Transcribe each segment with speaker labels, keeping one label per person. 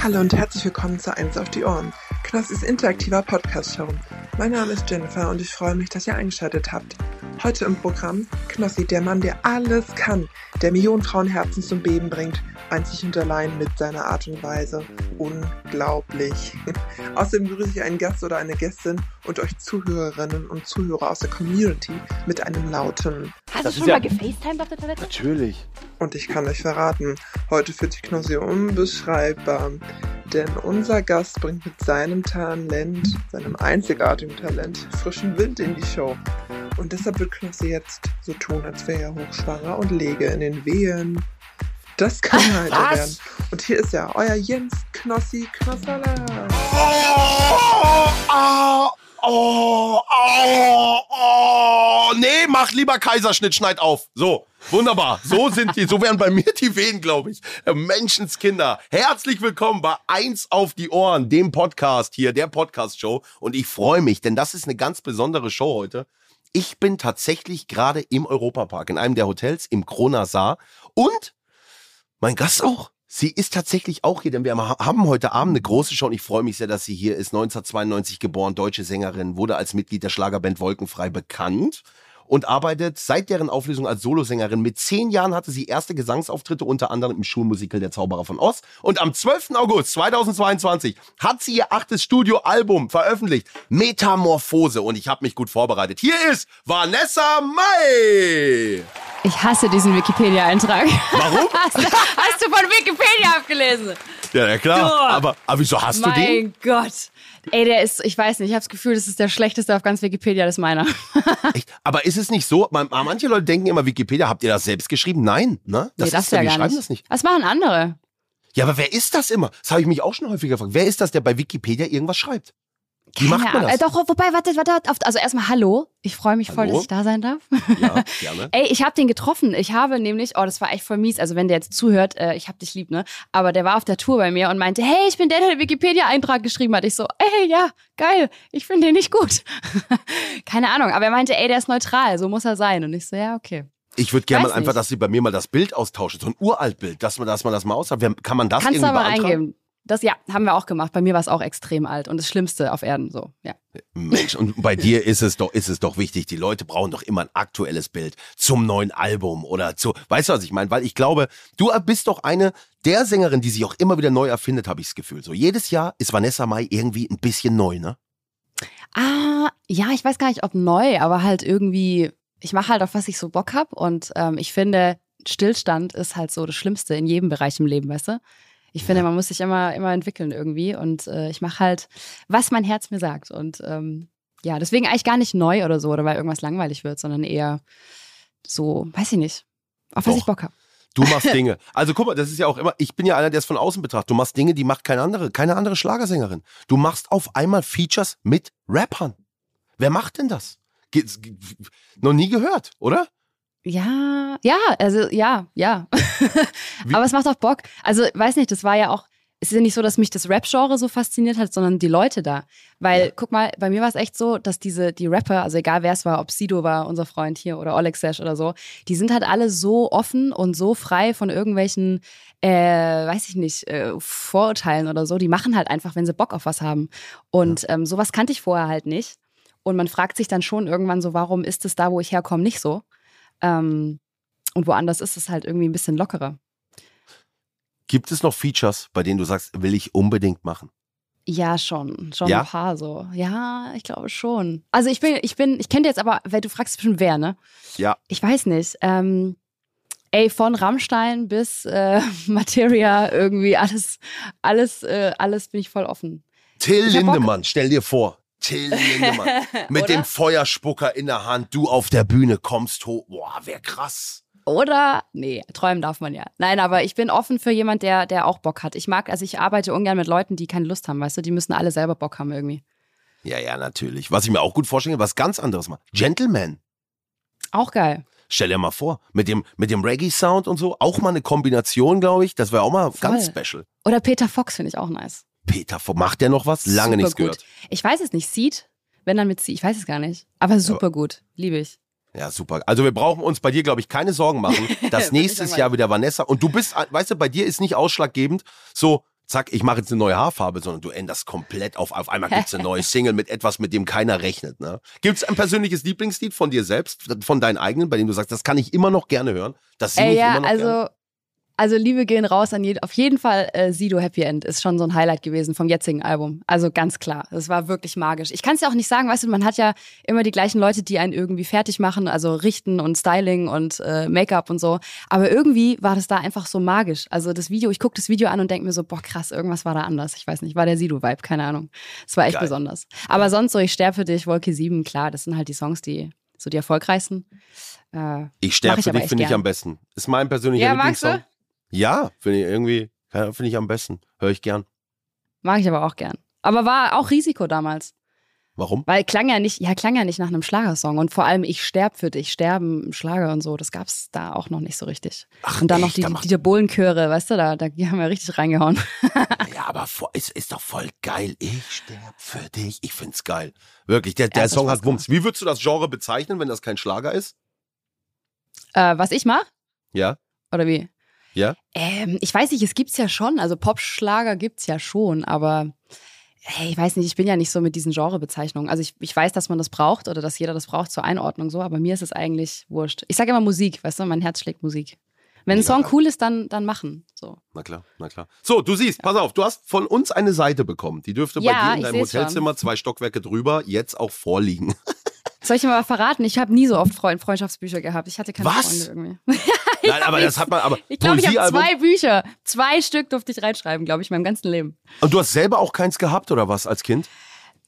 Speaker 1: Hallo und herzlich willkommen zu Eins auf die Ohren, Knassis interaktiver Podcast-Show. Mein Name ist Jennifer und ich freue mich, dass ihr eingeschaltet habt. Heute im Programm Knossi, der Mann, der alles kann, der Millionen Frauenherzen zum Beben bringt, einzig und allein mit seiner Art und Weise. Unglaublich. Außerdem grüße ich einen Gast oder eine Gästin und euch Zuhörerinnen und Zuhörer aus der Community mit einem lauten.
Speaker 2: Hast
Speaker 3: Das
Speaker 2: du
Speaker 3: ist
Speaker 2: schon
Speaker 3: ja-
Speaker 2: mal gefacetimed auf der
Speaker 4: Oh
Speaker 2: Toilette?
Speaker 3: Natürlich.
Speaker 1: Und ich kann euch verraten, heute fühlt sich Knossi unbeschreibbar. Denn unser Gast bringt mit seinem Talent, seinem einzigartigen Talent, frischen Wind in die Show. Und deshalb wird Knossi jetzt so tun, als wäre er hochschwanger und lege in den Wehen. Das kann halt
Speaker 2: Was?
Speaker 1: werden. Und hier ist er, euer Jens Knossi Knossala.
Speaker 3: Oh, oh, oh, oh, oh. Nee, mach lieber Kaiserschnitt, schneid auf. So, wunderbar. So sind die, so wären bei mir die Wehen, glaube ich. Äh, Menschenskinder. Herzlich willkommen bei Eins auf die Ohren, dem Podcast hier, der Podcast-Show. Und ich freue mich, denn das ist eine ganz besondere Show heute. Ich bin tatsächlich gerade im Europapark, in einem der Hotels im Krona Saar. Und Mein Gast auch. Sie ist tatsächlich auch hier, denn wir ha- haben heute Abend eine große Show und ich freue mich sehr, dass sie hier ist. 1992 geboren, deutsche Sängerin, wurde als Mitglied der Schlagerband Wolkenfrei bekannt und arbeitet seit deren Auflösung als Solosängerin. Mit zehn Jahren hatte sie erste Gesangsauftritte, unter anderem im Schulmusical Der Zauberer von Oz. Und am 12. August 2022 hat sie ihr achtes Studioalbum veröffentlicht, Metamorphose. Und ich habe mich gut vorbereitet. Hier ist Vanessa May.
Speaker 4: Ich hasse diesen Wikipedia-Eintrag.
Speaker 3: Warum?
Speaker 4: Hast, hast du von Wikipedia abgelesen?
Speaker 3: Ja, ja klar.
Speaker 4: So.
Speaker 3: Aber, aber wieso hast du den?
Speaker 4: mein Gott. Ey, der ist, ich weiß nicht, ich habe das Gefühl, das ist der schlechteste auf ganz Wikipedia, das ist meiner.
Speaker 3: Echt? Aber ist es nicht so? Man, manche Leute denken immer, Wikipedia, habt ihr das selbst geschrieben? Nein, ne?
Speaker 4: nee, das
Speaker 3: ist
Speaker 4: ja
Speaker 3: wir
Speaker 4: gar
Speaker 3: schreiben
Speaker 4: nicht.
Speaker 3: das nicht.
Speaker 4: Das machen andere.
Speaker 3: Ja, aber wer ist das immer? Das habe ich mich auch schon häufiger gefragt. Wer ist das, der bei Wikipedia irgendwas schreibt? Wie macht man
Speaker 4: Ahnung.
Speaker 3: das?
Speaker 4: Äh, doch, wobei, wartet, wartet. auf- Also erstmal hallo. Ich freue mich voll,
Speaker 3: Hallo.
Speaker 4: dass ich da sein darf.
Speaker 3: Ja, gerne.
Speaker 4: Ey, ich habe den getroffen. Ich habe nämlich, oh, das war echt voll mies. Also wenn der jetzt zuhört, äh, ich hab dich lieb, ne? Aber der war auf der Tour bei mir und meinte, hey, ich bin der, der den Wikipedia-Eintrag geschrieben hat. Ich so, ey, ja, geil. Ich finde den nicht gut. Keine Ahnung. Aber er meinte, ey, der ist neutral. So muss er sein. Und ich so, ja, okay.
Speaker 3: Ich würde gerne
Speaker 4: weiß
Speaker 3: mal einfach,
Speaker 4: nicht.
Speaker 3: dass sie bei mir mal das Bild austauschen. So ein Uraltbild, dass man, dass man das mal austauscht. Wer- Kann man das
Speaker 4: Kannst du
Speaker 3: irgendwie
Speaker 4: aber
Speaker 3: beantragen?
Speaker 4: reingeben. Das, ja, haben wir auch gemacht. Bei mir war es auch extrem alt und das Schlimmste auf Erden, so, ja.
Speaker 3: Mensch, und bei dir ist es doch, ist es doch wichtig. Die Leute brauchen doch immer ein aktuelles Bild zum neuen Album oder zu, weißt du, was ich meine? Weil ich glaube, du bist doch eine der Sängerin, die sich auch immer wieder neu erfindet, habe ich das Gefühl. So jedes Jahr ist Vanessa Mai irgendwie ein bisschen neu, ne?
Speaker 4: Ah, ja, ich weiß gar nicht, ob neu, aber halt irgendwie, ich mache halt auf was ich so Bock hab und ähm, ich finde, Stillstand ist halt so das Schlimmste in jedem Bereich im Leben, weißt du? Ich finde, man muss sich immer, immer entwickeln irgendwie und äh, ich mache halt, was mein Herz mir sagt und ähm, ja, deswegen eigentlich gar nicht neu oder so oder weil irgendwas langweilig wird, sondern eher so, weiß ich nicht, auf was
Speaker 3: Doch.
Speaker 4: ich Bock hab.
Speaker 3: Du machst Dinge. Also guck mal, das ist ja auch immer, ich bin ja einer, der es von außen betrachtet. Du machst Dinge, die macht keine andere, keine andere Schlagersängerin. Du machst auf einmal Features mit Rappern. Wer macht denn das? Ge ge noch nie gehört, oder?
Speaker 4: Ja, ja, also ja, ja.
Speaker 3: Wie-
Speaker 4: Aber es macht auch Bock. Also, weiß nicht, das war ja auch. Es ist ja nicht so, dass mich das Rap-Genre so fasziniert hat, sondern die Leute da. Weil, guck mal, bei mir war es echt so, dass diese, die Rapper, also egal wer es war, ob Sido war, unser Freund hier oder Oleg Sash oder so, die sind halt alle so offen und so frei von irgendwelchen, äh, weiß ich nicht, äh, Vorurteilen oder so. Die machen halt einfach, wenn sie Bock auf was haben. Und ähm, sowas kannte ich vorher halt nicht. Und man fragt sich dann schon irgendwann so, warum ist es da, wo ich herkomme, nicht so? Ähm, und woanders ist es halt irgendwie ein bisschen lockerer.
Speaker 3: Gibt es noch Features, bei denen du sagst, will ich unbedingt machen?
Speaker 4: Ja, schon. Schon
Speaker 3: Ja?
Speaker 4: ein paar so. Ja, ich glaube schon. Also ich bin, ich bin, ich kenne jetzt aber, weil du fragst bestimmt wer, ne?
Speaker 3: Ja.
Speaker 4: Ich weiß nicht. Ähm, ey, von Rammstein bis äh, Materia irgendwie alles, alles, äh, alles bin ich voll offen.
Speaker 3: Till
Speaker 4: Ich hab Bock.
Speaker 3: Lindemann, stell dir vor. Till Lindemann. Mit
Speaker 4: Oder?
Speaker 3: dem Feuerspucker in der Hand, du auf der Bühne kommst hoch. Boah, wär krass.
Speaker 4: Oder, nee, träumen darf man ja. Nein, aber ich bin offen für jemand, der, der auch Bock hat. Ich mag, also ich arbeite ungern mit Leuten, die keine Lust haben, weißt du? Die müssen alle selber Bock haben irgendwie.
Speaker 3: Ja, ja, natürlich. Was ich mir auch gut vorstellen kann, was ganz anderes mal. Gentleman.
Speaker 4: Auch geil.
Speaker 3: Stell dir mal vor, mit dem, mit dem Reggae-Sound und so, auch mal eine Kombination, glaube ich. Das wäre auch mal ganz special.
Speaker 4: Oder Peter Fox finde ich auch nice.
Speaker 3: Peter, Vo- macht der noch was? Lange
Speaker 4: Super
Speaker 3: nichts
Speaker 4: gut.
Speaker 3: gehört.
Speaker 4: Ich weiß es nicht. Seed, wenn dann mit Seed, ich weiß es gar nicht. Aber super gut, liebe ich.
Speaker 3: Ja, super. Also wir brauchen uns bei dir, glaube ich, keine Sorgen machen, dass
Speaker 4: Bin ich
Speaker 3: nächstes
Speaker 4: dabei.
Speaker 3: Jahr wieder Vanessa und du bist, weißt du, bei dir ist nicht ausschlaggebend so, zack, ich mache jetzt eine neue Haarfarbe, sondern du änderst komplett auf, auf einmal gibt's eine neue Single mit etwas, mit dem keiner rechnet. Ne? Gibt's ein persönliches Lieblingslied von dir selbst, von deinen eigenen, bei dem du sagst, das kann ich immer noch gerne hören? Das singe
Speaker 4: Ey,
Speaker 3: ich
Speaker 4: ja,
Speaker 3: immer noch
Speaker 4: also,
Speaker 3: gerne.
Speaker 4: also Liebe gehen raus an jeden. Auf jeden Fall äh, Sido Happy End ist schon so ein Highlight gewesen vom jetzigen Album. Also ganz klar. Das war wirklich magisch. Ich kann es ja auch nicht sagen, weißt du, man hat ja immer die gleichen Leute, die einen irgendwie fertig machen, also richten und Styling und äh, Make-up und so. Aber irgendwie war das da einfach so magisch. Also das Video, ich gucke das Video an und denke mir so, boah, krass, irgendwas war da anders. Ich weiß nicht, war der Sido-Vibe, keine Ahnung. Es war echt
Speaker 3: Geil.
Speaker 4: besonders. Aber sonst so, ich sterbe für dich, Wolke 7, klar, das sind halt die Songs, die so die erfolgreichsten. Äh,
Speaker 3: Ich sterbe
Speaker 4: ich
Speaker 3: für
Speaker 4: aber
Speaker 3: dich,
Speaker 4: echt
Speaker 3: finde ich
Speaker 4: gern.
Speaker 3: am besten. Ist mein persönlicher
Speaker 4: Ja, magst du?
Speaker 3: Lieblingssong. Ja, finde ich irgendwie, keine Ahnung, finde ich am besten. Höre ich gern.
Speaker 4: Mag ich aber auch gern. Aber war auch Risiko damals.
Speaker 3: Warum?
Speaker 4: Weil klang ja nicht, ja, klang ja nicht nach einem Schlagersong. Und vor allem ich sterb für dich, sterben, Schlager und so, das gab's da auch noch nicht so richtig.
Speaker 3: Ach,
Speaker 4: Und dann noch
Speaker 3: echt?
Speaker 4: die,
Speaker 3: Da
Speaker 4: die,
Speaker 3: macht-
Speaker 4: die Bohlenchöre, weißt du, da, da haben wir richtig reingehauen.
Speaker 3: Ja, aber vo- es ist doch voll geil. Ich sterb für dich. Ich find's geil. Wirklich, der,
Speaker 4: Ja,
Speaker 3: der
Speaker 4: das
Speaker 3: Song
Speaker 4: war's
Speaker 3: hat Wumms. Wie würdest du das Genre bezeichnen, wenn das kein Schlager ist?
Speaker 4: Äh, was ich mache?
Speaker 3: Ja.
Speaker 4: Oder wie?
Speaker 3: Ja.
Speaker 4: Ähm, ich weiß nicht, es gibt's ja schon. Also Popschlager gibt's ja schon, aber hey, ich weiß nicht, ich bin ja nicht so mit diesen Genrebezeichnungen. Also ich, ich weiß, dass man das braucht oder dass jeder das braucht zur Einordnung so, aber mir ist es eigentlich wurscht. Ich sage immer Musik, weißt du, mein Herz schlägt Musik. Wenn ein
Speaker 3: Mega
Speaker 4: Song
Speaker 3: geil.
Speaker 4: cool ist, dann, dann machen. So.
Speaker 3: Na klar, na klar. So, du siehst, pass auf, du hast von uns eine Seite bekommen. Die dürfte
Speaker 4: Ja,
Speaker 3: bei dir in
Speaker 4: ich
Speaker 3: deinem
Speaker 4: seh's schon.
Speaker 3: Hotelzimmer zwei Stockwerke drüber jetzt auch vorliegen.
Speaker 4: Soll ich dir mal verraten? Ich habe nie so oft Freund Freundschaftsbücher gehabt. Ich hatte keine
Speaker 3: Was?
Speaker 4: Freunde irgendwie.
Speaker 3: Nein, aber
Speaker 4: hab
Speaker 3: das hat man, aber
Speaker 4: Ich glaube, ich habe
Speaker 3: Poesiealbum-
Speaker 4: zwei Bücher. Zwei Stück durfte ich reinschreiben, glaube ich, meinem ganzen Leben.
Speaker 3: Und du hast selber auch keins gehabt oder was als Kind?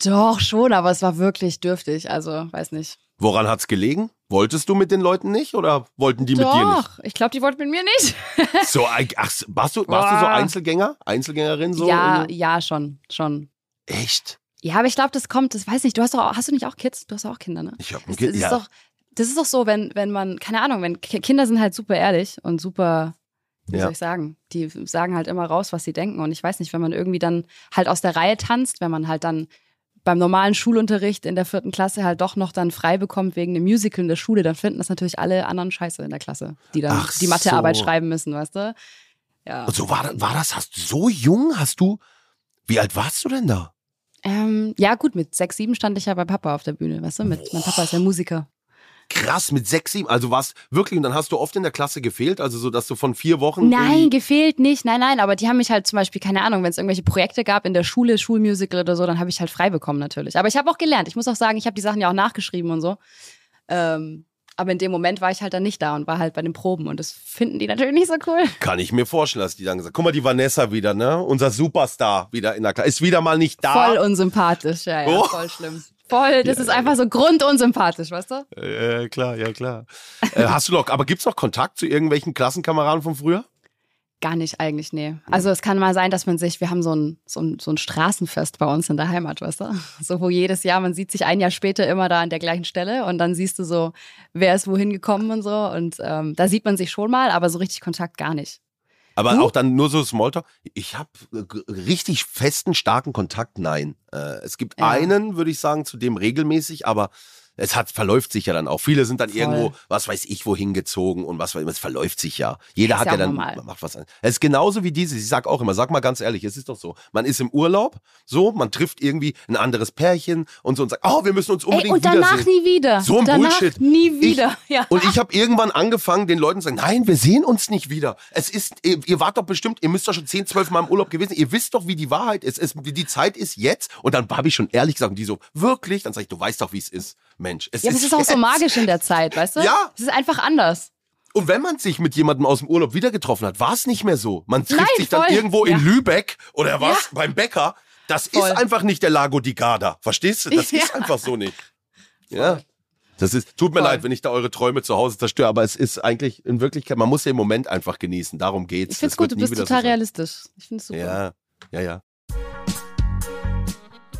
Speaker 4: Doch, schon, aber es war wirklich dürftig. Also, weiß nicht.
Speaker 3: Woran hat's gelegen? Wolltest du mit den Leuten nicht oder wollten die mit dir
Speaker 4: Doch, ich glaube, die wollten mit mir nicht.
Speaker 3: nicht? So, ein- ach, warst du, warst du so
Speaker 4: Boah.
Speaker 3: Einzelgänger? Einzelgängerin so? also
Speaker 4: ja,
Speaker 3: In-
Speaker 4: ja, schon, schon.
Speaker 3: Echt?
Speaker 4: Ja, aber ich glaube, das kommt, das weiß nicht, du hast doch, auch- hast du nicht auch Kids? Du hast doch auch Kinder, ne?
Speaker 3: Ich hab ein
Speaker 4: Das,
Speaker 3: Kind.
Speaker 4: das
Speaker 3: Ja.
Speaker 4: ist doch, das ist doch so, wenn, wenn man, keine Ahnung, wenn Ki- Kinder sind halt super ehrlich und super, wie
Speaker 3: Ja.
Speaker 4: soll ich sagen, die sagen halt immer raus, was sie denken. Und ich weiß nicht, wenn man irgendwie dann halt aus der Reihe tanzt, wenn man halt dann beim normalen Schulunterricht in der vierten Klasse halt doch noch dann frei bekommt wegen einem Musical in der Schule, dann finden das natürlich alle anderen Scheiße in der Klasse, die dann
Speaker 3: Ach
Speaker 4: die Mathearbeit
Speaker 3: so. Also
Speaker 4: schreiben müssen, weißt du? Ja.
Speaker 3: Und so war, das- war das, hast du so jung, hast du, wie alt warst du denn da?
Speaker 4: Ähm, ja, gut, mit sechs, sieben stand ich ja bei Papa auf der Bühne, weißt du? Mit, mein Papa ist ja Musiker.
Speaker 3: Krass, mit sechs, sieben, also warst wirklich, und dann hast du oft in der Klasse gefehlt, also so, dass du von vier Wochen.
Speaker 4: Nein,
Speaker 3: irgendwie-
Speaker 4: gefehlt nicht. Nein, nein, aber die haben mich halt zum Beispiel, keine Ahnung, wenn es irgendwelche Projekte gab in der Schule, Schulmusical oder so, dann habe ich halt frei bekommen natürlich. Aber ich habe auch gelernt. Ich muss auch sagen, ich habe die Sachen ja auch nachgeschrieben und so. Ähm, aber in dem Moment war ich halt dann nicht da und war halt bei den Proben und das finden die natürlich nicht so cool.
Speaker 3: Kann ich mir vorstellen, dass die dann gesagt Guck mal, die Vanessa wieder, ne? Unser Superstar wieder in der Klasse. Ist wieder mal nicht da.
Speaker 4: Voll unsympathisch, ja, ja,
Speaker 3: Ah. Oh.
Speaker 4: voll schlimm. Voll, das
Speaker 3: Ja,
Speaker 4: ist
Speaker 3: ja,
Speaker 4: einfach so grundunsympathisch, weißt du?
Speaker 3: Äh, klar, ja, klar. Äh, hast du noch, aber gibt's noch Kontakt zu irgendwelchen Klassenkameraden von früher?
Speaker 4: Gar nicht eigentlich, nee. Also es kann mal sein, dass man sich, wir haben so ein, so ein, so ein Straßenfest bei uns in der Heimat, weißt du? So wo jedes Jahr, man sieht sich ein Jahr später immer da an der gleichen Stelle und dann siehst du so, wer ist wohin gekommen und so. Und ähm, da sieht man sich schon mal, aber so richtig Kontakt gar nicht.
Speaker 3: Aber
Speaker 4: Du?
Speaker 3: auch dann nur so Smalltalk. Ich habe richtig festen, starken Kontakt. Nein. Äh, es gibt
Speaker 4: Ja.
Speaker 3: einen, würde ich sagen, zu dem regelmäßig, aber es hat, verläuft sich ja dann auch. Viele sind dann
Speaker 4: Voll.
Speaker 3: irgendwo, was weiß ich, wohin gezogen und was weiß ich, es verläuft sich ja. Jeder
Speaker 4: Ist
Speaker 3: hat
Speaker 4: ja
Speaker 3: ja,
Speaker 4: auch
Speaker 3: dann,
Speaker 4: normal.
Speaker 3: macht was anderes. Es ist genauso wie diese, ich sag auch immer, sag mal ganz ehrlich, es ist doch so. Man ist im Urlaub, so, man trifft irgendwie ein anderes Pärchen und so und sagt, oh, wir müssen uns unbedingt
Speaker 4: Ey, und danach
Speaker 3: wiedersehen.
Speaker 4: nie wieder.
Speaker 3: So ein
Speaker 4: danach
Speaker 3: Bullshit.
Speaker 4: nie wieder. ja.
Speaker 3: Und ich habe irgendwann angefangen, den Leuten zu sagen, nein, wir sehen uns nicht wieder. Es ist, ihr, ihr wart doch bestimmt, ihr müsst doch schon 10, 12 Mal im Urlaub gewesen. Ihr wisst doch, wie die Wahrheit ist. Es, die Zeit ist jetzt. Und dann habe ich schon ehrlich gesagt, und die so, wirklich? Dann sage ich, du weißt doch, wie es ist. Mensch, es
Speaker 4: ja, aber
Speaker 3: ist
Speaker 4: es ist auch so
Speaker 3: jetzt.
Speaker 4: magisch in der Zeit, weißt du?
Speaker 3: Ja.
Speaker 4: Es ist einfach anders.
Speaker 3: Und wenn man sich mit jemandem aus dem Urlaub wieder getroffen hat, war es nicht mehr so. Man trifft
Speaker 4: Nein,
Speaker 3: sich dann
Speaker 4: voll.
Speaker 3: irgendwo in
Speaker 4: Ja.
Speaker 3: Lübeck oder was beim Bäcker. Das
Speaker 4: Voll.
Speaker 3: ist einfach nicht der Lago di Garda. Verstehst du? Das
Speaker 4: Ja.
Speaker 3: ist einfach so nicht. Ja. Das ist, tut mir
Speaker 4: Voll.
Speaker 3: leid, wenn ich da eure Träume zu Hause zerstöre, aber es ist eigentlich in Wirklichkeit, man muss den Moment einfach genießen. Darum geht's.
Speaker 4: Ich find's
Speaker 3: Das wird
Speaker 4: gut, du
Speaker 3: nie
Speaker 4: bist
Speaker 3: wieder so
Speaker 4: total
Speaker 3: sein.
Speaker 4: realistisch. Ich find's super.
Speaker 3: Ja, ja, ja.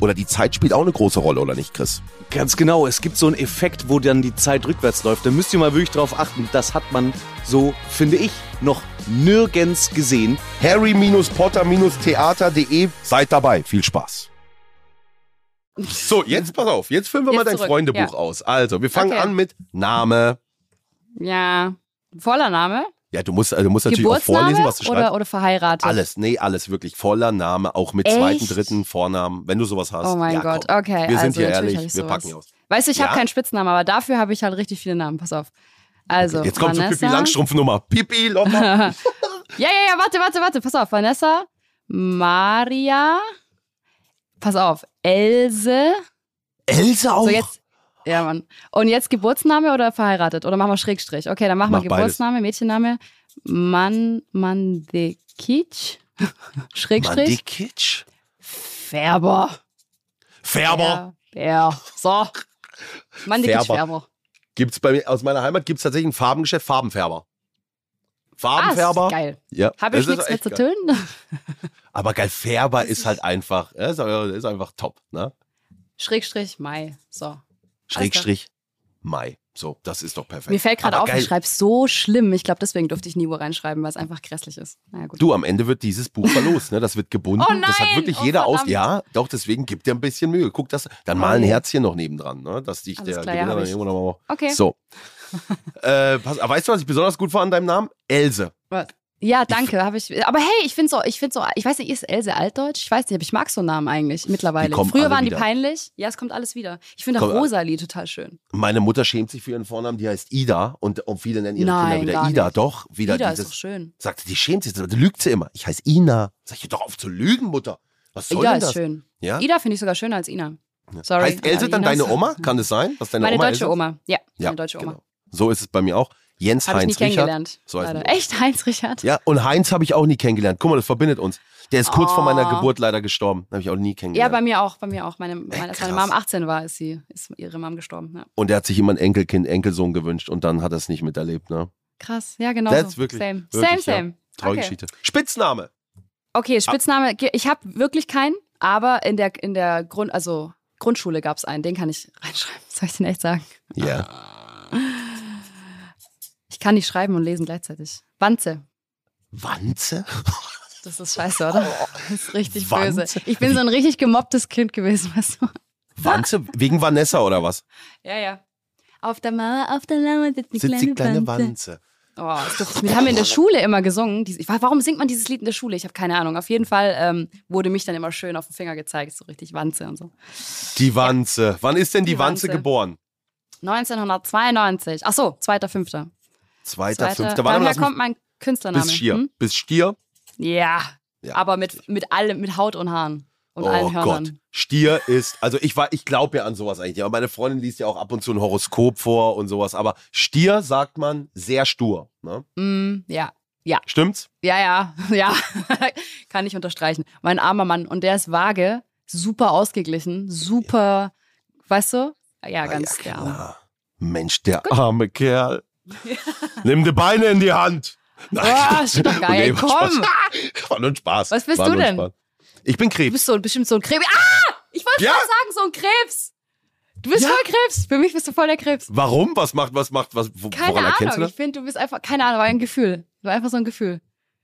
Speaker 3: oder die Zeit spielt auch eine große Rolle, oder nicht, Chris?
Speaker 5: Ganz genau, es gibt so einen Effekt, wo dann die Zeit rückwärts läuft. Da müsst ihr mal wirklich drauf achten. Das hat man, so finde ich, noch nirgends gesehen.
Speaker 3: harry-potter-theater.de. Seid dabei. Viel Spaß. So, jetzt pass auf. Jetzt füllen wir
Speaker 4: Jetzt
Speaker 3: mal dein
Speaker 4: zurück,
Speaker 3: Freundebuch
Speaker 4: ja.
Speaker 3: aus. Also, wir fangen
Speaker 4: Okay.
Speaker 3: an mit Name.
Speaker 4: Ja. Voller Name?
Speaker 3: Ja, du musst, also, du musst natürlich auch
Speaker 4: Geburtsname
Speaker 3: vorlesen, was du schreibst.
Speaker 4: oder, oder verheiratet?
Speaker 3: Alles, nee, alles wirklich. Voller Name, auch mit
Speaker 4: Echt?
Speaker 3: zweiten, dritten Vornamen, wenn du sowas hast.
Speaker 4: Oh mein
Speaker 3: ja,
Speaker 4: Gott,
Speaker 3: komm.
Speaker 4: okay.
Speaker 3: Wir sind
Speaker 4: also
Speaker 3: hier
Speaker 4: natürlich
Speaker 3: ehrlich,
Speaker 4: hab ich
Speaker 3: wir
Speaker 4: sowas.
Speaker 3: packen aus.
Speaker 4: Weißt du, ich
Speaker 3: Ja?
Speaker 4: habe keinen Spitznamen, aber dafür habe ich halt richtig viele Namen. Pass auf. Also,
Speaker 3: Jetzt kommt
Speaker 4: Vanessa.
Speaker 3: so Pippi Langstrumpf-Nummer. Pippi, Lopper.
Speaker 4: Ja, ja, ja, warte, warte, warte. Pass auf, Vanessa, Maria, pass auf, Else.
Speaker 3: Else auch.
Speaker 4: So jetzt, ja, Mann. Und jetzt Geburtsname oder verheiratet? Oder machen wir Schrägstrich? Okay, dann machen wir
Speaker 3: Mach beides.
Speaker 4: Geburtsname, Mädchenname, Mann, Mandekic,
Speaker 3: Mann,
Speaker 4: Schrägstrich,
Speaker 3: die Kitsch.
Speaker 4: Färber.
Speaker 3: Färber.
Speaker 4: Ja, ja. so. Mandekic,
Speaker 3: Färber.
Speaker 4: Färber.
Speaker 3: Gibt's bei mir, aus meiner Heimat gibt's tatsächlich ein Farbengeschäft, Farbenfärber.
Speaker 4: Ah, ist
Speaker 3: Farbenfärber.
Speaker 4: geil.
Speaker 3: Ja,
Speaker 4: Habe
Speaker 3: das
Speaker 4: ich
Speaker 3: ist
Speaker 4: nichts
Speaker 3: echt
Speaker 4: mit zu
Speaker 3: geil.
Speaker 4: tun?
Speaker 3: Aber geil, Färber ist halt einfach, ja, ist, ist einfach top, ne?
Speaker 4: Schrägstrich, Mai. So.
Speaker 3: Schrägstrich Mai. So, das ist doch perfekt.
Speaker 4: Mir fällt gerade
Speaker 3: Aber
Speaker 4: auf,
Speaker 3: geil.
Speaker 4: ich schreibe so schlimm. Ich glaube, deswegen durfte ich nie wo reinschreiben, weil es einfach grässlich ist. Na gut.
Speaker 3: Du, am Ende wird dieses Buch verlost, ne? Das wird gebunden.
Speaker 4: Oh nein!
Speaker 3: das hat wirklich
Speaker 4: Oh,
Speaker 3: jeder aus.
Speaker 4: verdammt.
Speaker 3: Ja, doch, deswegen gib dir ein bisschen Mühe. Guck das. Dann mal ein
Speaker 4: Oh.
Speaker 3: Herzchen noch nebendran, ne? Dass dich
Speaker 4: Alles
Speaker 3: der
Speaker 4: klar, ja,
Speaker 3: Gewinner
Speaker 4: hab
Speaker 3: dann
Speaker 4: ich.
Speaker 3: irgendwann nochmal.
Speaker 4: Okay.
Speaker 3: So. äh, pass, aber weißt du, was ich besonders gut fand an deinem Namen? Else.
Speaker 4: Ja, danke. Hab ich, aber hey, ich finde so, ich finde so, ich weiß nicht, ist Else altdeutsch? Ich weiß nicht, aber ich mag so Namen eigentlich mittlerweile.
Speaker 3: Die kommen
Speaker 4: Früher
Speaker 3: alle
Speaker 4: waren
Speaker 3: wieder.
Speaker 4: die peinlich. Ja, es kommt alles wieder. Ich finde
Speaker 3: Komm, äh,
Speaker 4: Rosalie total schön.
Speaker 3: Meine Mutter schämt sich für ihren Vornamen, die heißt Ida und, und viele nennen ihre
Speaker 4: Nein,
Speaker 3: Kinder wieder
Speaker 4: gar
Speaker 3: Ida.
Speaker 4: nicht.
Speaker 3: Doch, wieder
Speaker 4: Ida ist
Speaker 3: dieses.
Speaker 4: doch schön.
Speaker 3: Sagte, die schämt sich, die lügt sie immer. Ich heiße Ina. Sag ich, hör doch auf zu lügen, Mutter. Was soll
Speaker 4: Ida
Speaker 3: denn
Speaker 4: ist
Speaker 3: das?
Speaker 4: schön.
Speaker 3: Ja?
Speaker 4: Ida finde ich sogar schöner als Ina. Sorry.
Speaker 3: heißt Else
Speaker 4: Aber
Speaker 3: dann
Speaker 4: Ina ist-
Speaker 3: deine Oma? Kann das sein? Dass deine
Speaker 4: Meine
Speaker 3: Oma
Speaker 4: deutsche
Speaker 3: Else?
Speaker 4: Oma. Ja,
Speaker 3: Ja,
Speaker 4: meine deutsche Oma.
Speaker 3: Genau. So ist es bei mir auch. Jens
Speaker 4: Habe ich nie
Speaker 3: Heinz Richard.
Speaker 4: kennengelernt.
Speaker 3: so heißt
Speaker 4: leider.
Speaker 3: meine-
Speaker 4: Echt, Heinz Richard?
Speaker 3: Ja, und Heinz habe ich auch nie kennengelernt. Guck mal, das verbindet uns. Der ist kurz vor
Speaker 4: Oh.
Speaker 3: meiner Geburt leider gestorben. Habe ich auch nie
Speaker 4: Ja, bei
Speaker 3: kennengelernt.
Speaker 4: mir auch, bei mir auch. Meine, meine, als meine
Speaker 3: krass.
Speaker 4: Mom 18 war, ist sie, ist ihre Mom gestorben. Ja.
Speaker 3: und er hat sich immer ein Enkelkind, Enkelsohn gewünscht und dann hat er es nicht miterlebt. Ne?
Speaker 4: Krass, ja, genau.
Speaker 3: That's
Speaker 4: so.
Speaker 3: wirklich-
Speaker 4: same,
Speaker 3: wirklich, ja.
Speaker 4: same, same.
Speaker 3: Traurige
Speaker 4: Okay.
Speaker 3: Geschichte. Spitzname.
Speaker 4: okay, Spitzname, ge- ich habe wirklich keinen, aber in der, in der Grund, also Grundschule gab es einen, den kann ich reinschreiben. Soll ich den echt sagen?
Speaker 3: Ja.
Speaker 4: Ich kann nicht schreiben und lesen gleichzeitig. Wanze.
Speaker 3: Wanze?
Speaker 4: Das ist scheiße, oder? Das ist richtig
Speaker 3: Oh. Wanze?
Speaker 4: böse. Ich bin so ein richtig gemobbtes Kind gewesen, weißt du?
Speaker 3: Wanze? Wegen Vanessa oder was?
Speaker 4: Ja, ja. Auf der Mauer, auf der Lauer sitzt eine
Speaker 3: Sitzt die kleine
Speaker 4: Wanze.
Speaker 3: Wanze.
Speaker 4: Oh, das durfte ich nicht. haben wir in der Schule immer gesungen. Dies- ich- Warum singt man dieses Lied in der Schule? Ich habe keine Ahnung. Auf jeden Fall ähm, wurde mich dann immer schön auf den Finger gezeigt, so richtig Wanze und so.
Speaker 3: Die Wanze. Wann ist denn die,
Speaker 4: Die
Speaker 3: Wanze,
Speaker 4: Wanze.
Speaker 3: geboren?
Speaker 4: 1992. Ach so, 2.5.
Speaker 3: Zweiter,
Speaker 4: Zweiter-
Speaker 3: fünfter. Warte mal,
Speaker 4: Daher
Speaker 3: lass mich
Speaker 4: kommt mein Künstlername.
Speaker 3: bis Stier.
Speaker 4: Hm?
Speaker 3: Bis Stier.
Speaker 4: Ja,
Speaker 3: Ja,
Speaker 4: aber mit, mit allem, mit Haut und Haaren und
Speaker 3: oh
Speaker 4: allen Hörnern.
Speaker 3: Gott, Stier ist, also ich war, ich glaube ja an sowas eigentlich, aber meine Freundin liest ja auch ab und zu ein Horoskop vor und sowas, aber Stier sagt man sehr stur, ne?
Speaker 4: Mm, ja,
Speaker 3: Stimmt's?
Speaker 4: ja, ja, ja. Kann ich unterstreichen. Mein armer Mann. Und der ist vage, super ausgeglichen, super, weißt du? Ja, ganz
Speaker 3: Ah,
Speaker 4: der
Speaker 3: ja,
Speaker 4: Arme.
Speaker 3: klar. Mensch, der arme Kerl. Nimm die Beine in die Hand.
Speaker 4: Oh, ist doch geil.
Speaker 3: war Spaß.
Speaker 4: Komm.
Speaker 3: War nur ein Spaß.
Speaker 4: Was bist
Speaker 3: War
Speaker 4: du
Speaker 3: nur ein
Speaker 4: denn?
Speaker 3: Spaß. Ich bin
Speaker 4: Du
Speaker 3: Krebs.
Speaker 4: bist so ein- bestimmt so ein Krebs. Ah! Ich wollte
Speaker 3: Ja?
Speaker 4: ja? sagen, so ein Krebs. Du bist
Speaker 3: Ja.
Speaker 4: voll Krebs. Für mich bist du voll der Krebs.
Speaker 3: Warum? Was macht, was macht, was, wo-
Speaker 4: Keine
Speaker 3: woran erkennst du
Speaker 4: Ahnung.
Speaker 3: das?
Speaker 4: Ich finde, du bist einfach, keine Ahnung, war ein Gefühl. War einfach so ein Gefühl.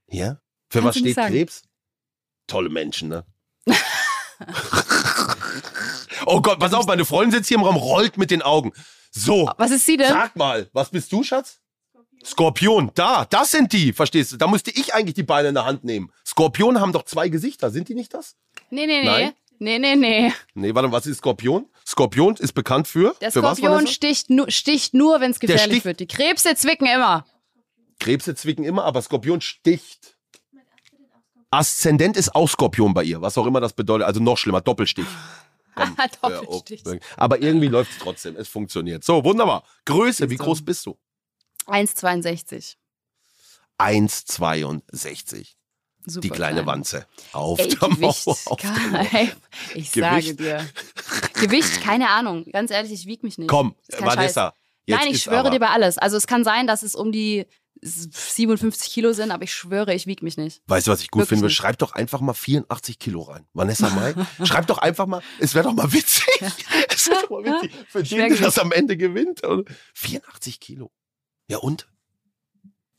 Speaker 3: Ja. Für
Speaker 4: Kannst
Speaker 3: was
Speaker 4: du nicht
Speaker 3: steht
Speaker 4: sagen.
Speaker 3: Krebs? Tolle Menschen, ne? oh Gott, pass auf, meine Freundin sitzt hier im Raum, rollt mit den Augen. So,
Speaker 4: Was ist sie denn?
Speaker 3: sag mal, was bist du, Schatz? Skorpion, da, das sind die, verstehst du? Da musste ich eigentlich die Beine in der Hand nehmen. Skorpione haben doch zwei Gesichter, sind die nicht das?
Speaker 4: Nee, nee, nee.
Speaker 3: Nein?
Speaker 4: Nee, nee, nee.
Speaker 3: Nee, warte, was ist Skorpion? Skorpion ist bekannt für,
Speaker 4: Der
Speaker 3: für was, Vanessa?
Speaker 4: Skorpion sticht, nu sticht nur, wenn es gefährlich
Speaker 3: sticht-
Speaker 4: wird. Die Krebse zwicken immer.
Speaker 3: Krebse zwicken immer, aber Skorpion sticht. Aszendent ist auch Skorpion bei ihr, was auch immer das bedeutet. Also noch schlimmer, Doppelstich.
Speaker 4: Hat
Speaker 3: Hör auf.
Speaker 4: Doppelstich.
Speaker 3: oh, Aber irgendwie läuft es trotzdem, es funktioniert. So, wunderbar. Größe, wie groß bist du?
Speaker 4: 1,62.
Speaker 3: 1,62.
Speaker 4: Super.
Speaker 3: Die kleine
Speaker 4: klein.
Speaker 3: Wanze. Auf
Speaker 4: Ey,
Speaker 3: der Mauer.
Speaker 4: Gewicht.
Speaker 3: Auf der Mauer.
Speaker 4: Geil. Ich sage
Speaker 3: Gewicht.
Speaker 4: dir. Gewicht, keine Ahnung. Ganz ehrlich, ich wieg mich nicht.
Speaker 3: Komm,
Speaker 4: Ist kein Scheiß.
Speaker 3: Vanessa. Jetzt
Speaker 4: Nein, ich
Speaker 3: ist
Speaker 4: schwöre
Speaker 3: aber.
Speaker 4: dir bei alles. Also es kann sein, dass es um die 57 Kilo sind, aber ich schwöre, ich wieg mich nicht.
Speaker 3: Weißt du, was ich gut
Speaker 4: Wirklich
Speaker 3: finde?
Speaker 4: nicht.
Speaker 3: Schreib doch einfach mal 84 Kilo rein. Vanessa Mai, schreib doch einfach mal, es wäre doch mal witzig. Es wäre doch mal witzig, für den, der
Speaker 4: Schwergewicht.
Speaker 3: das am Ende gewinnt. Und 84 Kilo. Ja und?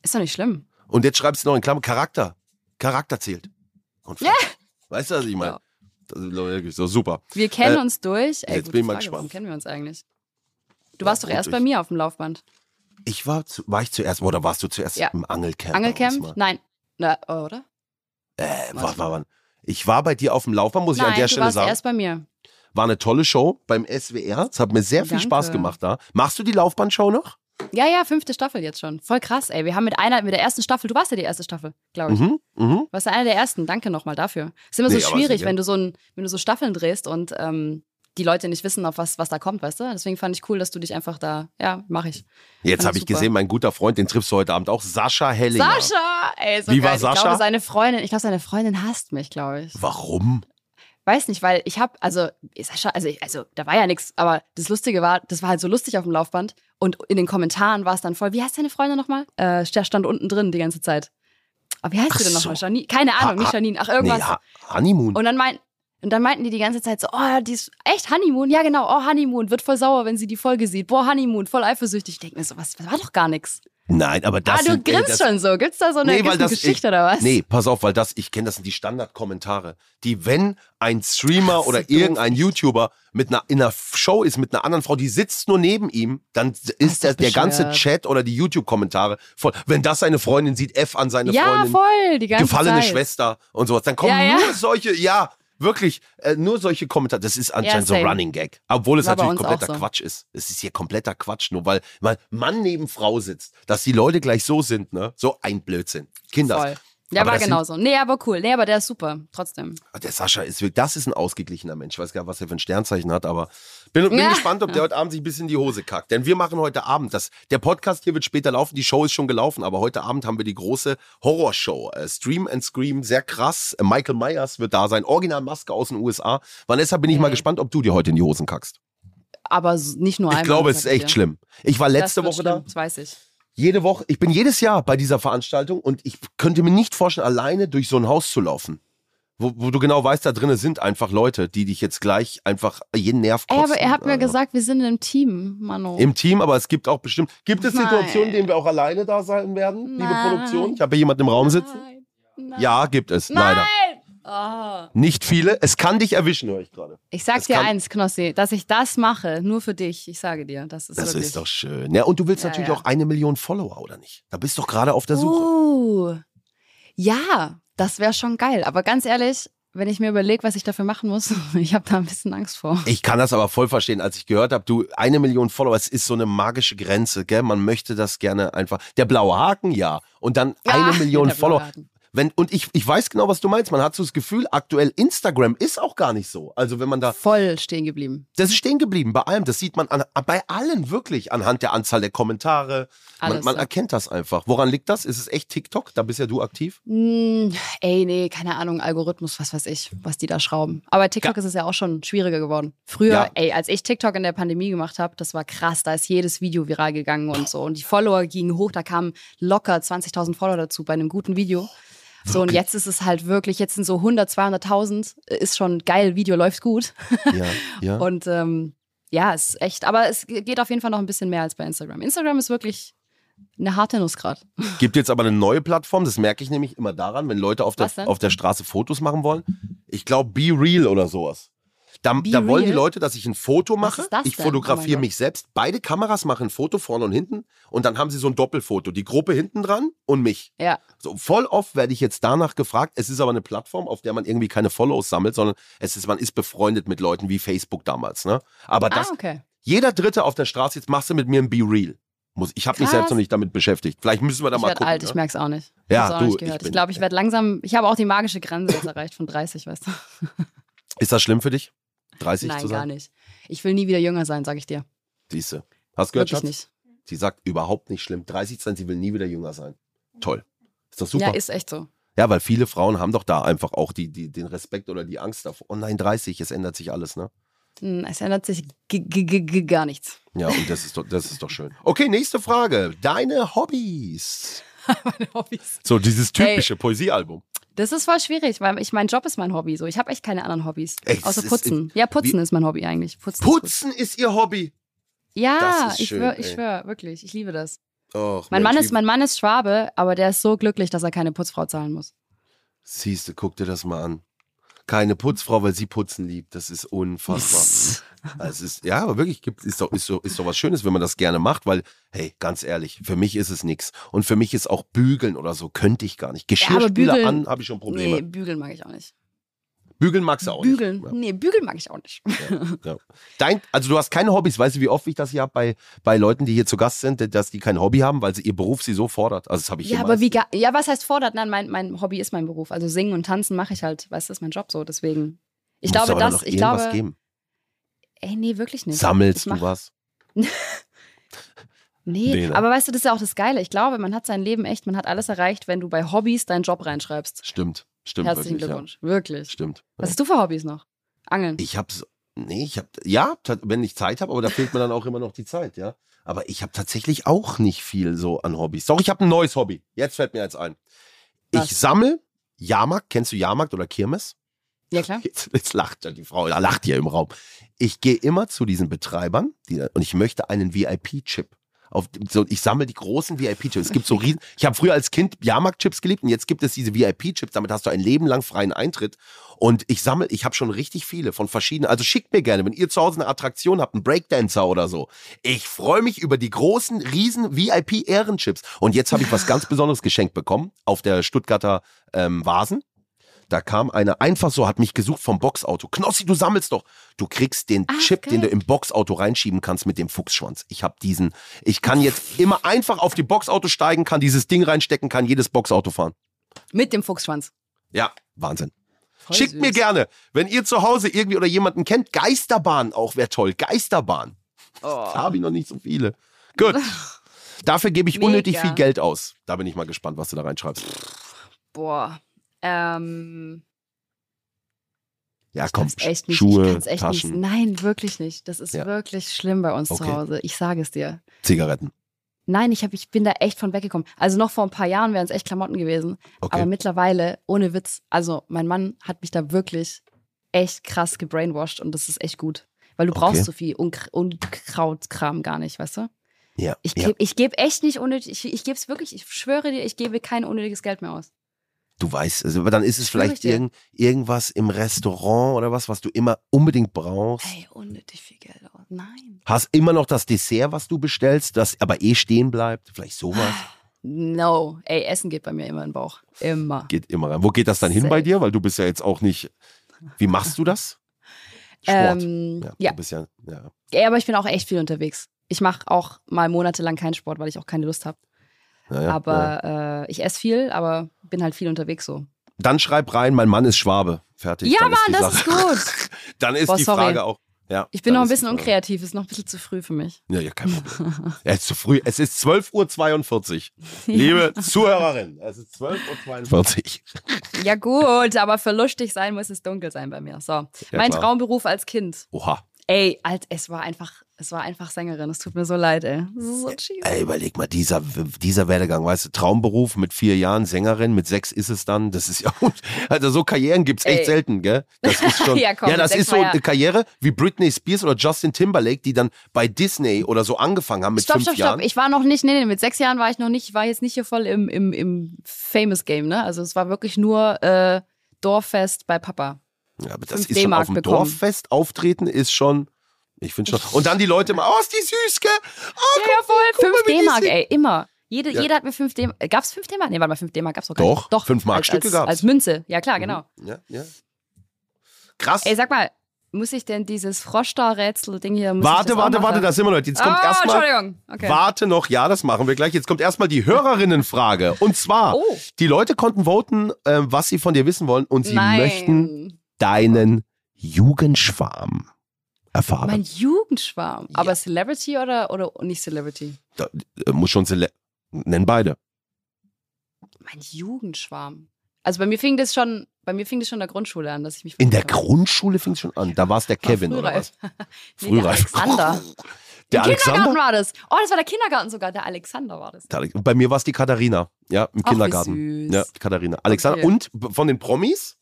Speaker 4: Ist doch nicht schlimm.
Speaker 3: Und jetzt schreibst du noch in Klammern, Charakter. Charakter zählt. Und
Speaker 4: Ja.
Speaker 3: Weißt du, was ich meine?
Speaker 4: Ja.
Speaker 3: Das ist wirklich so super.
Speaker 4: Wir kennen
Speaker 3: Äh,
Speaker 4: uns durch. Ey,
Speaker 3: jetzt
Speaker 4: gute
Speaker 3: bin ich mal
Speaker 4: Frage,
Speaker 3: gespannt.
Speaker 4: Warum kennen wir uns eigentlich? Du warst doch
Speaker 3: gut,
Speaker 4: erst
Speaker 3: ich-
Speaker 4: bei mir auf dem Laufband.
Speaker 3: Ich war, zu, war ich zuerst, oder warst du zuerst
Speaker 4: Ja.
Speaker 3: im Angelcamp? bei uns mal?
Speaker 4: Angelcamp? Nein. Na, oder?
Speaker 3: Äh, war, war, war, ich war bei dir auf dem Laufband, muss ich
Speaker 4: Nein,
Speaker 3: an der
Speaker 4: du
Speaker 3: Stelle
Speaker 4: warst
Speaker 3: sagen.
Speaker 4: erst bei mir.
Speaker 3: War eine tolle Show beim SWR. Es hat mir sehr viel
Speaker 4: Danke.
Speaker 3: Spaß gemacht da. Machst du die Laufbandshow noch?
Speaker 4: Ja, ja, fünfte Staffel jetzt schon. Voll krass, ey. Wir haben mit einer, mit der ersten Staffel, du warst ja die erste Staffel, glaube ich.
Speaker 3: Mhm, mhm.
Speaker 4: Du warst ja einer der ersten. Danke nochmal dafür. Ist immer so
Speaker 3: Nee, aber
Speaker 4: schwierig,
Speaker 3: sicher.
Speaker 4: wenn du so, ein, wenn du so Staffeln drehst und ähm, die Leute nicht wissen, auf was, was da kommt, weißt du? Deswegen fand ich cool, dass du dich einfach da, ja, mache ich.
Speaker 3: Jetzt
Speaker 4: Fand
Speaker 3: habe
Speaker 4: ich
Speaker 3: ich
Speaker 4: super.
Speaker 3: gesehen, mein guter Freund, den triffst du heute Abend auch, Sascha Hellinger.
Speaker 4: Sascha! Ey, so
Speaker 3: Wie
Speaker 4: geil.
Speaker 3: war
Speaker 4: Ich
Speaker 3: Sascha?
Speaker 4: glaube, seine Freundin, ich glaube, seine Freundin hasst mich, glaube ich.
Speaker 3: Warum?
Speaker 4: Weiß nicht, weil ich habe, also Sascha, also, ich- also da war ja nichts, aber das Lustige war, das war halt so lustig auf dem Laufband und in den Kommentaren war es dann voll, wie heißt deine Freundin nochmal? Äh, der stand unten drin die ganze Zeit. Aber wie heißt
Speaker 3: Ach
Speaker 4: sie denn
Speaker 3: so.
Speaker 4: nochmal? Janine? Keine
Speaker 3: Ha-
Speaker 4: Ahnung, nicht
Speaker 3: ha-
Speaker 4: Janine, ach irgendwas.
Speaker 3: Nee, ha Honeymoon.
Speaker 4: Und dann meinten und dann meinten die die ganze Zeit so, oh, die ist echt Honeymoon, ja genau, oh Honeymoon, wird voll sauer, wenn sie die Folge sieht. Boah, Honeymoon, voll eifersüchtig. Ich denke mir so, was, das war doch gar nichts.
Speaker 3: Nein, aber das
Speaker 4: Ah, du
Speaker 3: sind, ey, das,
Speaker 4: grinst schon so. Gibt's da so eine,
Speaker 3: Nee, weil
Speaker 4: gibt's eine
Speaker 3: das-
Speaker 4: Geschichte
Speaker 3: ich-
Speaker 4: oder was?
Speaker 3: Nee, pass auf, weil das, ich kenne das sind die Standardkommentare, die, wenn ein Streamer
Speaker 4: Ach,
Speaker 3: oder
Speaker 4: so doof.
Speaker 3: irgendein YouTuber mit einer, in einer Show ist mit einer anderen Frau, die sitzt nur neben ihm, dann ist
Speaker 4: doch
Speaker 3: der, der ganze
Speaker 4: bescheuert.
Speaker 3: Chat oder die YouTube-Kommentare voll. Wenn das seine Freundin sieht, F an seine
Speaker 4: ja,
Speaker 3: Freundin,
Speaker 4: voll, die ganze
Speaker 3: gefallene
Speaker 4: Zeit.
Speaker 3: Schwester und sowas, dann kommen
Speaker 4: Ja, ja.
Speaker 3: nur solche, ja, wirklich, äh, nur solche Kommentare. Das ist anscheinend so
Speaker 4: same.
Speaker 3: Running Gag. Obwohl es
Speaker 4: War bei
Speaker 3: natürlich
Speaker 4: uns
Speaker 3: kompletter
Speaker 4: auch so.
Speaker 3: Quatsch ist. Es ist hier kompletter Quatsch, nur weil, weil Mann neben Frau sitzt, dass die Leute gleich so sind, ne? So ein Blödsinn. Kinder.
Speaker 4: Voll. Ja,
Speaker 3: Aber
Speaker 4: aber war
Speaker 3: das sind-
Speaker 4: genauso. Nee, aber cool. Nee, aber der ist super. Trotzdem.
Speaker 3: Ah, Der Sascha ist wirklich, das ist ein ausgeglichener Mensch. Ich weiß gar nicht, was er für ein Sternzeichen hat, aber bin, bin
Speaker 4: Ja.
Speaker 3: gespannt, ob der heute Abend sich ein bisschen in die Hose kackt. Denn wir machen heute Abend das. Der Podcast hier wird später laufen, die Show ist schon gelaufen, aber heute Abend haben wir die große Horrorshow. Äh, Stream and Scream, sehr krass. Äh, Michael Myers wird da sein, Original Maske aus den USA. Vanessa, bin ich mal
Speaker 4: Ey.
Speaker 3: gespannt, ob du dir heute in die Hosen kackst.
Speaker 4: Aber s- nicht nur
Speaker 3: Ich
Speaker 4: einmal.
Speaker 3: glaube,
Speaker 4: sag
Speaker 3: es ist
Speaker 4: ich
Speaker 3: echt
Speaker 4: dir.
Speaker 3: schlimm. Ich war
Speaker 4: Das
Speaker 3: letzte
Speaker 4: wird
Speaker 3: Woche
Speaker 4: schlimm,
Speaker 3: da.
Speaker 4: Das weiß ich.
Speaker 3: Jede Woche, ich bin jedes Jahr bei dieser Veranstaltung und ich könnte mir nicht vorstellen, alleine durch so ein Haus zu laufen. Wo, wo du genau weißt, da drinnen sind einfach Leute, die dich jetzt gleich einfach jeden Nerv
Speaker 4: Ey,
Speaker 3: kotzen.
Speaker 4: aber er hat mir
Speaker 3: Also,
Speaker 4: gesagt, wir sind im Team, Manu.
Speaker 3: Im Team, aber es gibt auch bestimmt. Gibt es
Speaker 4: Nein.
Speaker 3: Situationen, in denen wir auch alleine da sein werden, liebe
Speaker 4: Nein.
Speaker 3: Produktion? Ich habe hier jemanden im Raum sitzen.
Speaker 4: Nein. Nein.
Speaker 3: Ja, gibt es. Leider.
Speaker 4: Oh.
Speaker 3: Nicht viele. Es kann dich erwischen, höre ich gerade.
Speaker 4: Ich sag
Speaker 3: Es
Speaker 4: dir
Speaker 3: kann-
Speaker 4: eins, Knossi, dass ich das mache, nur für dich. Ich sage dir, das ist
Speaker 3: Das
Speaker 4: wirklich.
Speaker 3: ist doch schön. Ja, und du willst
Speaker 4: Ja,
Speaker 3: natürlich
Speaker 4: ja. Oh,
Speaker 3: auch eine Million Follower, oder nicht? Da bist du doch gerade auf der Suche.
Speaker 4: Uh, ja, das wäre schon geil. Aber ganz ehrlich, wenn ich mir überlege, was ich dafür machen muss, ich habe da ein bisschen Angst vor.
Speaker 3: Ich kann das aber voll verstehen, als ich gehört habe, du, eine Million Follower, es ist so eine magische Grenze, gell? Man möchte das gerne einfach. Der blaue Haken, ja. Und dann eine
Speaker 4: Ah,
Speaker 3: Million
Speaker 4: mit der blauen
Speaker 3: Follower.
Speaker 4: Haken.
Speaker 3: Wenn, und ich, ich weiß genau, was du meinst. Man hat so das Gefühl, aktuell Instagram ist auch gar nicht so. Also wenn man da,
Speaker 4: Voll stehen geblieben.
Speaker 3: das ist stehen geblieben bei allem. Das sieht man an, bei allen wirklich anhand der Anzahl der Kommentare. Man,
Speaker 4: Alles,
Speaker 3: man
Speaker 4: ja.
Speaker 3: erkennt das einfach. Woran liegt das? Ist es echt TikTok? Da bist ja du aktiv.
Speaker 4: Mm, ey, nee, keine Ahnung, Algorithmus, was weiß ich, was die da schrauben. Aber TikTok ist es ja auch schon schwieriger geworden. Früher,
Speaker 3: Ja.
Speaker 4: ey, als ich TikTok in der Pandemie gemacht habe, das war krass, da ist jedes Video viral gegangen und so. Und die Follower gingen hoch, da kamen locker 20.000 Follower dazu bei einem guten Video. So, und jetzt ist es halt wirklich, jetzt sind so 100, 200.000, ist schon geil, Video läuft gut.
Speaker 3: Ja, ja.
Speaker 4: Und ähm, ja, ist echt, aber es geht auf jeden Fall noch ein bisschen mehr als bei Instagram. Instagram ist wirklich eine harte Nuss gerade.
Speaker 3: Gibt jetzt aber eine neue Plattform, das merke ich nämlich immer daran, wenn Leute auf der,
Speaker 4: Was denn?
Speaker 3: auf der Straße Fotos machen wollen. Ich glaube, Be Real oder sowas. Da,
Speaker 4: Be
Speaker 3: da wollen die
Speaker 4: Real?
Speaker 3: Leute, dass ich ein Foto mache.
Speaker 4: ist das
Speaker 3: ich
Speaker 4: denn?
Speaker 3: fotografiere
Speaker 4: Oh mein
Speaker 3: mich selbst. Beide Kameras machen ein Foto vorne und hinten und dann haben sie so ein Doppelfoto. Die Gruppe hinten dran und mich.
Speaker 4: Ja.
Speaker 3: So, voll oft werde ich jetzt danach gefragt. Es ist aber eine Plattform, auf der man irgendwie keine Follows sammelt, sondern es ist, man ist befreundet mit Leuten wie Facebook damals. Ne? Aber das,
Speaker 4: ah, okay.
Speaker 3: jeder Dritte auf der Straße, jetzt machst du mit mir ein Be Real. Muss, ich habe mich
Speaker 4: Krass.
Speaker 3: selbst noch nicht damit beschäftigt. Vielleicht müssen wir da
Speaker 4: Ich
Speaker 3: mal
Speaker 4: werde
Speaker 3: gucken.
Speaker 4: alt,
Speaker 3: ne?
Speaker 4: ich merke es auch nicht.
Speaker 3: Ja,
Speaker 4: Hab's auch
Speaker 3: du,
Speaker 4: nicht
Speaker 3: ich
Speaker 4: gehört. Ich
Speaker 3: bin-
Speaker 4: glaube, ich, werde langsam, ich habe auch die magische Grenze jetzt erreicht von 30, weißt du.
Speaker 3: Ist das schlimm für dich? 30 zu
Speaker 4: Nein,
Speaker 3: sein?
Speaker 4: gar nicht. Ich will nie wieder jünger sein, sage ich dir.
Speaker 3: Siehste. Hast du gehört,
Speaker 4: Wirklich
Speaker 3: Schatz?
Speaker 4: nicht.
Speaker 3: Sie sagt überhaupt nicht schlimm. 30 sein, sie will nie wieder jünger sein. Toll. Ist doch super.
Speaker 4: Ja,
Speaker 3: Ja,
Speaker 4: ist echt so.
Speaker 3: weil viele Frauen haben doch da einfach auch die, die, den Respekt oder die Angst davor. Oh nein, 30, es ändert sich alles, ne?
Speaker 4: Hm, Es ändert sich g- g- g- g- gar nichts.
Speaker 3: Ja, und das ist doch, das ist doch schön. Okay, nächste Frage. Deine Hobbys.
Speaker 4: Meine Hobbys.
Speaker 3: So, dieses
Speaker 4: Hey.
Speaker 3: typische Poesiealbum.
Speaker 4: Das ist voll schwierig, weil ich mein Job ist mein Hobby. So, ich habe echt keine anderen Hobbys.
Speaker 3: Ey, es
Speaker 4: außer
Speaker 3: ist-
Speaker 4: Putzen. ja, Putzen
Speaker 3: wie-
Speaker 4: ist mein Hobby eigentlich. Putzen. ist gut.
Speaker 3: Putzen ist ihr Hobby.
Speaker 4: Ja,
Speaker 3: Das ist
Speaker 4: ich
Speaker 3: schön,
Speaker 4: schwör,
Speaker 3: ey.
Speaker 4: ich schwör, wirklich, ich liebe das.
Speaker 3: Och, Mensch,
Speaker 4: Mein Mann
Speaker 3: wie-
Speaker 4: ist, mein Mann ist Schwabe, aber der ist so glücklich, dass er keine Putzfrau zahlen muss.
Speaker 3: Siehste, guck dir das mal an. Keine Putzfrau, weil sie putzen liebt. Das ist unfassbar. Mhm. Also Es ist, ja, aber wirklich, gibt, ist, doch, ist, doch, ist doch was Schönes, wenn man das gerne macht, weil, hey, ganz ehrlich, für mich ist es nichts. Und für mich ist auch Bügeln oder so, könnte ich gar nicht.
Speaker 4: aber
Speaker 3: Geschirrspüler
Speaker 4: Bügeln-
Speaker 3: an, habe ich schon Probleme.
Speaker 4: Nee, bügeln mag ich auch nicht.
Speaker 3: Bügeln magst du auch
Speaker 4: bügeln?
Speaker 3: nicht.
Speaker 4: Nee, bügeln mag ich auch nicht.
Speaker 3: Ja, ja. Dein, also du hast keine Hobbys. Weißt du, wie oft ich das hier habe bei, bei Leuten, die hier zu Gast sind, dass die kein Hobby haben, weil sie, ihr Beruf sie so fordert. Also das habe ich
Speaker 4: Ja,
Speaker 3: hier
Speaker 4: aber
Speaker 3: meist-
Speaker 4: wie, ga- ja, was heißt fordert? Nein, mein, mein Hobby ist mein Beruf. Also singen und tanzen mache ich halt, weißt du, ist mein Job so, deswegen.
Speaker 3: Muss
Speaker 4: Ich glaube,
Speaker 3: aber dann
Speaker 4: das,
Speaker 3: noch
Speaker 4: ich
Speaker 3: irgendwas
Speaker 4: glaube,
Speaker 3: Geben.
Speaker 4: ey, nee, wirklich nicht.
Speaker 3: Sammelst
Speaker 4: Ich mach-
Speaker 3: du was?
Speaker 4: Nee,
Speaker 3: Nee, ne?
Speaker 4: aber weißt du, das ist ja auch das Geile. Ich glaube, man hat sein Leben echt, man hat alles erreicht, wenn du bei Hobbys deinen Job reinschreibst.
Speaker 3: Stimmt, stimmt.
Speaker 4: Herzlichen
Speaker 3: wirklich,
Speaker 4: Glückwunsch.
Speaker 3: Ja.
Speaker 4: Wirklich.
Speaker 3: Stimmt.
Speaker 4: Was hast du für Hobbys noch? Angeln.
Speaker 3: Ich hab's. Nee, ich hab. Ja, ta- wenn ich Zeit habe, aber da fehlt mir dann auch immer noch die Zeit, ja. Aber ich habe tatsächlich auch nicht viel so an Hobbys. Doch, ich habe ein neues Hobby. Jetzt fällt mir jetzt ein.
Speaker 4: Was?
Speaker 3: Ich sammel Jahrmarkt. Kennst du Jahrmarkt oder Kirmes?
Speaker 4: ja, klar.
Speaker 3: Jetzt, jetzt lacht ja die Frau, da lacht hier im Raum. Ich gehe immer zu diesen Betreibern die, und ich möchte einen VIP-Chip. Auf, so, ich sammle die großen VIP-Chips. Es gibt so riesen. Ich habe früher als Kind Jahrmarkt-Chips geliebt und jetzt gibt es diese VIP-Chips. Damit hast du ein Leben lang freien Eintritt. Und ich sammle, ich habe schon richtig viele von verschiedenen. Also schickt mir gerne, wenn ihr zu Hause eine Attraktion habt, einen Breakdancer oder so. Ich freue mich über die großen, riesen VIP-Ehrenchips. Und jetzt habe ich was ganz Besonderes geschenkt bekommen auf der Stuttgarter ähm, Vasen. Da kam einer einfach so, hat mich gesucht vom Boxauto. Knossi, du sammelst doch. Du kriegst den
Speaker 4: Ah,
Speaker 3: Chip, den du
Speaker 4: geil.
Speaker 3: im Boxauto reinschieben kannst mit dem Fuchsschwanz. Ich habe diesen. Ich kann jetzt immer einfach auf die Boxauto steigen, kann dieses Ding reinstecken, kann jedes Boxauto fahren.
Speaker 4: Mit dem Fuchsschwanz.
Speaker 3: Ja, Wahnsinn.
Speaker 4: Voll
Speaker 3: Schickt
Speaker 4: süß.
Speaker 3: mir gerne, wenn ihr zu Hause irgendwie oder jemanden kennt, Geisterbahn auch wäre toll. Geisterbahn.
Speaker 4: Oh.
Speaker 3: Da habe ich noch nicht so viele. Gut. Dafür gebe ich unnötig
Speaker 4: Mega.
Speaker 3: viel Geld aus. Da bin ich mal gespannt, was du da reinschreibst.
Speaker 4: Boah. Ähm,
Speaker 3: Ja, komm.
Speaker 4: kann's echt nicht, ich
Speaker 3: Schuhe,
Speaker 4: kann's echt
Speaker 3: Taschen,
Speaker 4: Nicht. Nein, wirklich nicht. Das ist
Speaker 3: Ja.
Speaker 4: wirklich schlimm bei uns
Speaker 3: Okay.
Speaker 4: zu Hause. Ich sage es dir.
Speaker 3: Zigaretten.
Speaker 4: Nein, ich, hab, ich bin da echt von weggekommen. Also noch vor ein paar Jahren wären es echt Klamotten gewesen.
Speaker 3: Okay.
Speaker 4: Aber mittlerweile, ohne Witz, also mein Mann hat mich da wirklich echt krass gebrainwashed und das ist echt gut. Weil du brauchst
Speaker 3: Okay.
Speaker 4: so viel Unkr Unkrautkram gar nicht, weißt du?
Speaker 3: ja.
Speaker 4: Ich
Speaker 3: ja.
Speaker 4: gebe ich geb echt nicht unnötig, ich, ich gebe es wirklich, ich schwöre dir, ich gebe kein unnötiges Geld mehr aus.
Speaker 3: Du weißt, also, aber dann ist es
Speaker 4: Schwöre ich
Speaker 3: vielleicht
Speaker 4: dir.
Speaker 3: irgend, irgendwas im Restaurant oder was, was du immer unbedingt brauchst.
Speaker 4: Ey, unnötig viel Geld aus. Nein.
Speaker 3: Hast immer noch das Dessert, was du bestellst, das aber eh stehen bleibt. Vielleicht sowas.
Speaker 4: Ah. No. Ey, Essen geht bei mir immer in den Bauch. Immer.
Speaker 3: Geht immer rein. Wo geht das dann hin bei
Speaker 4: Safe.
Speaker 3: dir? Weil du bist ja jetzt auch nicht. Wie machst du das? Sport.
Speaker 4: Ähm,
Speaker 3: ja,
Speaker 4: ja.
Speaker 3: Du bist ja, ja.
Speaker 4: Ey, aber ich bin auch echt viel unterwegs. Ich mache auch mal monatelang keinen Sport, weil ich auch keine Lust habe.
Speaker 3: Naja, naja.
Speaker 4: aber äh, ich esse viel, aber bin halt viel unterwegs so. Dann
Speaker 3: Dann schreib rein, mein Mann ist Schwabe. Fertig.
Speaker 4: ja,
Speaker 3: dann
Speaker 4: Mann,
Speaker 3: die
Speaker 4: das
Speaker 3: Sache-
Speaker 4: ist gut.
Speaker 3: Dann ist
Speaker 4: Boah,
Speaker 3: die
Speaker 4: sorry.
Speaker 3: Frage auch. Ja,
Speaker 4: Ich bin
Speaker 3: dann
Speaker 4: noch ein
Speaker 3: ist die
Speaker 4: bisschen
Speaker 3: Frage-
Speaker 4: unkreativ, ist noch ein bisschen zu früh für mich.
Speaker 3: Ja, ja, kein Problem. Ja, Es ist zu früh. Es ist 12.42 Uhr. Liebe Zuhörerin, es ist 12.42 Uhr.
Speaker 4: Ja, gut, aber für lustig sein muss es dunkel sein bei mir. So, mein
Speaker 3: klar.
Speaker 4: Traumberuf als Kind.
Speaker 3: Oha.
Speaker 4: Ey, als, es war einfach Es war einfach Sängerin. Es tut mir so leid, ey. Das ist so cheap.
Speaker 3: Ey, überleg mal, dieser, dieser Werdegang, weißt du, Traumberuf mit vier Jahren, Sängerin, mit sechs ist es dann, das ist ja, also so Karrieren gibt's echt
Speaker 4: Ey.
Speaker 3: selten, gell? Das ist schon,
Speaker 4: Ja, komm,
Speaker 3: das
Speaker 4: sechs
Speaker 3: ist so
Speaker 4: Mal ja.
Speaker 3: eine Karriere wie Britney Spears oder Justin Timberlake, die dann bei Disney oder so angefangen haben mit
Speaker 4: Stopp,
Speaker 3: fünf
Speaker 4: stopp,
Speaker 3: Jahren.
Speaker 4: stopp. Ich war noch nicht, nee, nee, mit sechs Jahren war ich noch nicht, war jetzt nicht hier voll im, im, im Famous Game, ne? Also es war wirklich nur äh, Dorffest bei Papa.
Speaker 3: Ja, aber das
Speaker 4: fünf
Speaker 3: ist schon
Speaker 4: D-Mark
Speaker 3: auf dem
Speaker 4: bekommen.
Speaker 3: Dorffest auftreten ist schon, ich finde schon. Und dann die Leute immer, oh, ist die süß, gell? Oh,
Speaker 4: Ja,
Speaker 3: mal,
Speaker 4: voll. 5
Speaker 3: wie die
Speaker 4: D-Mark,
Speaker 3: singt.
Speaker 4: ey, immer. Jede,
Speaker 3: Ja.
Speaker 4: Jeder hat mir 5 D-Mark. Gab es 5 D-Mark? Nee, warte mal, 5 D-Mark gab's doch gar
Speaker 3: Doch,
Speaker 4: nicht. Doch,
Speaker 3: fünf Markstücke
Speaker 4: als, als,
Speaker 3: gab's. Mhm.
Speaker 4: Als Münze, ja klar, genau.
Speaker 3: ja, ja. Krass.
Speaker 4: Ey, sag mal, muss ich denn dieses Froschstar-Rätsel-Ding hier. Muss ich
Speaker 3: warte,
Speaker 4: das auch
Speaker 3: warte, warte,
Speaker 4: machen?
Speaker 3: da sind wir noch. Jetzt kommt
Speaker 4: oh,
Speaker 3: erstmal.
Speaker 4: Entschuldigung. Okay.
Speaker 3: Warte noch, ja, das machen wir gleich. Jetzt kommt erstmal die Hörerinnenfrage. Und zwar,
Speaker 4: Oh.
Speaker 3: die Leute konnten voten, ähm, was sie von dir wissen wollen und sie
Speaker 4: Nein.
Speaker 3: möchten deinen Jugendschwarm erfahren.
Speaker 4: Mein Jugendschwarm.
Speaker 3: Ja.
Speaker 4: Aber Celebrity oder, oder nicht Celebrity?
Speaker 3: Äh, Muss schon Sele nennen beide.
Speaker 4: Mein Jugendschwarm. Also bei mir fing das schon, bei mir fing das schon in der Grundschule an, dass ich mich
Speaker 3: In der
Speaker 4: verliebt habe.
Speaker 3: Grundschule fing es schon an. Da war es der
Speaker 4: War
Speaker 3: Kevin oder was?
Speaker 4: frühreif. nee, der
Speaker 3: Frühreif.
Speaker 4: Alexander.
Speaker 3: Der
Speaker 4: Im Kindergarten
Speaker 3: Alexander?
Speaker 4: war das. Oh, das war der Kindergarten sogar. Der Alexander war das.
Speaker 3: Der Alex- Bei mir war es die Katharina. Ja, im
Speaker 4: Ach, wie
Speaker 3: Kindergarten.
Speaker 4: süß.
Speaker 3: Ja, die Katharina. Alexander.
Speaker 4: Okay.
Speaker 3: Und b- von den Promis?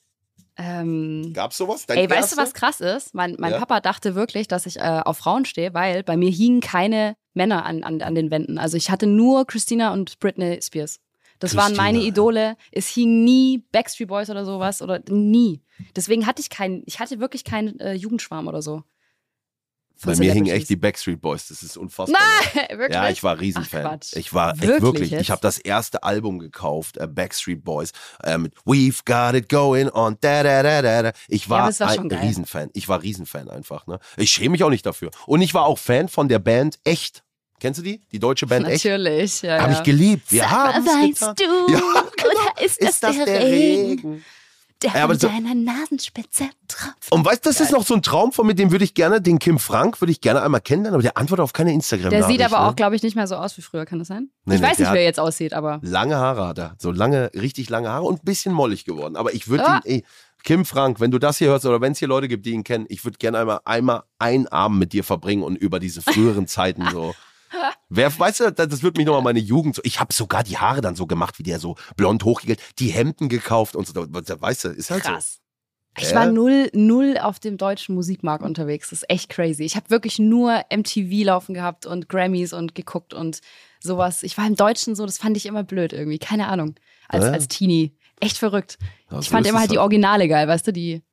Speaker 4: Ähm,
Speaker 3: Gab's sowas? Dein
Speaker 4: ey, weißt
Speaker 3: erster?
Speaker 4: du, was krass ist? Mein, mein
Speaker 3: Ja.
Speaker 4: Papa dachte wirklich, dass ich äh, auf Frauen stehe, weil bei mir hingen keine Männer an, an, an den Wänden. Also ich hatte nur Christina und Britney Spears. Das waren
Speaker 3: Christina,
Speaker 4: meine
Speaker 3: ja.
Speaker 4: Idole. Es hing nie Backstreet Boys oder sowas oder nie. Deswegen hatte ich keinen, ich hatte wirklich keinen äh, Jugendschwarm oder so.
Speaker 3: Bei
Speaker 4: Von
Speaker 3: mir hingen
Speaker 4: Celebrities.
Speaker 3: echt die Backstreet Boys. Das ist unfassbar.
Speaker 4: Nein, wirklich.
Speaker 3: Ja, ich war
Speaker 4: Ach,
Speaker 3: Riesenfan.
Speaker 4: Quatsch.
Speaker 3: Ich war echt wirklich.
Speaker 4: Wirklich
Speaker 3: Ich
Speaker 4: jetzt?
Speaker 3: habe das erste Album gekauft, äh, Backstreet Boys, äh, mit We've Got It Going On. Da, da, da, da, da. Ich
Speaker 4: aber
Speaker 3: war,
Speaker 4: es war schon
Speaker 3: ein
Speaker 4: geil.
Speaker 3: Riesenfan. Ich war Riesenfan einfach. Ne? Ich schäme mich auch nicht dafür. Und ich war auch Fan von der Band Echt. Kennst du die? Die deutsche Band halt Echt?
Speaker 4: Natürlich. Ja,
Speaker 3: Habe
Speaker 4: ja.
Speaker 3: ich geliebt. Wir haben
Speaker 6: Weißt du,
Speaker 3: Ja,
Speaker 6: oder
Speaker 7: genau.
Speaker 6: ist das, der, Regen, der
Speaker 3: Ja, aber
Speaker 6: an
Speaker 3: so-
Speaker 6: deiner Nasenspitze tropft?
Speaker 3: Und weißt du, das ist noch so ein Traum von mir, den würde ich gerne, den Kim Frank würde ich gerne einmal kennenlernen, aber der antwortet auf keine instagram
Speaker 4: Der sieht aber
Speaker 3: ne?
Speaker 4: auch, glaube ich, nicht mehr so aus wie früher, kann das sein?
Speaker 3: Nee,
Speaker 4: ich
Speaker 3: nee,
Speaker 4: weiß
Speaker 3: der
Speaker 4: nicht,
Speaker 3: hat-
Speaker 4: wie er jetzt aussieht, aber.
Speaker 3: Lange Haare hat er. So lange, richtig lange Haare und ein bisschen mollig geworden. Aber ich würde
Speaker 4: Ah.
Speaker 3: ihn, ey, Kim Frank, wenn du das hier hörst oder wenn es hier Leute gibt, die ihn kennen, ich würde gerne einmal, einmal einen Abend mit dir verbringen und über diese früheren Zeiten so. Wer, weißt du, das, das wird mich nochmal meine Jugend so. Ich habe sogar die Haare dann so gemacht, wie der so blond hochgegelt, die Hemden gekauft und so. Weißt du, ist halt
Speaker 4: Krass. Ich
Speaker 3: Hä?
Speaker 4: war null, null auf dem deutschen Musikmarkt unterwegs. Das ist echt crazy. Ich habe wirklich nur MTV laufen gehabt und Grammys und geguckt und sowas. Ich war im Deutschen so, das fand ich immer blöd irgendwie. Keine Ahnung. Als,
Speaker 3: Ja.
Speaker 4: als Teenie. Echt verrückt.
Speaker 3: so. Ja,
Speaker 4: ich
Speaker 3: so
Speaker 4: fand
Speaker 3: ist
Speaker 4: immer
Speaker 3: es
Speaker 4: halt die Originale geil, weißt du, die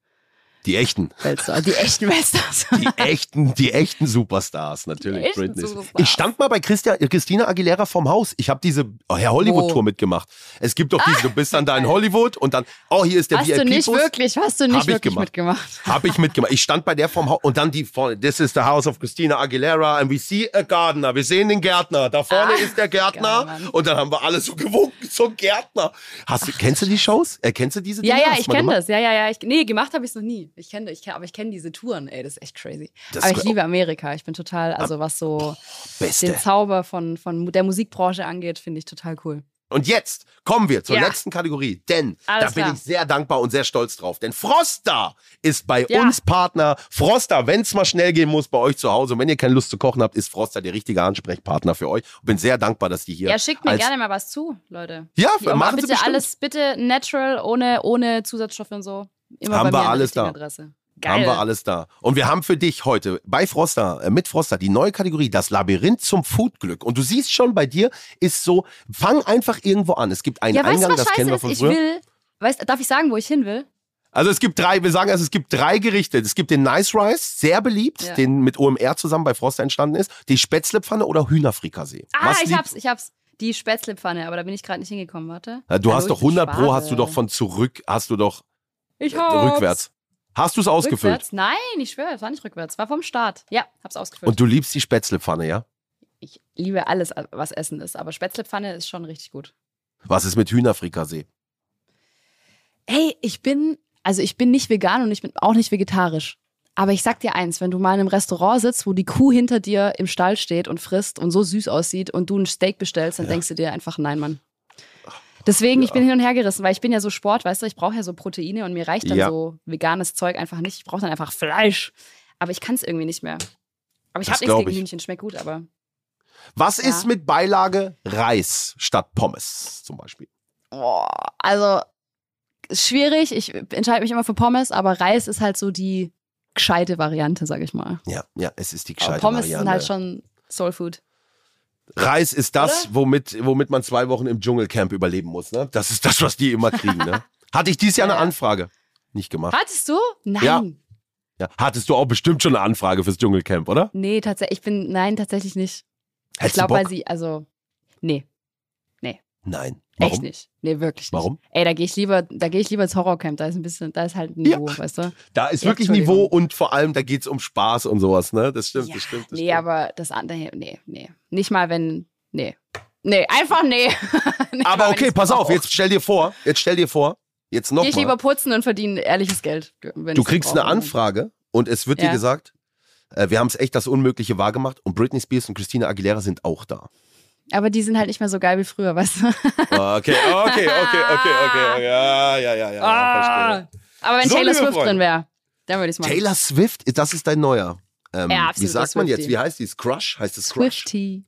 Speaker 3: Die echten.
Speaker 4: Weltstars, die echten Weltstars.
Speaker 3: Die echten, die echten Superstars, natürlich.
Speaker 4: Die echten
Speaker 3: Britney.
Speaker 4: Superstars.
Speaker 3: Ich stand mal bei Christia, äh, Christina Aguilera vom Haus. Ich habe diese oh, Herr Hollywood-Tour
Speaker 4: Wo?
Speaker 3: mitgemacht. Es gibt doch diese, du bist dann da in Hollywood und dann, oh, hier ist der
Speaker 4: Hast du nicht
Speaker 3: VIP-Bus.
Speaker 4: wirklich, hast du
Speaker 3: Hab ich
Speaker 4: nicht wirklich
Speaker 3: gemacht.
Speaker 4: mitgemacht.
Speaker 3: Habe ich mitgemacht. Ich stand bei der vom Haus und dann die vorne. This is the house of Christina Aguilera and we see a gardener. Wir sehen den Gärtner. Da vorne ist der Gärtner
Speaker 4: geil, Mann.
Speaker 3: und dann haben wir alle so gewunken zum Gärtner. Hast du, kennst du die Shows? Erkennst du diese
Speaker 4: Ja,
Speaker 3: Dinge?
Speaker 4: ja,
Speaker 3: Hast
Speaker 4: ich
Speaker 3: du mal
Speaker 4: kenne
Speaker 3: gemacht?
Speaker 4: das. Ja, ja, ja. Ich, nee, gemacht habe ich es noch nie. Ich kenne, ich kenn, aber ich kenne diese Touren. Ey, das ist echt crazy.
Speaker 3: Das
Speaker 4: aber ich
Speaker 3: wär-
Speaker 4: liebe Amerika. Ich bin total, also was so den
Speaker 3: Beste.
Speaker 4: Zauber von, von der Musikbranche angeht, finde ich total cool.
Speaker 3: Und jetzt kommen wir zur
Speaker 4: Ja.
Speaker 3: letzten Kategorie, denn
Speaker 4: Alles
Speaker 3: da bin
Speaker 4: klar.
Speaker 3: ich sehr dankbar und sehr stolz drauf. Denn Frosta ist bei
Speaker 4: Ja.
Speaker 3: uns Partner. Frosta, wenn es mal schnell gehen muss bei euch zu Hause und wenn ihr keine Lust zu kochen habt, ist Frosta der richtige Ansprechpartner für euch. Und bin sehr dankbar, dass die hier.
Speaker 4: Ja, schickt mir
Speaker 3: als-
Speaker 4: gerne mal was zu, Leute.
Speaker 3: Ja,
Speaker 4: Hier,
Speaker 3: machen Sie
Speaker 4: bitte
Speaker 3: bestimmt.
Speaker 4: alles, bitte natural, ohne, ohne Zusatzstoffe und so. Immer
Speaker 3: Haben wir
Speaker 4: bei mir an der
Speaker 3: alles
Speaker 4: richtigen
Speaker 3: da.
Speaker 4: Adresse.
Speaker 3: Haben
Speaker 4: Geil.
Speaker 3: wir alles da. Und wir haben für dich heute bei Froster, äh, mit Froster, die neue Kategorie, das Labyrinth zum Foodglück. Und du siehst schon, bei dir ist so, fang einfach irgendwo an. Es gibt einen
Speaker 4: Ja, weißt du,
Speaker 3: Eingang,
Speaker 4: was
Speaker 3: das kennen
Speaker 4: scheiße
Speaker 3: wir
Speaker 4: ist?
Speaker 3: von
Speaker 4: Ich
Speaker 3: früher.
Speaker 4: will, weißt, darf ich sagen, wo ich hin will?
Speaker 3: Also es gibt drei, wir sagen also es gibt drei Gerichte. Es gibt den Nice Rice, sehr beliebt,
Speaker 4: Ja.
Speaker 3: den mit OMR zusammen bei Frost entstanden ist, die Spätzlepfanne oder Hühnerfrikassee.
Speaker 4: Ah,
Speaker 3: Was
Speaker 4: ich
Speaker 3: lieb-
Speaker 4: hab's, ich hab's. Die Spätzlepfanne, aber da bin ich gerade nicht hingekommen, warte.
Speaker 3: Äh, Du
Speaker 4: Hallo,
Speaker 3: hast
Speaker 4: ich
Speaker 3: doch
Speaker 4: bin
Speaker 3: 100 pro,
Speaker 4: Schwabe.
Speaker 3: hast du doch von zurück, hast du doch
Speaker 4: Ich
Speaker 3: äh,
Speaker 4: hab's.
Speaker 3: rückwärts. Hast du es ausgefüllt?
Speaker 4: Rückwärts? Nein, ich schwöre, es war nicht rückwärts. War vom Start. Ja, hab's ausgefüllt.
Speaker 3: Und du liebst die Spätzlepfanne, ja?
Speaker 4: ich liebe alles, was Essen ist, aber Spätzlepfanne ist schon richtig gut.
Speaker 3: Was ist mit Hühnerfrikassee?
Speaker 4: Hey, ich bin, also ich bin nicht vegan und ich bin auch nicht vegetarisch. Aber ich sag dir eins, wenn du mal in einem Restaurant sitzt, wo die Kuh hinter dir im Stall steht und frisst und so süß aussieht und du ein Steak bestellst, dann denkst du dir einfach, nein, Mann. Deswegen, ich bin hin und her gerissen, weil ich bin ja so Sport, weißt du, ich brauche ja so Proteine und mir reicht dann
Speaker 3: Ja.
Speaker 4: so veganes Zeug einfach nicht. Ich brauche dann einfach Fleisch. Aber ich kann es irgendwie nicht mehr. Aber ich
Speaker 3: Das
Speaker 4: habe nichts
Speaker 3: glaub
Speaker 4: gegen
Speaker 3: ich.
Speaker 4: Hühnchen, schmeckt gut, aber
Speaker 3: Was
Speaker 4: Ja.
Speaker 3: ist mit Beilage Reis statt Pommes zum Beispiel?
Speaker 4: oh, also ist schwierig. Ich entscheide mich immer für Pommes, aber Reis ist halt so die gescheite Variante, sag ich mal.
Speaker 3: Ja, ja, es ist die
Speaker 4: Aber
Speaker 3: gescheite
Speaker 4: Pommes
Speaker 3: Variante.
Speaker 4: sind halt schon Soul Food.
Speaker 3: Reis ist das, womit, womit man zwei Wochen im Dschungelcamp überleben muss. Ne? Das ist das, was die immer kriegen. Ne? Hatte ich dieses Jahr eine
Speaker 4: Ja.
Speaker 3: Anfrage. Nicht gemacht.
Speaker 4: Hattest du? Nein.
Speaker 3: Ja. Ja. Hattest du auch bestimmt schon eine Anfrage fürs Dschungelcamp, oder?
Speaker 4: Nee, tatsächlich, ich bin, nein, tatsächlich nicht. ich
Speaker 3: Hättest du
Speaker 4: glaube, weil
Speaker 3: Bock?
Speaker 4: sie, also, nee,
Speaker 3: Nein. Warum?
Speaker 4: echt nicht. Nee, wirklich nicht.
Speaker 3: Warum?
Speaker 4: Ey, da gehe ich lieber, da gehe ich lieber ins Horrorcamp, da ist ein bisschen, da ist halt ein
Speaker 3: Ja.
Speaker 4: Niveau, weißt du?
Speaker 3: Da ist
Speaker 4: Ja,
Speaker 3: wirklich
Speaker 4: Entschuldigung.
Speaker 3: Niveau und vor allem, da geht's um Spaß und sowas. Ne? Das stimmt,
Speaker 4: Ja,
Speaker 3: das stimmt. Das
Speaker 4: Nee,
Speaker 3: stimmt.
Speaker 4: aber das andere, nee, nee. Nicht mal, wenn, nee. Nee, einfach nee. Nicht mal,
Speaker 3: Aber
Speaker 4: wenn Oh,
Speaker 3: okay,
Speaker 4: ich's
Speaker 3: pass auf,
Speaker 4: brauch.
Speaker 3: jetzt stell dir vor, jetzt stell dir vor, jetzt
Speaker 4: Geh ich
Speaker 3: nochmal.
Speaker 4: lieber putzen und verdiene ehrliches Geld. wenn
Speaker 3: Du
Speaker 4: ich's
Speaker 3: kriegst eine
Speaker 4: brauche.
Speaker 3: Anfrage und es wird dir
Speaker 4: Ja.
Speaker 3: gesagt, äh, wir haben es echt das Unmögliche wahrgemacht und Britney Spears und Christina Aguilera sind auch da.
Speaker 4: Aber die sind halt nicht mehr so geil wie früher, weißt du?
Speaker 3: Ah, Okay, okay, okay, okay, okay. Ja, ja, ja, ja.
Speaker 4: Ah. Aber wenn
Speaker 3: So,
Speaker 4: Taylor
Speaker 3: liebe
Speaker 4: Swift
Speaker 3: Freunde.
Speaker 4: drin wäre, dann würde ich es machen.
Speaker 3: Taylor Swift, das ist dein neuer. Ähm,
Speaker 4: Ja,
Speaker 3: wie
Speaker 4: absoluter
Speaker 3: sagt man jetzt?
Speaker 4: Swiftie.
Speaker 3: Wie heißt die? Ist Crush? Heißt es Crush?
Speaker 4: Swifty.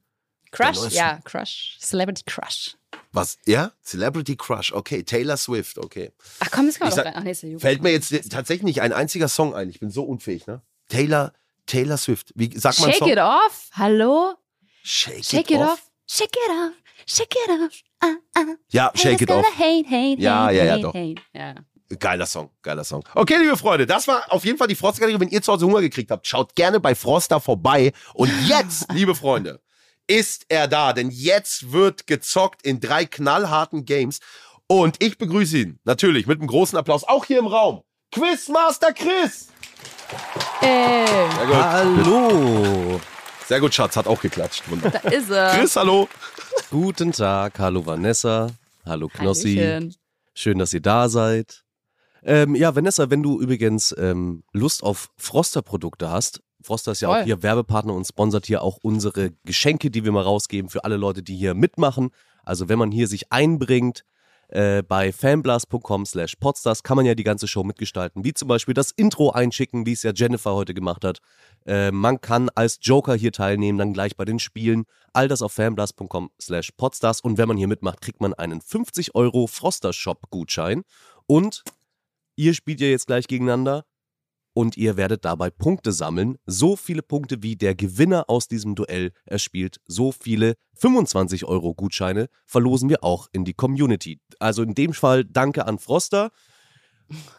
Speaker 3: Der
Speaker 4: Crush?
Speaker 3: neue
Speaker 4: Ja, Crush. Celebrity Crush.
Speaker 3: Was? Ja? Celebrity Crush. Okay, Taylor Swift. Okay.
Speaker 4: Ach komm, das kann
Speaker 3: Ich sag-
Speaker 4: man doch rein. Ach, nee, ist ja Jugend.
Speaker 3: Fällt mir jetzt tatsächlich nicht ein einziger Song ein. Ich bin so unfähig, ne? Taylor, Taylor Swift. Wie sagt man
Speaker 4: Shake
Speaker 3: Song?
Speaker 4: it off. Hallo?
Speaker 3: Shake,
Speaker 4: Shake it off.
Speaker 6: Shake it off, shake it off. Ah, ah.
Speaker 3: Ja,
Speaker 6: Haters
Speaker 3: Shake it
Speaker 6: gonna
Speaker 3: off.
Speaker 6: Hate, hate,
Speaker 3: Ja,
Speaker 6: hate,
Speaker 3: ja, ja,
Speaker 6: hate,
Speaker 3: doch.
Speaker 6: hate.
Speaker 4: Ja.
Speaker 3: Geiler Song, geiler Song. Okay, liebe Freunde, das war auf jeden Fall die Frostgalerie. Wenn ihr zu Hause Hunger gekriegt habt, schaut gerne bei Froster vorbei. Und jetzt, liebe Freunde, ist er da, denn jetzt wird gezockt in drei knallharten Games. Und ich begrüße ihn natürlich mit einem großen Applaus, auch hier im Raum. Quizmaster Chris!
Speaker 4: Ey,
Speaker 3: Sehr
Speaker 5: Hallo.
Speaker 3: Sehr gut, Schatz, hat auch geklatscht. Wunderbar.
Speaker 4: da ist er.
Speaker 3: Chris, hallo.
Speaker 5: Guten Tag. Hallo Vanessa. Hallo Knossi.
Speaker 4: Hallöchen.
Speaker 5: Schön, dass ihr da seid. Ähm, ja, Vanessa, wenn du übrigens ähm, Lust auf Froster-Produkte hast, Froster ist ja
Speaker 4: Voll.
Speaker 5: auch hier Werbepartner und sponsert hier auch unsere Geschenke, die wir mal rausgeben für alle Leute, die hier mitmachen. Also wenn man hier sich einbringt, äh, bei fanblast.com slash podstars kann man ja die ganze Show mitgestalten, wie zum Beispiel das Intro einschicken, wie es ja Jennifer heute gemacht hat. Äh, man kann als Joker hier teilnehmen, dann gleich bei den Spielen. All das auf fanblast.com slash podstars. Und wenn man hier mitmacht, kriegt man einen 50 Euro Froster Shop Gutschein. Und ihr spielt ja jetzt gleich gegeneinander und ihr werdet dabei Punkte sammeln. So viele Punkte, wie der Gewinner aus diesem Duell erspielt, so viele 25 Euro Gutscheine verlosen wir auch in die Community. Also in dem Fall danke an Froster.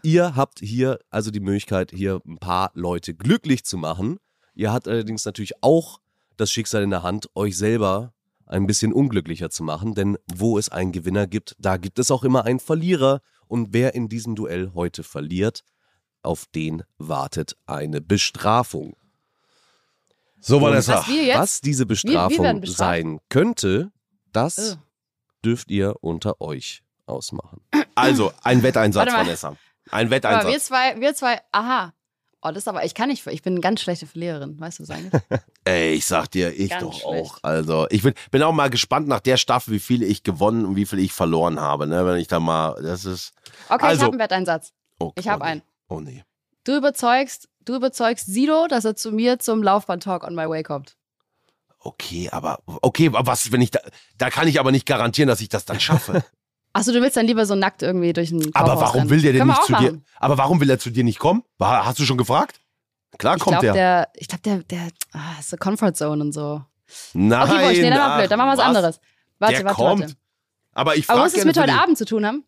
Speaker 5: Ihr habt hier also die Möglichkeit, hier ein paar Leute glücklich zu machen. Ihr habt allerdings natürlich auch das Schicksal in der Hand, euch selber ein bisschen unglücklicher zu machen, denn wo es einen Gewinner gibt, da gibt es auch immer einen Verlierer. Und wer in diesem Duell heute verliert, auf den wartet eine Bestrafung.
Speaker 3: So,
Speaker 4: Was wir jetzt?
Speaker 5: Was diese
Speaker 4: wir werden
Speaker 5: Bestrafung
Speaker 4: bestraft. Oh.
Speaker 5: sein könnte, das
Speaker 4: Ugh.
Speaker 5: dürft ihr unter euch ausmachen.
Speaker 3: Also, ein Wetteinsatz,
Speaker 4: Warte mal.
Speaker 3: Vanessa. Ein
Speaker 4: Aber wir
Speaker 3: Wetteinsatz.
Speaker 4: zwei, wir zwei, aha. Oh, das ist aber, ich kann nicht, ich bin eine ganz schlechte Verliererin, weißt du das eigentlich?
Speaker 3: Ey, ich sag dir, ich
Speaker 4: Ganz
Speaker 3: doch
Speaker 4: schlecht.
Speaker 3: auch. Also, ich bin, bin auch mal gespannt nach der Staffel, wie viele ich gewonnen und wie viele ich verloren habe, ne? Wenn ich da mal, das ist.
Speaker 4: Okay, ich
Speaker 3: Also-
Speaker 4: habe einen Wetteinsatz.
Speaker 3: Oh,
Speaker 4: Ich habe
Speaker 3: oh,
Speaker 4: einen.
Speaker 3: Oh nee.
Speaker 4: Du überzeugst, du überzeugst Sido, dass er zu mir zum Laufbahn-Talk on my way kommt.
Speaker 3: Okay, aber okay, aber was, wenn ich da, da kann ich aber nicht garantieren, dass ich das dann schaffe.
Speaker 4: Achso, du willst dann lieber so nackt irgendwie durch den
Speaker 3: aber
Speaker 4: Kaufhaus
Speaker 3: warum
Speaker 4: rennen.
Speaker 3: will der denn
Speaker 4: Können wir
Speaker 3: nicht
Speaker 4: auch
Speaker 3: zu dir?
Speaker 4: machen.
Speaker 3: Aber warum will er zu dir nicht kommen? War, hast du schon gefragt? Klar
Speaker 4: Ich
Speaker 3: kommt
Speaker 4: glaube,
Speaker 3: er.
Speaker 4: der, ich glaube, der, der, ah, ist so Comfort Zone und so.
Speaker 3: Nein.
Speaker 4: Okay, Bosch, nee, dann war blöd, dann machen wir was
Speaker 3: ach,
Speaker 4: anderes. Warte,
Speaker 3: der
Speaker 4: warte,
Speaker 3: kommt.
Speaker 4: warte.
Speaker 3: Aber ich
Speaker 4: Aber
Speaker 3: frage
Speaker 4: muss es mit heute Abend zu tun haben?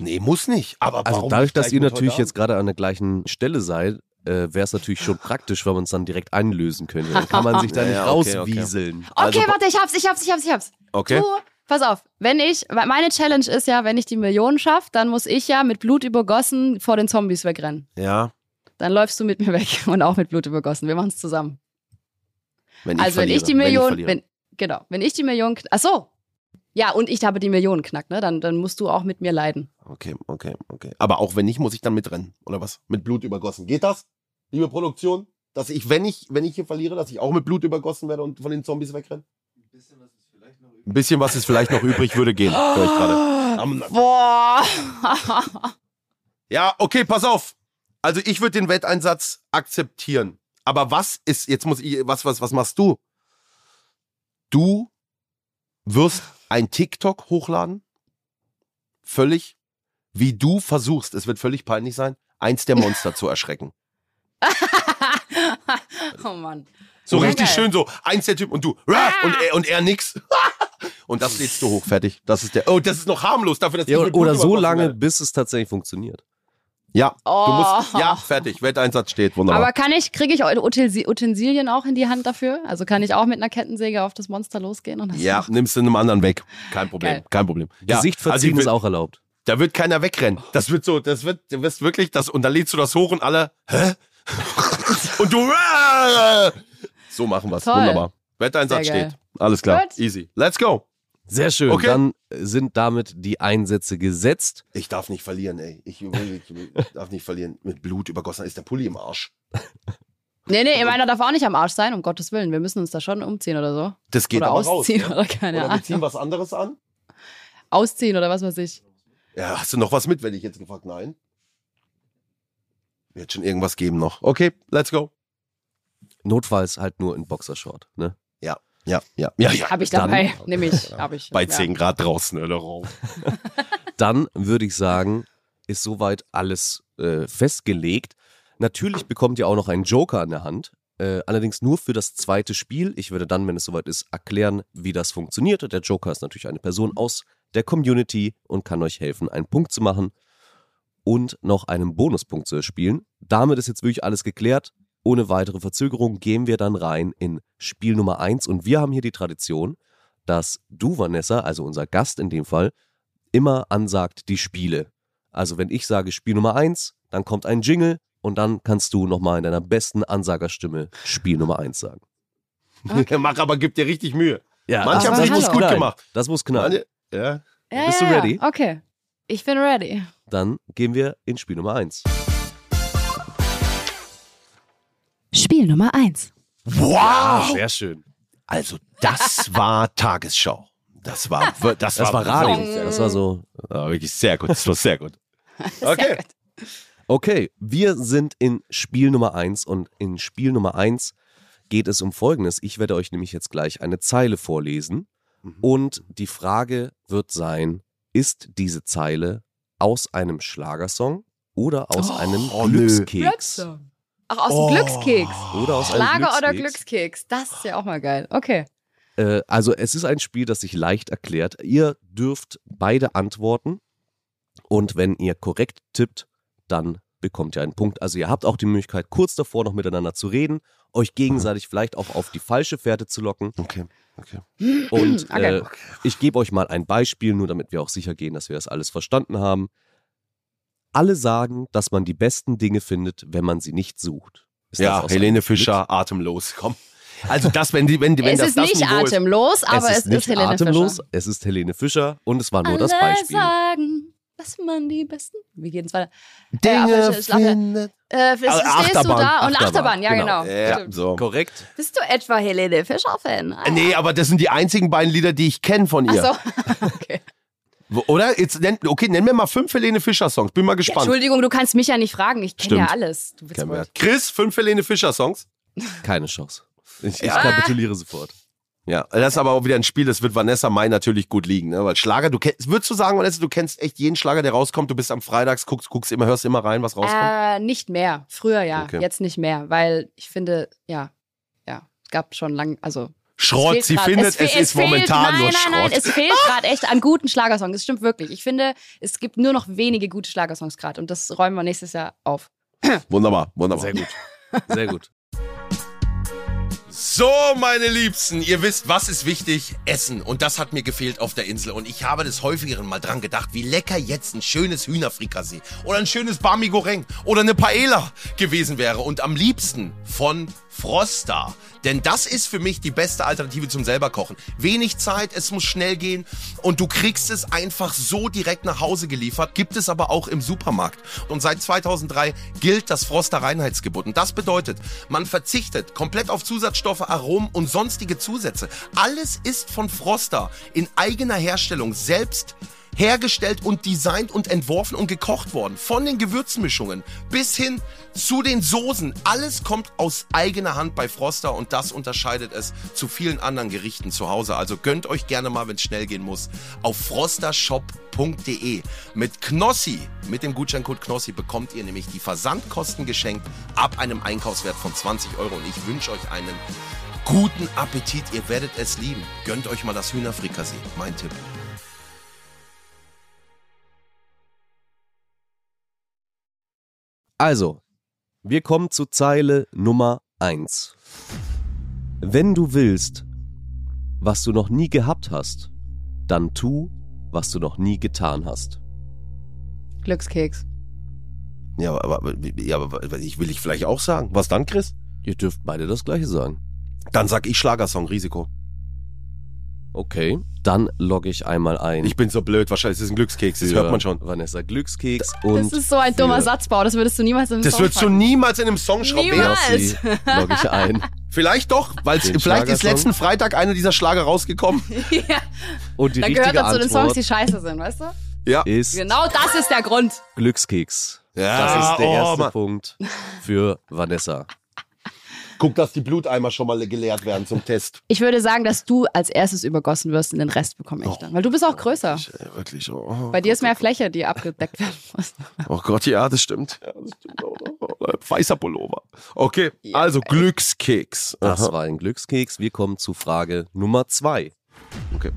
Speaker 3: Nee, muss nicht. Aber
Speaker 5: Also
Speaker 3: warum
Speaker 5: dadurch,
Speaker 3: nicht
Speaker 5: dass
Speaker 3: gleich
Speaker 5: ihr
Speaker 3: mit
Speaker 5: natürlich
Speaker 3: heute
Speaker 5: jetzt gerade an der gleichen Stelle seid, äh, wäre es natürlich schon praktisch, wenn man es dann direkt einlösen könnte. Dann kann man sich da
Speaker 3: Ja,
Speaker 5: nicht
Speaker 3: ja, okay, okay.
Speaker 5: rauswieseln.
Speaker 4: Okay,
Speaker 3: Also-
Speaker 4: warte, ich hab's, ich hab's, ich hab's, ich hab's.
Speaker 3: Abend? Okay.
Speaker 4: Du, pass auf, wenn ich, weil meine Challenge ist ja, wenn ich die Millionen schaffe, dann muss ich ja mit Blut übergossen vor den Zombies wegrennen.
Speaker 3: Ja.
Speaker 4: Dann läufst du mit mir weg und auch mit Blut übergossen. Wir machen's zusammen.
Speaker 3: Wenn ich
Speaker 4: also wenn ich
Speaker 3: verliere,
Speaker 4: die Million,
Speaker 3: verliere.
Speaker 4: wenn, genau, wenn ich die Million, kn- ach so, ja und ich habe die Millionen knackt, ne? Dann, dann musst du auch mit mir leiden.
Speaker 3: Okay, okay, okay. Aber auch wenn nicht, muss ich dann mitrennen, oder was? Mit Blut übergossen. Geht das, liebe Produktion? Dass ich, wenn ich, wenn ich hier verliere, dass ich auch mit Blut übergossen werde und von den Zombies wegrenne? Ein bisschen was ist vielleicht noch übrig, würde gehen. Hör ich gerade. Am-
Speaker 4: Boah,
Speaker 3: Ja, okay, pass auf. Also ich würde den Wetteinsatz akzeptieren. Aber was ist, jetzt muss ich, was, was, was machst du? Du wirst ein TikTok hochladen. Völlig. Wie du versuchst, es wird völlig peinlich sein, eins der Monster zu erschrecken.
Speaker 4: oh Mann.
Speaker 3: So
Speaker 4: Ja,
Speaker 3: richtig
Speaker 4: geil. Ah!
Speaker 3: schön, so eins der Typ und du. rah, Und er, und er nix. Und das lädst du hoch, fertig. Das ist der. Oh, das ist noch harmlos dafür, dass die
Speaker 5: Ja, oder,
Speaker 3: Kultur
Speaker 5: oder so
Speaker 3: überwachsen
Speaker 5: lange,
Speaker 3: werden.
Speaker 5: bis es tatsächlich funktioniert.
Speaker 3: Ja, du
Speaker 4: Oh.
Speaker 3: musst. Ja, fertig. Wetteinsatz steht, wunderbar.
Speaker 4: Aber kann ich, kriege ich Utensi- Utensilien auch in die Hand dafür? Also kann ich auch mit einer Kettensäge auf das Monster losgehen? Und das
Speaker 3: ja, nimmst du einem anderen weg. Kein Problem,
Speaker 4: Geil.
Speaker 3: kein Problem. Ja,
Speaker 5: Gesicht verziehen
Speaker 3: also ich
Speaker 5: ist
Speaker 3: will-
Speaker 5: auch erlaubt.
Speaker 3: Da wird keiner wegrennen. Das wird so, das wird, du wirst wirklich das und dann lädst du das hoch und alle, hä? und du äh, so machen wir's.
Speaker 4: Toll.
Speaker 3: Wunderbar. Wetteinsatz
Speaker 4: Sehr geil.
Speaker 3: steht. Alles klar.
Speaker 4: Gut.
Speaker 3: Easy. Let's go.
Speaker 5: Sehr schön.
Speaker 3: Okay.
Speaker 5: Dann sind damit die Einsätze gesetzt.
Speaker 3: Ich darf nicht verlieren, ey. Ich, darf nicht verlieren. Mit Blut übergossen ist der Pulli im Arsch.
Speaker 4: Nee, nee, meiner darf auch nicht am Arsch sein, um Gottes Willen. Wir müssen uns da schon umziehen oder so.
Speaker 3: Das geht
Speaker 4: oder
Speaker 3: aber raus.
Speaker 4: ausziehen
Speaker 3: ne?
Speaker 4: oder keine
Speaker 3: Oder wir ziehen
Speaker 4: Ahnung.
Speaker 3: was anderes an.
Speaker 4: Ausziehen oder was weiß ich.
Speaker 3: Ja, hast du noch was mit, wenn ich jetzt gefragt? Nein. Wird schon irgendwas geben noch. Okay, let's go.
Speaker 5: Notfalls halt nur in Boxershort. Ne?
Speaker 3: Ja, ja, ja, ja.
Speaker 4: Hab ich
Speaker 5: Dann-
Speaker 4: dabei, nehme ich. Hab ich.
Speaker 3: Bei
Speaker 4: ja.
Speaker 3: 10 Grad draußen oder raum.
Speaker 5: Dann würde ich sagen, ist soweit alles äh, festgelegt. Natürlich bekommt ihr auch noch einen Joker an der Hand. Äh, allerdings nur für das zweite Spiel. Ich werde dann, wenn es soweit ist, erklären, wie das funktioniert. Der Joker ist natürlich eine Person aus der Community und kann euch helfen, einen Punkt zu machen und noch einen Bonuspunkt zu erspielen. Damit ist jetzt wirklich alles geklärt. Ohne weitere Verzögerung gehen wir dann rein in Spiel Nummer 1. Und wir haben hier die Tradition, dass du, Vanessa, also unser Gast in dem Fall, immer ansagt die Spiele. Also wenn ich sage Spiel Nummer 1, dann kommt ein Jingle und dann kannst du nochmal in deiner besten Ansagerstimme Spiel Nummer 1 sagen.
Speaker 3: Mach aber, gib dir richtig Mühe.
Speaker 5: Ja,
Speaker 3: Manche
Speaker 4: haben das muss
Speaker 3: gut gemacht.
Speaker 5: Das muss
Speaker 4: Genau.
Speaker 5: knallen.
Speaker 3: Manche- Ja.
Speaker 4: Ja,
Speaker 5: Bist du
Speaker 4: ja, ja.
Speaker 5: ready?
Speaker 4: Okay. Ich bin ready.
Speaker 5: Dann gehen wir in Spiel Nummer 1.
Speaker 6: Spiel Nummer 1.
Speaker 3: Wow!
Speaker 5: Sehr schön.
Speaker 3: Also, das war Tagesschau. Das war, wir- das
Speaker 5: Das war Radio. Das war so.
Speaker 3: Ah, wirklich sehr gut. Das war sehr gut.
Speaker 4: Sehr
Speaker 3: Okay.
Speaker 4: gut.
Speaker 5: Okay, wir sind in Spiel Nummer 1 und in Spiel Nummer 1 geht es um Folgendes. Ich werde euch nämlich jetzt gleich eine Zeile vorlesen
Speaker 3: Mhm.
Speaker 5: und die Frage wird sein, ist diese Zeile aus einem Schlagersong oder aus einem
Speaker 3: oh, nö.
Speaker 5: Glückskeks?
Speaker 4: Auch aus
Speaker 3: Oh.
Speaker 4: dem Glückskeks.
Speaker 5: Oder aus
Speaker 4: Schlager oder
Speaker 5: einem Glückskeks?
Speaker 4: Glückskeks. Das ist ja auch mal geil. Okay.
Speaker 5: Äh, also es ist ein Spiel, das sich leicht erklärt. Ihr dürft beide antworten und wenn ihr korrekt tippt, dann bekommt ihr einen Punkt. Also ihr habt auch die Möglichkeit, kurz davor noch miteinander zu reden, euch gegenseitig vielleicht auch auf die falsche Fährte zu locken.
Speaker 3: Okay, okay.
Speaker 5: Und
Speaker 4: Okay.
Speaker 5: äh, ich gebe euch mal ein Beispiel, nur damit wir auch sicher gehen, dass wir das alles verstanden haben. Alle sagen, dass man die besten Dinge findet, wenn man sie nicht sucht. Ist das
Speaker 3: Ja,
Speaker 5: aus einem
Speaker 3: Helene
Speaker 5: Glück-
Speaker 3: Fischer, atemlos. Komm. Also, das, wenn die, wenn die, wenn
Speaker 4: es
Speaker 3: das,
Speaker 4: ist
Speaker 3: das
Speaker 4: nicht
Speaker 3: Niveau ist.
Speaker 4: atemlos, aber es ist,
Speaker 5: nicht
Speaker 4: Helene
Speaker 5: atemlos,
Speaker 4: Fischer.
Speaker 5: es ist Helene Fischer und es war nur das
Speaker 4: Alle
Speaker 5: Beispiel.
Speaker 4: sagen, dass man die besten... Wie geht's weiter?
Speaker 3: Dinge
Speaker 4: aber es ist Lache.
Speaker 3: findet.
Speaker 4: Äh, stehst
Speaker 3: Also
Speaker 4: du
Speaker 3: Achterbahn,
Speaker 4: da? Und Achterbahn,
Speaker 5: Achterbahn,
Speaker 4: ja
Speaker 5: genau.
Speaker 4: genau.
Speaker 3: Ja,
Speaker 4: Stimmt.
Speaker 3: so.
Speaker 5: Korrekt.
Speaker 4: Bist du etwa Helene Fischer-Fan? Ah,
Speaker 3: Nee, aber das sind die einzigen beiden Lieder, die ich kenne von
Speaker 4: Ach
Speaker 3: ihr.
Speaker 4: so. okay.
Speaker 3: Wo- Oder? Jetzt, nenn, okay, nenn mir mal fünf Helene Fischer-Songs. Bin mal
Speaker 4: Ja,
Speaker 3: gespannt.
Speaker 4: Entschuldigung, du kannst mich ja nicht fragen. Ich kenne ja
Speaker 3: Stimmt.
Speaker 4: alles. Du willst wohl.
Speaker 3: Chris, fünf Helene Fischer-Songs.
Speaker 5: Keine Chance. Ich,
Speaker 3: Ja.
Speaker 5: ich kapituliere sofort.
Speaker 3: Ja, das ist aber auch wieder ein Spiel, das wird Vanessa Mai natürlich gut liegen, ne? Weil Schlager, du kennst, würdest du sagen, Vanessa, du kennst echt jeden Schlager, der rauskommt, du bist am Freitags, guckst, guckst immer, hörst immer rein, was rauskommt.
Speaker 4: Äh, nicht mehr. Früher ja,
Speaker 3: Okay.
Speaker 4: jetzt nicht mehr, weil ich finde, ja, ja, es gab schon lange, also
Speaker 3: Schrott,
Speaker 4: fehlt
Speaker 3: sie
Speaker 4: grad-
Speaker 3: findet, es,
Speaker 4: fe-
Speaker 3: ist
Speaker 4: fehlt-
Speaker 3: momentan
Speaker 4: nein,
Speaker 3: nur
Speaker 4: nein,
Speaker 3: Schrott.
Speaker 4: Nein, es fehlt gerade echt an guten Schlagersongs. Das stimmt wirklich. Ich finde, es gibt nur noch wenige gute Schlagersongs gerade und das räumen wir nächstes Jahr auf.
Speaker 3: wunderbar, wunderbar.
Speaker 5: Sehr gut. Sehr gut.
Speaker 3: So, meine Liebsten, ihr wisst, was ist wichtig? Essen. Und das hat mir gefehlt auf der Insel. Und ich habe des häufigeren mal dran gedacht, wie lecker jetzt ein schönes Hühnerfrikassee oder ein schönes Barmi Goreng oder eine Paella gewesen wäre. Und am liebsten von Frosta. Denn das ist für mich die beste Alternative zum selber kochen. Wenig Zeit, es muss schnell gehen und du kriegst es einfach so direkt nach Hause geliefert, gibt es aber auch im Supermarkt. Und seit 2003 gilt das Froster Reinheitsgebot. Und das bedeutet, man verzichtet komplett auf Zusatzstoffe, Aromen und sonstige Zusätze. Alles ist von Froster in eigener Herstellung selbst hergestellt und designt und entworfen und gekocht worden. Von den Gewürzmischungen bis hin zu den Soßen. Alles kommt aus eigener Hand bei Froster und das unterscheidet es zu vielen anderen Gerichten zu Hause. Also gönnt euch gerne mal, wenn es schnell gehen muss, auf frostershop.de. Mit Knossi, mit dem Gutscheincode Knossi bekommt ihr nämlich die Versandkosten geschenkt ab einem Einkaufswert von 20 Euro. Und ich wünsche euch einen guten Appetit. Ihr werdet es lieben. Gönnt euch mal das Hühnerfrikassee. Mein Tipp.
Speaker 5: Also, wir kommen zu Zeile Nummer 1. Wenn du willst, was du noch nie gehabt hast, dann tu, was du noch nie getan hast.
Speaker 4: Glückskeks.
Speaker 3: Ja, aber, aber, ja, aber ich will ich vielleicht auch sagen. Was dann, Chris?
Speaker 5: Ihr dürft beide das gleiche sagen.
Speaker 3: Dann sag ich Schlagersong Risiko.
Speaker 5: Okay, dann logge ich einmal ein.
Speaker 3: Ich bin so blöd, wahrscheinlich ist es ein Glückskeks, das
Speaker 5: für
Speaker 3: hört man schon.
Speaker 5: Vanessa Glückskeks und
Speaker 4: Das ist so ein
Speaker 5: für
Speaker 4: dummer Satzbau, das würdest du niemals im
Speaker 3: Das
Speaker 4: Song
Speaker 3: würdest du
Speaker 4: packen.
Speaker 3: niemals in einem Song schrauben.
Speaker 4: Niemals.
Speaker 5: Knossi logge ich ein.
Speaker 3: Vielleicht doch, weil
Speaker 5: Den
Speaker 3: vielleicht ist
Speaker 5: Schlagersong?
Speaker 3: letzten Freitag einer dieser Schlager rausgekommen.
Speaker 4: ja,
Speaker 5: Und die
Speaker 4: da
Speaker 5: richtige
Speaker 4: gehört er zu
Speaker 5: Antwort
Speaker 4: den Songs, die scheiße sind, weißt du?
Speaker 3: Ja.
Speaker 5: ist
Speaker 4: Genau das ist der Grund.
Speaker 5: Glückskeks.
Speaker 3: Ja,
Speaker 5: das ist der
Speaker 3: oh,
Speaker 5: erste
Speaker 3: Mann.
Speaker 5: Punkt für Vanessa.
Speaker 3: Guck, dass die Bluteimer schon mal geleert werden zum Test.
Speaker 4: Ich würde sagen, dass du als erstes übergossen wirst und den Rest bekomme ich dann. Weil du bist auch größer.
Speaker 3: Ja, wirklich. Oh,
Speaker 4: Bei dir ist mehr Fläche, die abgedeckt werden muss.
Speaker 3: oh Gott, ja, das stimmt. Ja, das stimmt auch noch. Weißer Pullover. Okay, also Glückskeks.
Speaker 5: Das war ein Glückskeks. Wir kommen zu Frage Nummer zwei.
Speaker 3: Okay.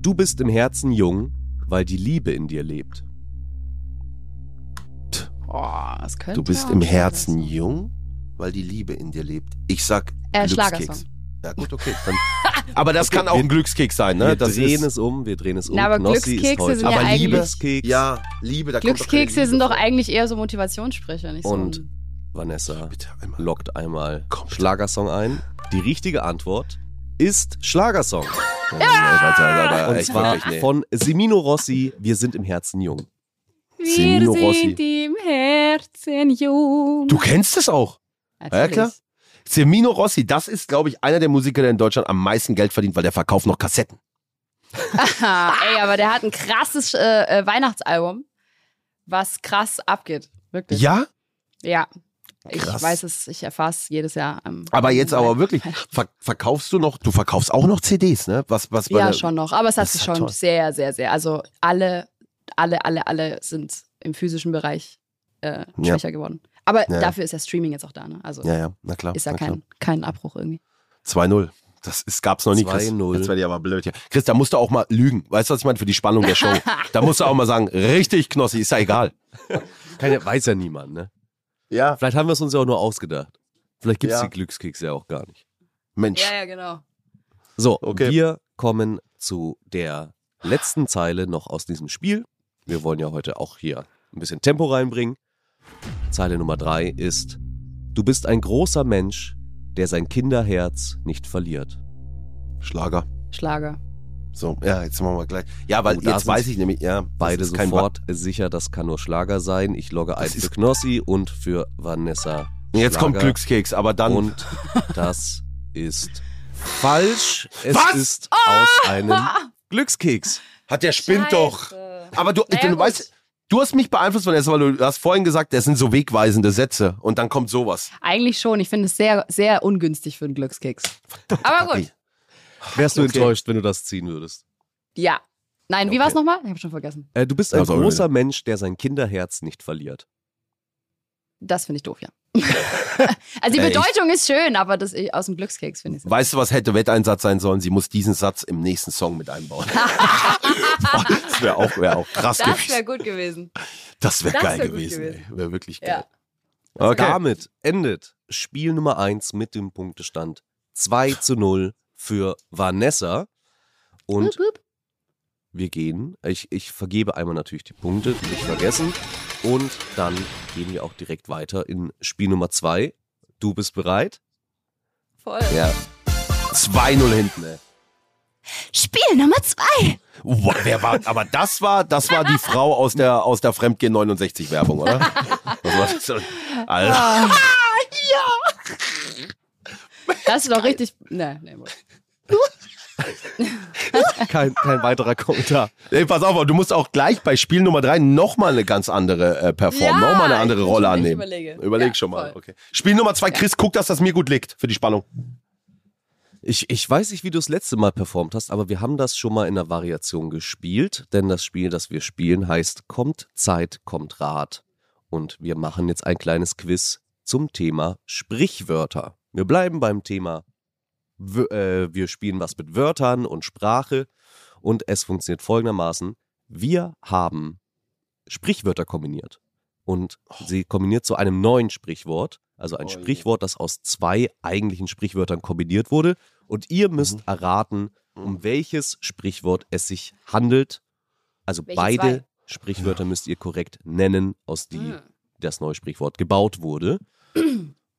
Speaker 5: Du bist im Herzen jung, weil die Liebe in dir lebt.
Speaker 4: Oh, das könnte
Speaker 3: Du bist
Speaker 4: auch
Speaker 3: im
Speaker 4: schön
Speaker 3: Herzen
Speaker 4: sein.
Speaker 3: jung, weil die Liebe in dir lebt. Ich sag
Speaker 4: Äh,
Speaker 3: Glückskeks. Oh
Speaker 4: Schlagersong.
Speaker 3: Ja, gut, okay. Dann. Aber das kann auch
Speaker 5: wir-
Speaker 3: ein Glückskeks sein,
Speaker 5: Wir
Speaker 3: ne? Das
Speaker 5: drehen
Speaker 3: ist,
Speaker 5: es um, wir drehen es um.
Speaker 4: Na, aber
Speaker 5: Knossi ist
Speaker 4: Glückskekse
Speaker 5: heute.
Speaker 4: sind ja
Speaker 5: aber
Speaker 4: eigentlich-
Speaker 5: Liebeskeks.
Speaker 3: Ja, Liebe, da kommt doch keine
Speaker 4: Glückskekse
Speaker 3: Liebe
Speaker 4: sind doch
Speaker 3: vor.
Speaker 4: eigentlich eher so Motivationssprüche, nicht so.
Speaker 5: Und-
Speaker 4: ein-
Speaker 5: Vanessa
Speaker 3: Bitte einmal.
Speaker 5: lockt einmal
Speaker 3: Komm, bitte.
Speaker 5: Schlagersong ein. Die richtige Antwort ist Schlagersong.
Speaker 3: Oh, Ja!
Speaker 5: Und zwar von Semino Rossi, Wir sind im Herzen jung.
Speaker 4: Wir
Speaker 3: Semino Rossi.
Speaker 4: sind im Herzen jung.
Speaker 3: Du kennst es auch.
Speaker 4: Natürlich.
Speaker 3: klar. Semino Rossi, das ist, glaube ich, einer der Musiker, der in Deutschland am meisten Geld verdient, weil der verkauft noch Kassetten.
Speaker 4: Ha, ey, aber der hat ein krasses äh, äh, Weihnachtsalbum, was krass abgeht. Wirklich.
Speaker 3: Ja?
Speaker 4: Ja. Ich
Speaker 3: Krass.
Speaker 4: weiß es, ich erfahre es jedes Jahr. am-
Speaker 3: Aber jetzt aber wirklich, ver verkaufst du noch, du verkaufst auch noch CDs, ne? Was, was bei
Speaker 4: Ja,
Speaker 3: der-
Speaker 4: schon noch. Aber es hat
Speaker 3: Das
Speaker 4: sich
Speaker 3: ist ja
Speaker 4: schon
Speaker 3: toll.
Speaker 4: sehr, sehr, sehr. Also alle, alle, alle, alle sind im physischen Bereich äh,
Speaker 3: Ja.
Speaker 4: schwächer geworden. Aber
Speaker 3: Ja.
Speaker 4: dafür ist ja Streaming jetzt auch da. Ne? Also
Speaker 3: Ja, ja, na klar.
Speaker 4: ist ja
Speaker 3: na klar.
Speaker 4: kein, kein Abbruch irgendwie.
Speaker 3: 2-0. Das ist, gab's noch nie, Chris.
Speaker 5: 2-0.
Speaker 3: Jetzt werde ich aber blöd hier. Chris, da musst du auch mal lügen. Weißt du, was ich meine? Für die Spannung der Show. da musst du auch mal sagen, richtig, Knossi, ist ja egal.
Speaker 5: Keine, weiß ja niemand, ne?
Speaker 3: Ja.
Speaker 5: Vielleicht haben wir es uns ja auch nur ausgedacht. Vielleicht gibt es
Speaker 3: Ja.
Speaker 5: die Glückskekse ja auch gar nicht.
Speaker 3: Mensch.
Speaker 4: Ja, ja, genau.
Speaker 5: So,
Speaker 3: Okay.
Speaker 5: wir kommen zu der letzten Zeile noch aus diesem Spiel. Wir wollen ja heute auch hier ein bisschen Tempo reinbringen. Zeile Nummer drei ist, du bist ein großer Mensch, der sein Kinderherz nicht verliert.
Speaker 3: Schlager.
Speaker 4: Schlager.
Speaker 3: So, ja, jetzt machen wir gleich. Ja, weil
Speaker 5: Oh, da
Speaker 3: jetzt
Speaker 5: sind
Speaker 3: weiß ich nämlich, ja. das
Speaker 5: Beide
Speaker 3: ist kein
Speaker 5: sofort sicher, das kann nur Schlager sein. Ich logge ein
Speaker 3: Das
Speaker 5: für
Speaker 3: ist-
Speaker 5: Knossi und für Vanessa.
Speaker 3: Wa- Jetzt kommt
Speaker 5: Schlager.
Speaker 3: Glückskeks, aber dann.
Speaker 5: Und das ist falsch. Es
Speaker 3: Was?
Speaker 5: ist aus einem Glückskeks.
Speaker 3: hat der spinnt doch.
Speaker 4: Scheiße.
Speaker 3: Aber du,
Speaker 4: Naja,
Speaker 3: du
Speaker 4: gut.
Speaker 3: weißt, du hast mich beeinflusst, Vanessa, weil du hast vorhin gesagt, das sind so wegweisende Sätze. Und dann kommt sowas.
Speaker 4: Eigentlich schon. Ich finde es sehr, sehr ungünstig für einen Glückskeks. Aber gut.
Speaker 5: Wärst du
Speaker 3: Okay.
Speaker 5: enttäuscht, wenn du das ziehen würdest?
Speaker 4: Ja. Nein, wie
Speaker 3: Okay.
Speaker 4: war es nochmal? Ich habe schon vergessen.
Speaker 5: Äh, du bist ein
Speaker 3: Also,
Speaker 5: großer Mensch, der sein Kinderherz nicht verliert.
Speaker 4: Das finde ich doof, ja. also die
Speaker 3: Ey, ich-
Speaker 4: Bedeutung ist schön, aber das aus dem Glückskeks finde ich
Speaker 3: Weißt du, was hätte Wetteinsatz sein sollen? Sie muss diesen Satz im nächsten Song mit einbauen. das wäre auch, wär auch krass
Speaker 4: Das
Speaker 3: gewesen.
Speaker 4: wäre gut gewesen.
Speaker 3: das wäre
Speaker 4: das
Speaker 3: geil
Speaker 4: wär gut
Speaker 3: gewesen.
Speaker 4: gewesen.
Speaker 3: Wäre wirklich geil.
Speaker 4: Ja. Also
Speaker 3: Okay.
Speaker 5: Damit endet Spiel Nummer 1 mit dem Punktestand 2 zu 0 für Vanessa. Und
Speaker 4: Hup, hup.
Speaker 5: wir gehen. Ich, ich vergebe einmal natürlich die Punkte, nicht vergessen. Und dann gehen wir auch direkt weiter in Spiel Nummer 2. Du bist bereit?
Speaker 4: Voll.
Speaker 5: Ja.
Speaker 3: 2-0 hinten, ey.
Speaker 6: Spiel Nummer zwei.
Speaker 3: Wow, wer war,
Speaker 5: Ah,
Speaker 3: aber das war, das war die Frau aus der, aus der Fremdgehen 69 Werbung, oder? Was war das? denn? Alter.
Speaker 4: Das ist doch richtig. Ne, ne,
Speaker 5: Kein, kein weiterer Kommentar.
Speaker 3: Ey, pass auf, aber du musst auch gleich bei Spiel Nummer 3 nochmal eine ganz andere äh, Perform, noch nochmal eine andere
Speaker 4: ich-
Speaker 3: Rolle
Speaker 4: ich
Speaker 3: annehmen.
Speaker 4: überlege.
Speaker 3: Überleg
Speaker 4: Ja,
Speaker 3: schon mal.
Speaker 4: voll.
Speaker 3: Okay. Spiel Nummer 2, Chris, guck, dass das mir gut liegt für die Spannung.
Speaker 5: Ich, ich weiß nicht, wie du das letzte Mal performt hast, aber wir haben das schon mal in einer Variation gespielt, denn das Spiel, das wir spielen, heißt Kommt Zeit, kommt Rat. Und wir machen jetzt ein kleines Quiz zum Thema Sprichwörter. Wir bleiben beim Thema, Wö- äh, wir spielen was mit Wörtern und Sprache und es funktioniert folgendermaßen. Wir haben Sprichwörter kombiniert und sie kombiniert zu einem neuen Sprichwort, also ein
Speaker 3: Oh je.
Speaker 5: Sprichwort, das aus zwei eigentlichen Sprichwörtern kombiniert wurde. Und ihr müsst erraten, um welches Sprichwort es sich handelt. Also
Speaker 4: Welche
Speaker 5: beide
Speaker 4: zwei?
Speaker 5: Sprichwörter müsst ihr korrekt nennen, aus die
Speaker 4: Hm.
Speaker 5: das neue Sprichwort gebaut wurde.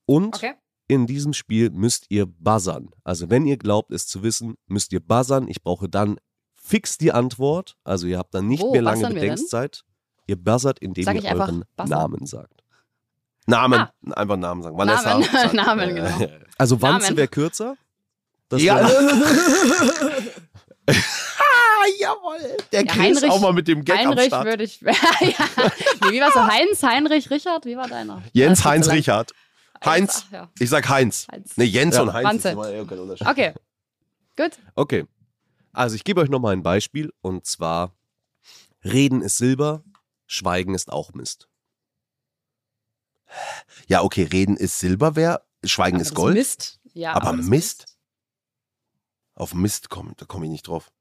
Speaker 5: Und
Speaker 4: Okay.
Speaker 5: in diesem Spiel müsst ihr buzzern. Also wenn ihr glaubt, es zu wissen, müsst ihr buzzern. Ich brauche dann fix die Antwort. Also ihr habt dann nicht
Speaker 4: Wo
Speaker 5: mehr lange
Speaker 4: Oh, buzzern wir denn?
Speaker 5: Bedenkzeit. Ihr buzzert, indem
Speaker 4: Sag
Speaker 5: ihr
Speaker 4: ich einfach
Speaker 5: euren
Speaker 4: buzzern?
Speaker 5: Namen sagt.
Speaker 3: Namen,
Speaker 4: Ah.
Speaker 3: einfach Namen sagen.
Speaker 4: Namen.
Speaker 3: sagt-
Speaker 4: Namen, genau.
Speaker 3: Äh,
Speaker 5: Also Wanze
Speaker 4: Namen.
Speaker 5: wäre kürzer. Das
Speaker 3: ja.
Speaker 5: wär-
Speaker 3: ah, jawohl. Der
Speaker 4: Ja,
Speaker 3: Chris
Speaker 4: Heinrich-
Speaker 3: auch mal mit dem Gag am
Speaker 4: Heinrich
Speaker 3: Start.
Speaker 4: würde ich. ja. nee, wie war es? Heinz, Heinrich, Richard? Wie war deiner? Das
Speaker 3: Jens,
Speaker 4: geht so
Speaker 3: Heinz,
Speaker 4: lang.
Speaker 3: Richard. Heinz.
Speaker 4: Ach, ja.
Speaker 3: Ich sag Heinz.
Speaker 4: Heinz.
Speaker 3: Ne, Jens
Speaker 5: Ja.
Speaker 3: und Heinz.
Speaker 4: Wanze.
Speaker 3: ist immer- ja, eh kein Unterschied.
Speaker 4: Okay. Gut.
Speaker 5: Okay. Also ich gebe euch nochmal ein Beispiel und zwar Reden ist Silber, Schweigen ist auch Mist.
Speaker 3: Ja, okay, reden ist Silberware, Schweigen
Speaker 4: Aber
Speaker 3: ist
Speaker 4: Also das
Speaker 3: Gold.
Speaker 4: Mist. Ja,
Speaker 3: Aber
Speaker 4: das
Speaker 3: Mist? Auf Mist kommt, da komme ich nicht drauf.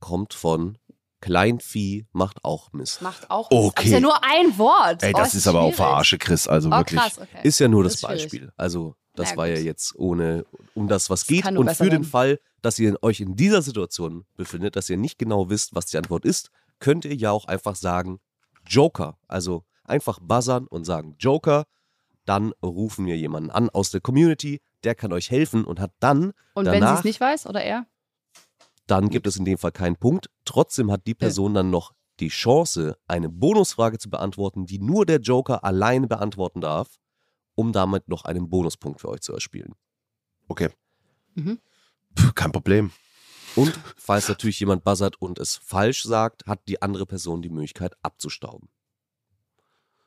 Speaker 5: Kommt von Kleinvieh macht auch Mist.
Speaker 4: Macht auch Mist.
Speaker 3: Okay.
Speaker 4: Das ist ja nur ein Wort.
Speaker 3: Ey,
Speaker 4: Oh,
Speaker 3: das ist aber auch
Speaker 4: schwierig.
Speaker 3: verarsche, Chris, also
Speaker 4: Oh,
Speaker 3: wirklich.
Speaker 4: krass. Okay.
Speaker 5: Ist ja nur das
Speaker 4: Ist schwierig.
Speaker 5: Beispiel. Also, das
Speaker 4: Na
Speaker 5: war ja
Speaker 4: gut.
Speaker 5: jetzt ohne um das, was geht.
Speaker 4: kann nur
Speaker 5: Und
Speaker 4: besser
Speaker 5: für den
Speaker 4: werden.
Speaker 5: Fall, dass ihr euch in dieser Situation befindet, dass ihr nicht genau wisst, was die Antwort ist, könnt ihr ja auch einfach sagen Joker. Also einfach buzzern und sagen Joker. Dann rufen wir jemanden an aus der Community, der kann euch helfen und hat dann,
Speaker 4: Und wenn sie
Speaker 5: danach,
Speaker 4: es nicht weiß oder er?
Speaker 5: dann gibt es in dem Fall keinen Punkt. Trotzdem hat die Person dann noch die Chance, eine Bonusfrage zu beantworten, die nur der Joker alleine beantworten darf, um damit noch einen Bonuspunkt für euch zu erspielen.
Speaker 3: Okay.
Speaker 4: Mhm.
Speaker 3: Puh, kein Problem.
Speaker 5: Und falls natürlich jemand buzzert und es falsch sagt, hat die andere Person die Möglichkeit abzustauben.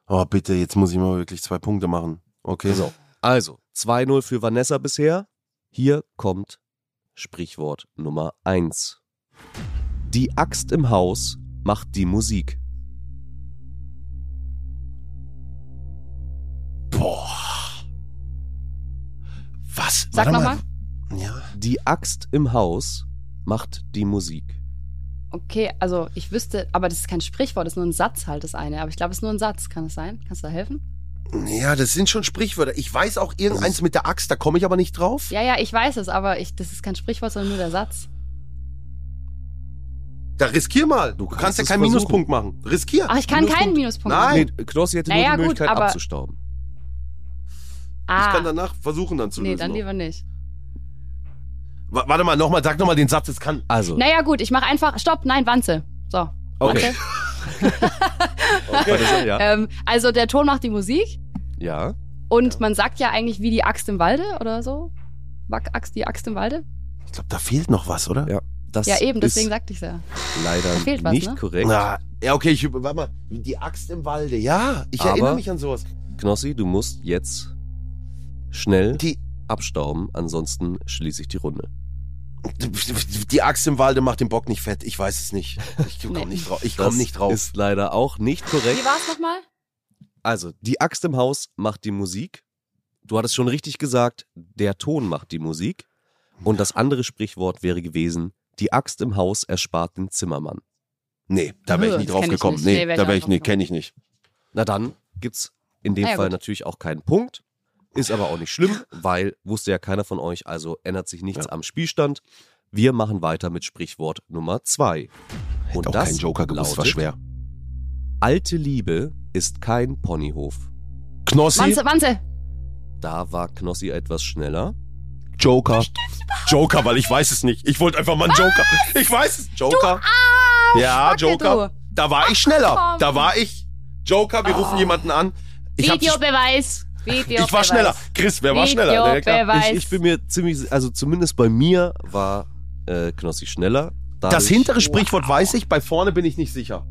Speaker 3: Oh, bitte, jetzt muss ich mal wirklich zwei Punkte machen. Okay.
Speaker 5: So, also 2-0 für Vanessa bisher. Hier kommt Sprichwort Nummer 1. Die Axt im Haus macht die Musik.
Speaker 3: Boah. Was?
Speaker 4: Sag
Speaker 3: Warte
Speaker 4: nochmal.
Speaker 3: Ja.
Speaker 5: Die Axt im Haus macht die Musik.
Speaker 4: Okay, also ich wüsste, aber das ist kein Sprichwort, das ist nur ein Satz halt, das eine. Aber ich glaube, es ist nur ein Satz. Kann es sein? Kannst du da helfen?
Speaker 3: ja, das sind schon Sprichwörter. Ich weiß auch irgendeins mit der Axt, da komme ich aber nicht drauf.
Speaker 4: Ja, ja, ich weiß es, aber ich, das ist kein Sprichwort, sondern nur der Satz.
Speaker 3: Da riskier mal. Du
Speaker 5: kannst
Speaker 3: kannst, ja
Speaker 5: es
Speaker 3: keinen
Speaker 5: versuchen.
Speaker 3: Minuspunkt machen. Riskier.
Speaker 4: Ach, ich kann keinen Minuspunkt
Speaker 3: Nein.
Speaker 4: machen.
Speaker 5: Nee, Knossi hätte
Speaker 4: Naja,
Speaker 5: nur die
Speaker 4: gut,
Speaker 5: Möglichkeit
Speaker 4: aber-
Speaker 5: abzustauben.
Speaker 4: Ah,
Speaker 3: Ich kann danach versuchen, dann zu
Speaker 4: nee,
Speaker 3: lösen. ne?
Speaker 4: dann lieber nicht.
Speaker 3: Wa- Warte mal, nochmal, sag nochmal den Satz, es kann.
Speaker 5: Also,
Speaker 4: Naja, gut, ich mache einfach. Stopp, nein, Wanze. So.
Speaker 5: okay. Vanessa, ja.
Speaker 4: Ähm, also der Ton macht die Musik
Speaker 5: ja.
Speaker 4: und man sagt ja eigentlich wie die Axt im Walde oder so. Wack Axt, die Axt im Walde.
Speaker 3: Ich glaube, da fehlt noch was, oder?
Speaker 5: Ja. Das
Speaker 4: ja, eben, deswegen
Speaker 5: ist
Speaker 4: sagte ich ja. Da
Speaker 5: leider
Speaker 4: fehlt was,
Speaker 5: nicht
Speaker 4: ne?
Speaker 5: korrekt.
Speaker 3: Na, ja, okay, ich, warte mal. Die Axt im Walde, ja, ich
Speaker 5: Aber-
Speaker 3: erinnere mich an sowas.
Speaker 5: Knossi, du musst jetzt schnell
Speaker 3: Die,
Speaker 5: abstauben, ansonsten schließe ich die Runde.
Speaker 3: die Axt im Walde macht den Bock nicht fett, ich weiß es nicht. Ich komme
Speaker 4: Nee.
Speaker 3: nicht drauf. Ich
Speaker 5: Das
Speaker 3: komm nicht drauf.
Speaker 5: Ist leider auch nicht
Speaker 4: Wie
Speaker 5: korrekt.
Speaker 4: war es nochmal?
Speaker 5: Also, die Axt im Haus macht die Musik. Du hattest schon richtig gesagt, der Ton macht die Musik. Und das andere Sprichwort wäre gewesen, die Axt im Haus erspart den Zimmermann.
Speaker 3: Nee, da wäre ich
Speaker 4: Das
Speaker 3: nicht drauf
Speaker 4: kenn ich
Speaker 3: gekommen.
Speaker 4: nicht.
Speaker 3: Nee,
Speaker 4: Nee, wär ich
Speaker 3: da
Speaker 4: auch
Speaker 3: wäre ich
Speaker 4: drauf
Speaker 3: nicht,
Speaker 4: gekommen.
Speaker 3: kenne ich nicht.
Speaker 5: Na dann gibt's in dem
Speaker 4: Na ja,
Speaker 5: Fall
Speaker 4: gut.
Speaker 5: natürlich auch keinen Punkt. Ist aber auch nicht schlimm, weil wusste ja keiner von euch, also ändert sich nichts am Spielstand. Wir machen weiter mit Sprichwort Nummer zwei.
Speaker 3: Hätte auch keinen Joker gewusst, war
Speaker 5: lautet,
Speaker 3: schwer.
Speaker 5: Alte Liebe ist kein Ponyhof.
Speaker 3: Knossi,
Speaker 4: Wanze, Wanze.
Speaker 5: Da war Knossi etwas schneller.
Speaker 3: Joker. Joker, weil ich weiß es nicht. Ich wollte einfach mal einen Joker. Ich weiß es. Joker. ja,
Speaker 4: Backe,
Speaker 3: Ah, Joker. Da war ich schneller.
Speaker 4: komm. Oh.
Speaker 3: Da war ich. Joker, wir rufen jemanden an. Ich, hab die Sp-
Speaker 4: Videobeweis. Videobeweis.
Speaker 3: ich war schneller. Chris, wer war schneller? Ja, klar.
Speaker 4: Videobeweis.
Speaker 5: Ich, ich bin mir ziemlich, also zumindest bei mir war äh, Knossi schneller.
Speaker 3: Das
Speaker 5: dadurch-
Speaker 3: hintere Sprichwort weiß ich, bei vorne bin ich nicht sicher.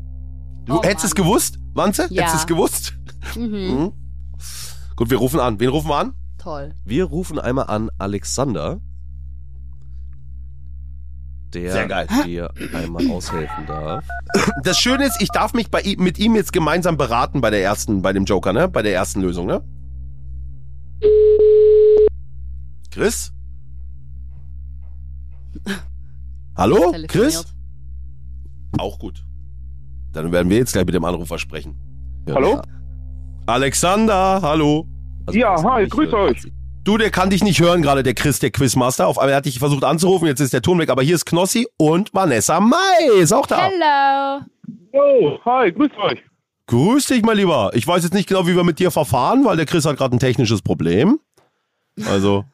Speaker 3: Du
Speaker 4: Oh
Speaker 3: hättest es
Speaker 4: Mann.
Speaker 3: gewusst, Wanze?
Speaker 4: Ja.
Speaker 3: Hättest es gewusst?
Speaker 4: Mhm.
Speaker 3: Mhm. Gut, wir rufen an. Wen rufen wir an?
Speaker 4: Toll.
Speaker 5: Wir rufen einmal an Alexander, der
Speaker 3: Sehr geil.
Speaker 5: dir einmal aushelfen darf.
Speaker 3: Das Schöne ist, ich darf mich bei ihm, mit ihm jetzt gemeinsam beraten bei der ersten, bei dem Joker, ne? Bei der ersten Lösung, ne? Chris? Hallo? Chris?
Speaker 4: Telefoniert.
Speaker 3: Auch gut. Dann werden wir jetzt gleich mit dem Anrufer sprechen.
Speaker 8: Hallo?
Speaker 3: Alexander, hallo.
Speaker 5: Also,
Speaker 8: Ja,
Speaker 5: das kann
Speaker 8: hi,
Speaker 5: ich
Speaker 8: grüß
Speaker 5: hören.
Speaker 8: euch.
Speaker 3: Du, der kann dich nicht hören gerade, der Chris, der Quizmaster. Auf einmal hatte ich versucht anzurufen, jetzt ist der Ton weg. Aber hier ist Knossi und Vanessa Mai ist auch da.
Speaker 4: Hello.
Speaker 8: Yo, hi, grüßt euch.
Speaker 3: Grüß dich, mein Lieber. Ich weiß jetzt nicht genau, wie wir mit dir verfahren, weil der Chris hat gerade ein technisches Problem. Also,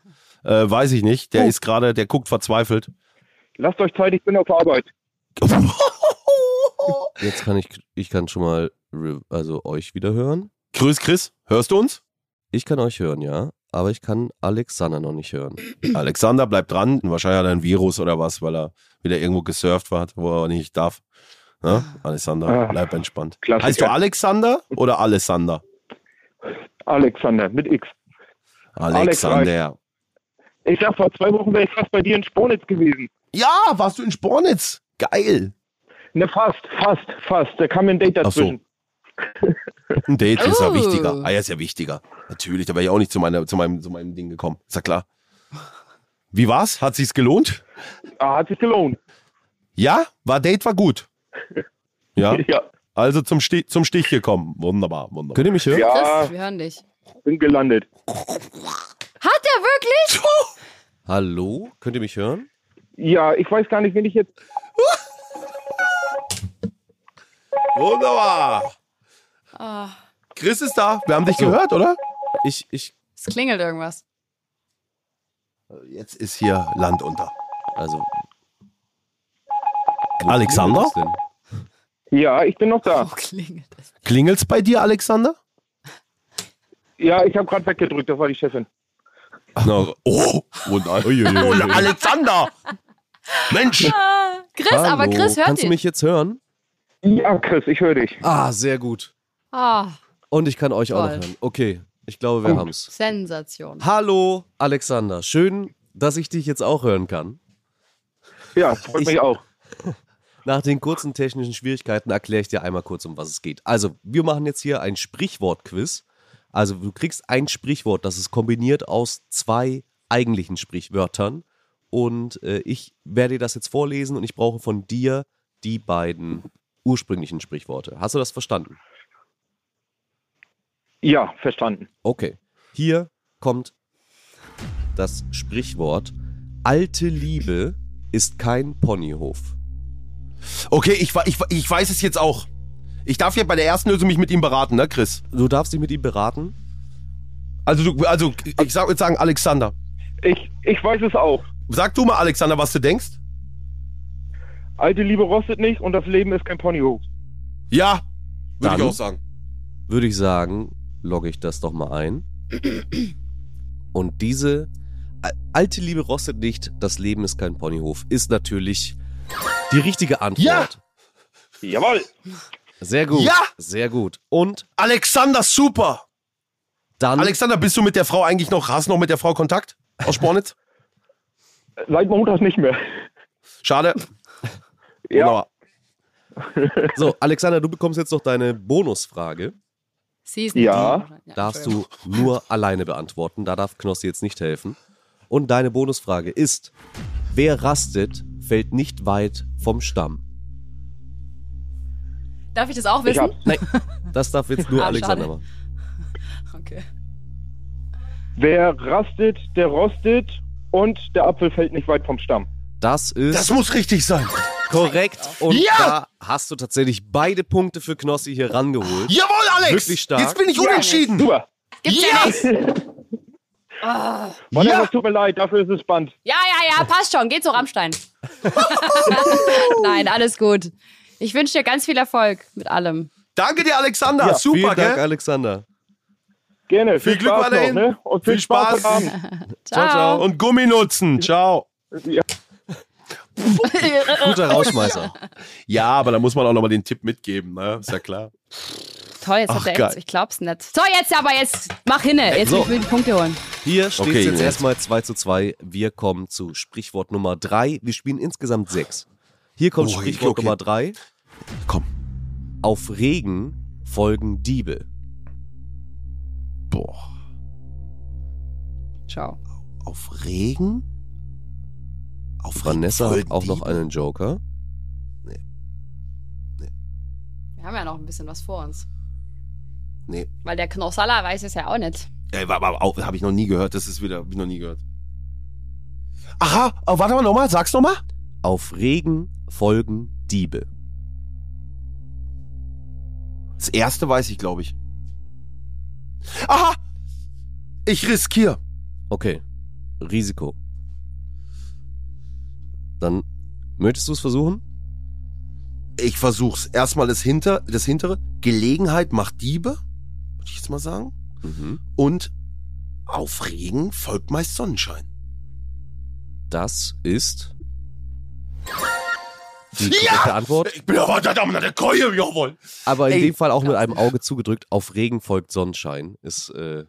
Speaker 3: äh, weiß ich nicht. Der ist gerade, der guckt verzweifelt.
Speaker 8: Lasst euch Zeit, ich bin auf der Arbeit.
Speaker 5: Jetzt kann ich, ich kann schon mal, re- also euch wieder hören.
Speaker 3: Grüß Chris, hörst du uns?
Speaker 5: Ich kann euch hören, ja, aber ich kann Alexander noch nicht hören.
Speaker 3: Alexander, bleib dran. Wahrscheinlich hat er ein Virus oder was, weil er wieder irgendwo gesurft hat, wo er nicht darf. Ne? Alexander,
Speaker 8: Ah.
Speaker 3: bleib entspannt.
Speaker 8: Klassiker.
Speaker 3: Heißt du Alexander oder Alessander?
Speaker 8: Alexander, mit X.
Speaker 3: Alexander.
Speaker 8: Ich sag, vor zwei Wochen wäre ich fast bei dir in Spornitz gewesen.
Speaker 3: Ja, warst du in Spornitz? Geil.
Speaker 8: Ne, fast, fast, fast. Da kam mir ein Date
Speaker 3: Ach so.
Speaker 8: dazwischen.
Speaker 3: Ein Date ist ja
Speaker 4: Oh.
Speaker 3: wichtiger. Ah, ja, ist ja wichtiger. Natürlich, da wäre ich auch nicht zu, meiner, zu, meinem, zu meinem Ding gekommen. Ist ja klar. Wie war's? Hat sich's gelohnt?
Speaker 8: Ah, hat sich gelohnt.
Speaker 3: Ja, war Date war gut. Ja,
Speaker 8: Ja,
Speaker 3: also zum, Sti zum Stich gekommen. Wunderbar, wunderbar.
Speaker 5: Könnt ihr mich hören?
Speaker 8: ja
Speaker 4: Chris, wir hören dich.
Speaker 8: bin gelandet.
Speaker 4: Hat er wirklich?
Speaker 5: Hallo? Könnt ihr mich hören?
Speaker 8: Ja, ich weiß gar nicht, wen ich jetzt.
Speaker 3: Wunderbar.
Speaker 4: Ah,
Speaker 3: Chris ist da. Wir haben dich gehört, oder?
Speaker 5: Ich, ich,
Speaker 4: es klingelt irgendwas.
Speaker 3: Jetzt ist hier Land unter.
Speaker 5: also.
Speaker 3: Alexander?
Speaker 5: Wo denn?
Speaker 8: Ja, ich bin noch da.
Speaker 4: Wo klingelt es?
Speaker 3: Klingelt's bei dir, Alexander?
Speaker 8: Ja, ich habe gerade weggedrückt, das war die Chefin.
Speaker 3: Na, oh, und
Speaker 5: Uiuiui.
Speaker 3: Alexander. Mensch.
Speaker 4: Ah, Chris, aber Chris hört
Speaker 5: Kannst du
Speaker 4: ihn.
Speaker 5: mich jetzt hören?
Speaker 8: Ja, Chris, ich höre dich.
Speaker 5: Ah, sehr gut.
Speaker 4: Ah,
Speaker 5: Und ich kann euch auch
Speaker 4: Toll.
Speaker 5: noch hören. Okay, ich glaube, wir haben's.
Speaker 4: Sensation.
Speaker 5: Hallo, Alexander. Schön, dass ich dich jetzt auch hören kann.
Speaker 8: Ja, freut mich auch.
Speaker 5: Nach den kurzen technischen Schwierigkeiten erkläre ich dir einmal kurz, um was es geht. Also, wir machen jetzt hier ein Sprichwort-Quiz. Also, du kriegst ein Sprichwort, das ist kombiniert aus zwei eigentlichen Sprichwörtern. Und äh, ich werde dir das jetzt vorlesen und ich brauche von dir die beiden ursprünglichen Sprichworte. Hast du das verstanden?
Speaker 8: Ja, verstanden.
Speaker 5: Okay. Hier kommt das Sprichwort: Alte Liebe ist kein Ponyhof.
Speaker 3: Okay, ich, wa- ich, wa- ich weiß es jetzt auch. Ich darf ja bei der ersten Lösung mich mit ihm beraten, ne, Chris?
Speaker 5: Du darfst dich mit ihm beraten.
Speaker 3: Also, du, also ich sag, würde sagen, Alexander.
Speaker 8: Ich, ich weiß es auch.
Speaker 3: Sag du mal, Alexander, was du denkst.
Speaker 8: Alte Liebe rostet nicht und das Leben ist kein Ponyhof.
Speaker 3: Ja, würde
Speaker 5: Dann?
Speaker 3: ich auch sagen.
Speaker 5: würde ich sagen, logge ich das doch mal ein. Und diese Ä- alte Liebe rostet nicht, das Leben ist kein Ponyhof, ist natürlich die richtige Antwort.
Speaker 3: Ja!
Speaker 8: Jawohl.
Speaker 5: Sehr gut.
Speaker 3: Ja!
Speaker 5: Sehr gut. Und
Speaker 3: Alexander, super.
Speaker 5: dann
Speaker 3: Alexander, bist du mit der Frau eigentlich noch, hast du noch mit der Frau Kontakt? Aus Spornitz?
Speaker 8: Seit Montag nicht mehr.
Speaker 3: Schade.
Speaker 8: Ja,
Speaker 3: Wunderbar.
Speaker 5: so Alexander, du bekommst jetzt noch deine Bonusfrage.
Speaker 4: Season
Speaker 8: Ja.
Speaker 4: D. Ja,
Speaker 5: Darfst
Speaker 4: Entschuldigung.
Speaker 5: du nur alleine beantworten, da darf Knossi jetzt nicht helfen. Und deine Bonusfrage ist: Wer rastet, fällt nicht weit vom Stamm.
Speaker 4: Darf ich das auch
Speaker 8: ich
Speaker 4: wissen?
Speaker 8: hab's.
Speaker 5: Nein, das darf jetzt nur
Speaker 4: Ah,
Speaker 5: Alexander
Speaker 4: schade.
Speaker 5: machen.
Speaker 4: Okay.
Speaker 8: Wer rastet, der rostet und der Apfel fällt nicht weit vom Stamm.
Speaker 5: Das ist
Speaker 3: Das muss richtig sein.
Speaker 5: Korrekt. Und
Speaker 3: Ja!
Speaker 5: da hast du tatsächlich beide Punkte für Knossi hier rangeholt.
Speaker 3: Jawohl, Alex.
Speaker 5: Wirklich stark.
Speaker 3: Jetzt bin ich unentschieden.
Speaker 8: Super.
Speaker 4: Gibt's ja,
Speaker 3: Ja!
Speaker 4: nicht. Ah.
Speaker 8: Warte,
Speaker 3: Ja.
Speaker 8: es tut mir leid, dafür ist es Band.
Speaker 4: Ja, ja, ja, passt schon. Geh zu Rammstein. Nein, alles gut. Ich wünsche dir ganz viel Erfolg mit allem.
Speaker 3: Danke dir, Alexander.
Speaker 8: Ja,
Speaker 3: super,
Speaker 5: Vielen Dank,
Speaker 3: gell?
Speaker 5: Alexander.
Speaker 8: Gerne. Viel,
Speaker 3: Viel Glück
Speaker 8: Spaß noch,
Speaker 3: weiterhin.
Speaker 8: ne? Und viel,
Speaker 3: Viel
Speaker 8: Spaß.
Speaker 3: Spaß.
Speaker 8: am Abend.
Speaker 4: Ciao.
Speaker 3: Und Gummi nutzen. Ciao.
Speaker 8: Ja.
Speaker 5: Guter Rausschmeißer.
Speaker 3: Ja, aber da muss man auch nochmal den Tipp mitgeben, ne? Ist ja klar.
Speaker 4: Toll, jetzt
Speaker 3: Ach,
Speaker 4: hat er
Speaker 3: geil.
Speaker 4: echt, ich glaub's nicht. So, jetzt aber, jetzt mach hinne. Jetzt will ich mir die Punkte holen.
Speaker 5: Hier steht
Speaker 3: Okay,
Speaker 5: jetzt
Speaker 3: Jungs.
Speaker 5: erstmal 2 zu 2. Wir kommen zu Sprichwort Nummer 3. Wir spielen insgesamt 6. Hier kommt
Speaker 3: Ui,
Speaker 5: Sprichwort
Speaker 3: Oh, okay.
Speaker 5: Nummer 3.
Speaker 3: Komm.
Speaker 5: Auf Regen folgen Diebe.
Speaker 3: Boah.
Speaker 4: Ciao.
Speaker 3: Auf Regen? Auf Regen
Speaker 5: Vanessa hat
Speaker 3: folgen
Speaker 5: auch noch
Speaker 3: Diebe?
Speaker 5: einen Joker.
Speaker 4: Wir haben ja noch ein bisschen was vor uns.
Speaker 3: Nee.
Speaker 4: Weil der Knossalla weiß es ja auch nicht.
Speaker 3: Ey, war, war, auch- hab ich noch nie gehört. Das ist wieder, hab ich noch nie gehört. Aha, oh, warte mal nochmal, sag's nochmal.
Speaker 5: Auf Regen folgen Diebe.
Speaker 3: Das erste weiß ich, glaube ich. Aha! Ich riskiere.
Speaker 5: Okay. Risiko. Dann möchtest du es versuchen?
Speaker 3: Ich versuch's. Erstmal das, hinter, das hintere. Gelegenheit macht Diebe, würde ich jetzt mal sagen.
Speaker 5: Mhm.
Speaker 3: Und auf Regen folgt meist Sonnenschein.
Speaker 5: Das ist die korrekte Antwort.
Speaker 3: Ich bin aber verdammt der Keule, jawohl.
Speaker 5: Aber in
Speaker 3: Ey,
Speaker 5: dem Fall auch mit einem Auge zugedrückt. Auf Regen folgt Sonnenschein. Ist, äh,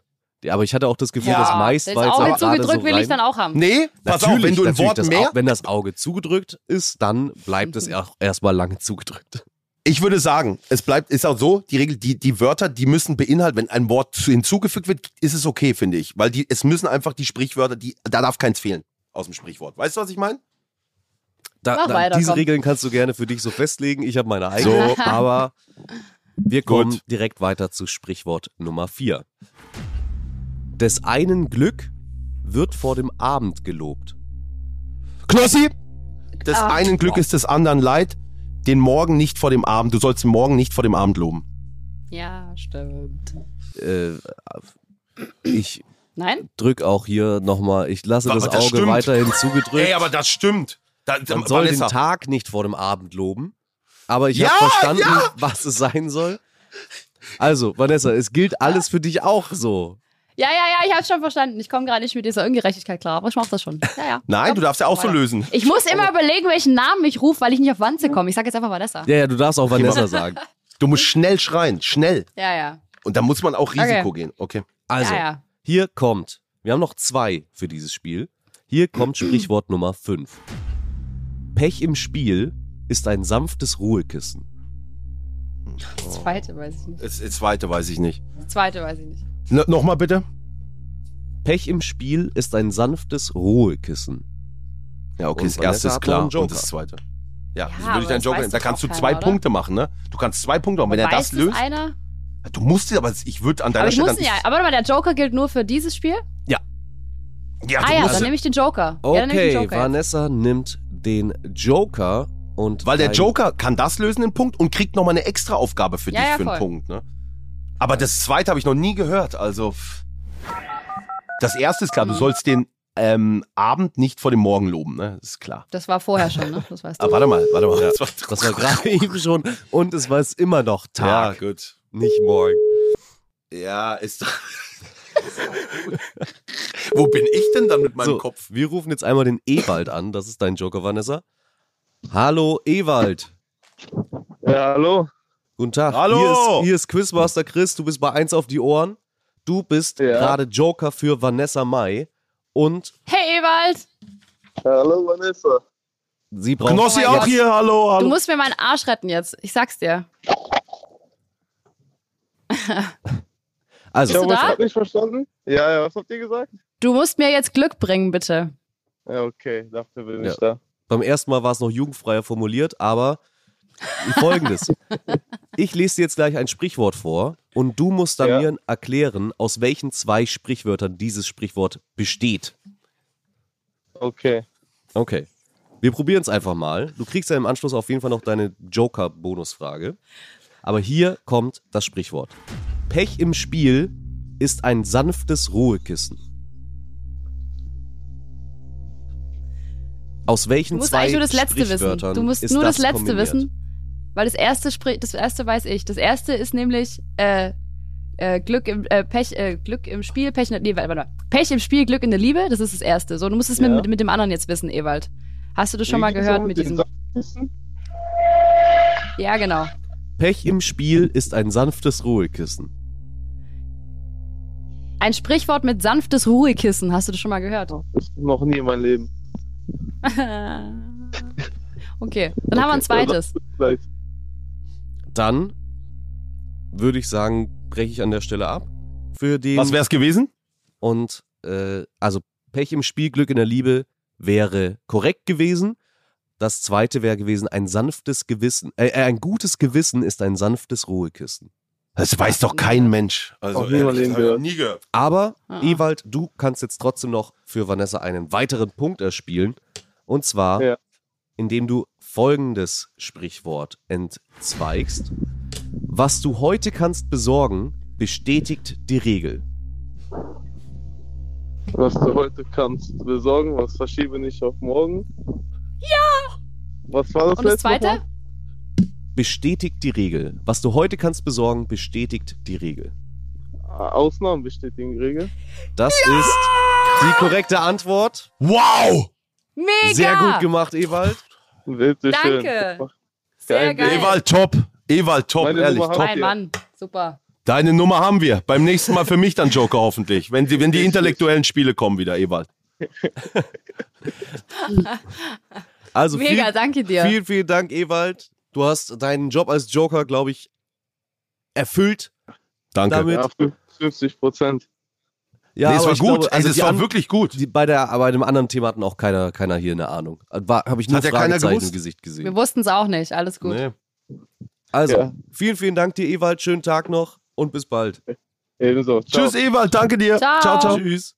Speaker 5: ja, aber ich hatte auch das Gefühl,
Speaker 3: Ja,
Speaker 5: dass meist,
Speaker 4: Das
Speaker 5: weil es
Speaker 4: Auge
Speaker 5: auch gerade so
Speaker 4: zugedrückt
Speaker 5: rein...
Speaker 4: will ich dann auch haben.
Speaker 3: Nee, pass auf, wenn du ein
Speaker 5: natürlich,
Speaker 3: Wort
Speaker 5: das
Speaker 3: mehr. Mhm.
Speaker 5: Au- wenn das Auge zugedrückt ist, dann bleibt es auch erstmal lange zugedrückt.
Speaker 3: Ich würde sagen, es bleibt, ist auch so, die Regel, die, die Wörter, die müssen beinhalten, wenn ein Wort zu- hinzugefügt wird, ist es okay, finde ich. Weil die, es müssen einfach die Sprichwörter, die, da darf keins fehlen aus dem Sprichwort. Weißt du, was ich meine?
Speaker 5: Da,
Speaker 4: Mach
Speaker 5: da,
Speaker 4: weiter,
Speaker 5: diese
Speaker 4: komm.
Speaker 5: Regeln kannst du gerne für dich so festlegen. Ich habe meine eigene. Aber wir kommen direkt weiter zu Sprichwort Nummer 4. Des einen Glück wird vor dem Abend gelobt.
Speaker 3: Knossi! Des
Speaker 4: Ah.
Speaker 3: einen Glück ist des anderen Leid, den Morgen nicht vor dem Abend. Du sollst den Morgen nicht vor dem Abend loben.
Speaker 4: Ja, stimmt.
Speaker 5: Äh, ich
Speaker 4: Nein?
Speaker 5: drück auch hier nochmal, ich lasse
Speaker 3: Aber
Speaker 5: das
Speaker 3: das
Speaker 5: Auge
Speaker 3: stimmt.
Speaker 5: weiterhin zugedrückt.
Speaker 3: das stimmt. Da,
Speaker 5: Man soll den Tag nicht vor dem Abend loben. Aber ich
Speaker 3: Ja,
Speaker 5: habe verstanden,
Speaker 3: ja.
Speaker 5: was es sein soll. Also, Vanessa, es gilt alles für dich auch so.
Speaker 4: Ja, ja, ja, ich hab's schon verstanden. Ich komme gerade nicht mit dieser Ungerechtigkeit klar, aber ich mach das schon. Ja, ja.
Speaker 3: Nein,
Speaker 4: Komm,
Speaker 3: du darfst ja auch so
Speaker 4: weiter.
Speaker 3: lösen.
Speaker 4: Ich muss immer überlegen, welchen Namen ich rufe, weil ich nicht auf Wanze komme. Ich sag jetzt einfach Vanessa.
Speaker 5: Ja, ja, du darfst auch Vanessa sagen.
Speaker 3: Du musst schnell schreien, schnell.
Speaker 4: Ja, ja.
Speaker 3: Und da muss man auch Risiko
Speaker 4: Okay.
Speaker 3: gehen. Okay.
Speaker 5: Also,
Speaker 4: ja, ja.
Speaker 5: hier kommt, wir haben noch zwei für dieses Spiel. Hier kommt Sprichwort Nummer 5. Pech im Spiel ist ein sanftes Ruhekissen.
Speaker 4: Das zweite weiß ich nicht.
Speaker 3: Das, das zweite weiß ich nicht.
Speaker 4: Das zweite weiß ich nicht.
Speaker 3: No, Nochmal bitte.
Speaker 5: Pech im Spiel ist ein sanftes Ruhekissen.
Speaker 3: Ja, okay,
Speaker 5: Und
Speaker 3: das
Speaker 5: Vanessa
Speaker 3: erste ist
Speaker 5: hat
Speaker 3: klar
Speaker 5: noch einen Joker.
Speaker 3: und das zweite. Ja,
Speaker 4: Ja,
Speaker 3: das
Speaker 4: aber
Speaker 3: würde ich deinen
Speaker 4: das
Speaker 3: Joker
Speaker 4: weiß
Speaker 3: nehmen. Da
Speaker 4: doch
Speaker 3: kannst du
Speaker 4: auch
Speaker 3: zwei
Speaker 4: keiner, oder?
Speaker 3: Punkte machen, ne? Du kannst zwei Punkte machen. Wenn er
Speaker 4: weiß
Speaker 3: das löst,
Speaker 4: einer?
Speaker 3: du musst dir aber, ich würde an deiner
Speaker 4: Aber ich
Speaker 3: Stelle
Speaker 4: muss
Speaker 3: dann,
Speaker 4: ihn ja. Aber warte mal, der Joker gilt nur für dieses Spiel?
Speaker 3: ja, du
Speaker 4: ah ja,
Speaker 3: musst,
Speaker 4: dann nehme ich den Joker. ja, dann nehme ich
Speaker 5: Okay,
Speaker 4: den Joker. jetzt.
Speaker 5: Vanessa nimmt den Joker und
Speaker 3: weil der
Speaker 5: ein-
Speaker 3: Joker kann das lösen, den Punkt, und kriegt nochmal eine extra Aufgabe für
Speaker 4: Ja,
Speaker 3: dich
Speaker 4: ja,
Speaker 3: für einen
Speaker 4: voll.
Speaker 3: Punkt, ne? Aber das zweite habe ich noch nie gehört, also. pff. Das erste ist klar,
Speaker 4: Mhm.
Speaker 3: du sollst den ähm, Abend nicht vor dem Morgen loben, ne? Das ist klar.
Speaker 4: Das war vorher schon, ne? Das weißt du.
Speaker 3: Aber Ah, warte mal, warte mal. Das war,
Speaker 5: Das war gerade eben schon und es war es immer noch
Speaker 3: ja,
Speaker 5: Tag,
Speaker 3: gut.
Speaker 5: nicht morgen.
Speaker 3: Ja, ist doch. Wo bin ich denn dann mit meinem
Speaker 5: so,
Speaker 3: Kopf?
Speaker 5: Wir rufen jetzt einmal den Ewald an, das ist dein Joker, Vanessa. Hallo Ewald.
Speaker 8: Ja, hallo?
Speaker 5: Guten Tag.
Speaker 3: Hallo!
Speaker 5: Hier ist, hier ist Quizmaster Chris, du bist bei 1 auf die Ohren. Du bist
Speaker 8: Ja.
Speaker 5: gerade Joker für Vanessa Mai und
Speaker 4: Hey Ewald,
Speaker 8: Hallo, Vanessa.
Speaker 5: sie braucht
Speaker 3: Knossi
Speaker 4: Oh mein
Speaker 3: auch
Speaker 4: Gott.
Speaker 3: hier, hallo,
Speaker 4: du
Speaker 3: hallo.
Speaker 4: musst mir meinen Arsch retten jetzt. Ich sag's dir.
Speaker 8: Ich
Speaker 4: Bist
Speaker 5: Also,
Speaker 3: Also,
Speaker 4: du
Speaker 8: habe
Speaker 4: da?
Speaker 8: euch nicht verstanden. Ja, ja, was habt ihr gesagt?
Speaker 4: Du musst mir jetzt Glück bringen, bitte.
Speaker 8: Ja, okay, dachte, bin
Speaker 5: Ja.
Speaker 8: ich da.
Speaker 5: beim ersten Mal war es noch jugendfreier formuliert, aber folgendes. ich lese dir jetzt gleich ein Sprichwort vor und du musst dann
Speaker 8: Ja.
Speaker 5: mir erklären, aus welchen zwei Sprichwörtern dieses Sprichwort besteht.
Speaker 8: Okay.
Speaker 5: Okay. Wir probieren es einfach mal. Du kriegst ja im Anschluss auf jeden Fall noch deine Joker-Bonusfrage. Aber hier kommt das Sprichwort. Pech im Spiel ist ein sanftes Ruhekissen. Aus welchen
Speaker 4: Du musst
Speaker 5: zwei
Speaker 4: eigentlich nur das letzte wissen.
Speaker 5: Sprichwörtern
Speaker 4: Du musst
Speaker 5: ist
Speaker 4: nur das, letzte
Speaker 5: kombiniert?
Speaker 4: wissen, weil das erste sprich, das erste weiß ich. Das erste ist nämlich äh, äh, Glück im äh, Pech, äh, Glück im Spiel, Pech in der Liebe. Warte mal. Pech im Spiel, Glück in der Liebe. Das ist das erste. So, du musst es
Speaker 8: Ja.
Speaker 4: mit, mit dem anderen jetzt wissen, Ewald. Hast du das schon mal gehört mit diesem. Ja, genau.
Speaker 5: Pech im Spiel ist ein sanftes Ruhekissen.
Speaker 4: Ein Sprichwort mit sanftes Ruhekissen. Hast du das schon mal gehört?
Speaker 8: Noch nie in meinem Leben.
Speaker 4: okay, dann haben wir ein zweites.
Speaker 8: Gleich.
Speaker 5: Dann würde ich sagen, breche ich an der Stelle ab. Für den
Speaker 3: Was wär's gewesen?
Speaker 5: und äh, also Pech im Spiel, Glück in der Liebe wäre korrekt gewesen. Das zweite wäre gewesen, ein sanftes Gewissen, äh, äh, ein gutes Gewissen ist ein sanftes Ruhekissen.
Speaker 3: Das weiß doch kein Mensch. Also,
Speaker 8: Auch nie
Speaker 3: ehrlich,
Speaker 8: mal
Speaker 3: das
Speaker 8: leben
Speaker 3: hab ich
Speaker 8: gehört.
Speaker 3: nie gehört.
Speaker 5: Aber,
Speaker 4: Ah.
Speaker 5: Ewald, du kannst jetzt trotzdem noch für Vanessa einen weiteren Punkt erspielen. Und zwar,
Speaker 8: Ja.
Speaker 5: indem du folgendes Sprichwort entzweigst. Was du heute kannst besorgen, bestätigt die Regel.
Speaker 8: Was du heute kannst besorgen, was verschiebe nicht auf morgen. Ja! Was war das
Speaker 4: Und das
Speaker 8: letzte
Speaker 4: zweite?
Speaker 8: Mal?
Speaker 5: Bestätigt die Regel. Was du heute kannst besorgen, bestätigt die Regel.
Speaker 8: Ah, Ausnahmen bestätigen die Regel.
Speaker 5: Das ist die korrekte Antwort.
Speaker 3: Wow!
Speaker 4: Mega!
Speaker 5: Sehr gut gemacht, Ewald.
Speaker 8: Bitte
Speaker 4: Danke.
Speaker 8: schön.
Speaker 4: Sehr
Speaker 8: Geil.
Speaker 4: geil.
Speaker 3: Ewald top. Ewald top,
Speaker 8: Meine
Speaker 3: ehrlich.
Speaker 8: Nummer
Speaker 3: Top.
Speaker 4: Mein
Speaker 8: haben-
Speaker 4: Mann. Super.
Speaker 3: Deine Nummer haben wir. Beim nächsten Mal für mich dann Joker hoffentlich. Wenn die, wenn die intellektuellen Spiele kommen wieder, Ewald.
Speaker 5: Also
Speaker 4: Mega, danke dir.
Speaker 5: vielen, vielen, vielen Dank, Ewald. Du hast deinen Job als Joker, glaube ich, erfüllt.
Speaker 3: Danke.
Speaker 5: Damit-
Speaker 8: Ja, 50 Prozent.
Speaker 5: Ja,
Speaker 3: nee, es
Speaker 5: aber
Speaker 3: war
Speaker 5: ich
Speaker 3: gut.
Speaker 5: glaube,
Speaker 3: also es
Speaker 5: die
Speaker 3: war
Speaker 5: an-
Speaker 3: wirklich gut.
Speaker 5: Die, bei, der, bei dem anderen Thema hatten auch keiner, keiner hier eine Ahnung. Habe ich nur
Speaker 3: Hat ja keiner
Speaker 5: Fragezeichen im
Speaker 3: gewusst.
Speaker 5: Gesicht gesehen.
Speaker 4: Wir wussten es auch nicht. Alles gut.
Speaker 5: Nee. Also,
Speaker 8: Ja.
Speaker 5: vielen, vielen Dank dir, Ewald. Schönen Tag noch und bis bald.
Speaker 8: Ebenso. Ciao.
Speaker 3: Tschüss, Ewald. Danke dir.
Speaker 4: Ciao.
Speaker 5: Tschüss.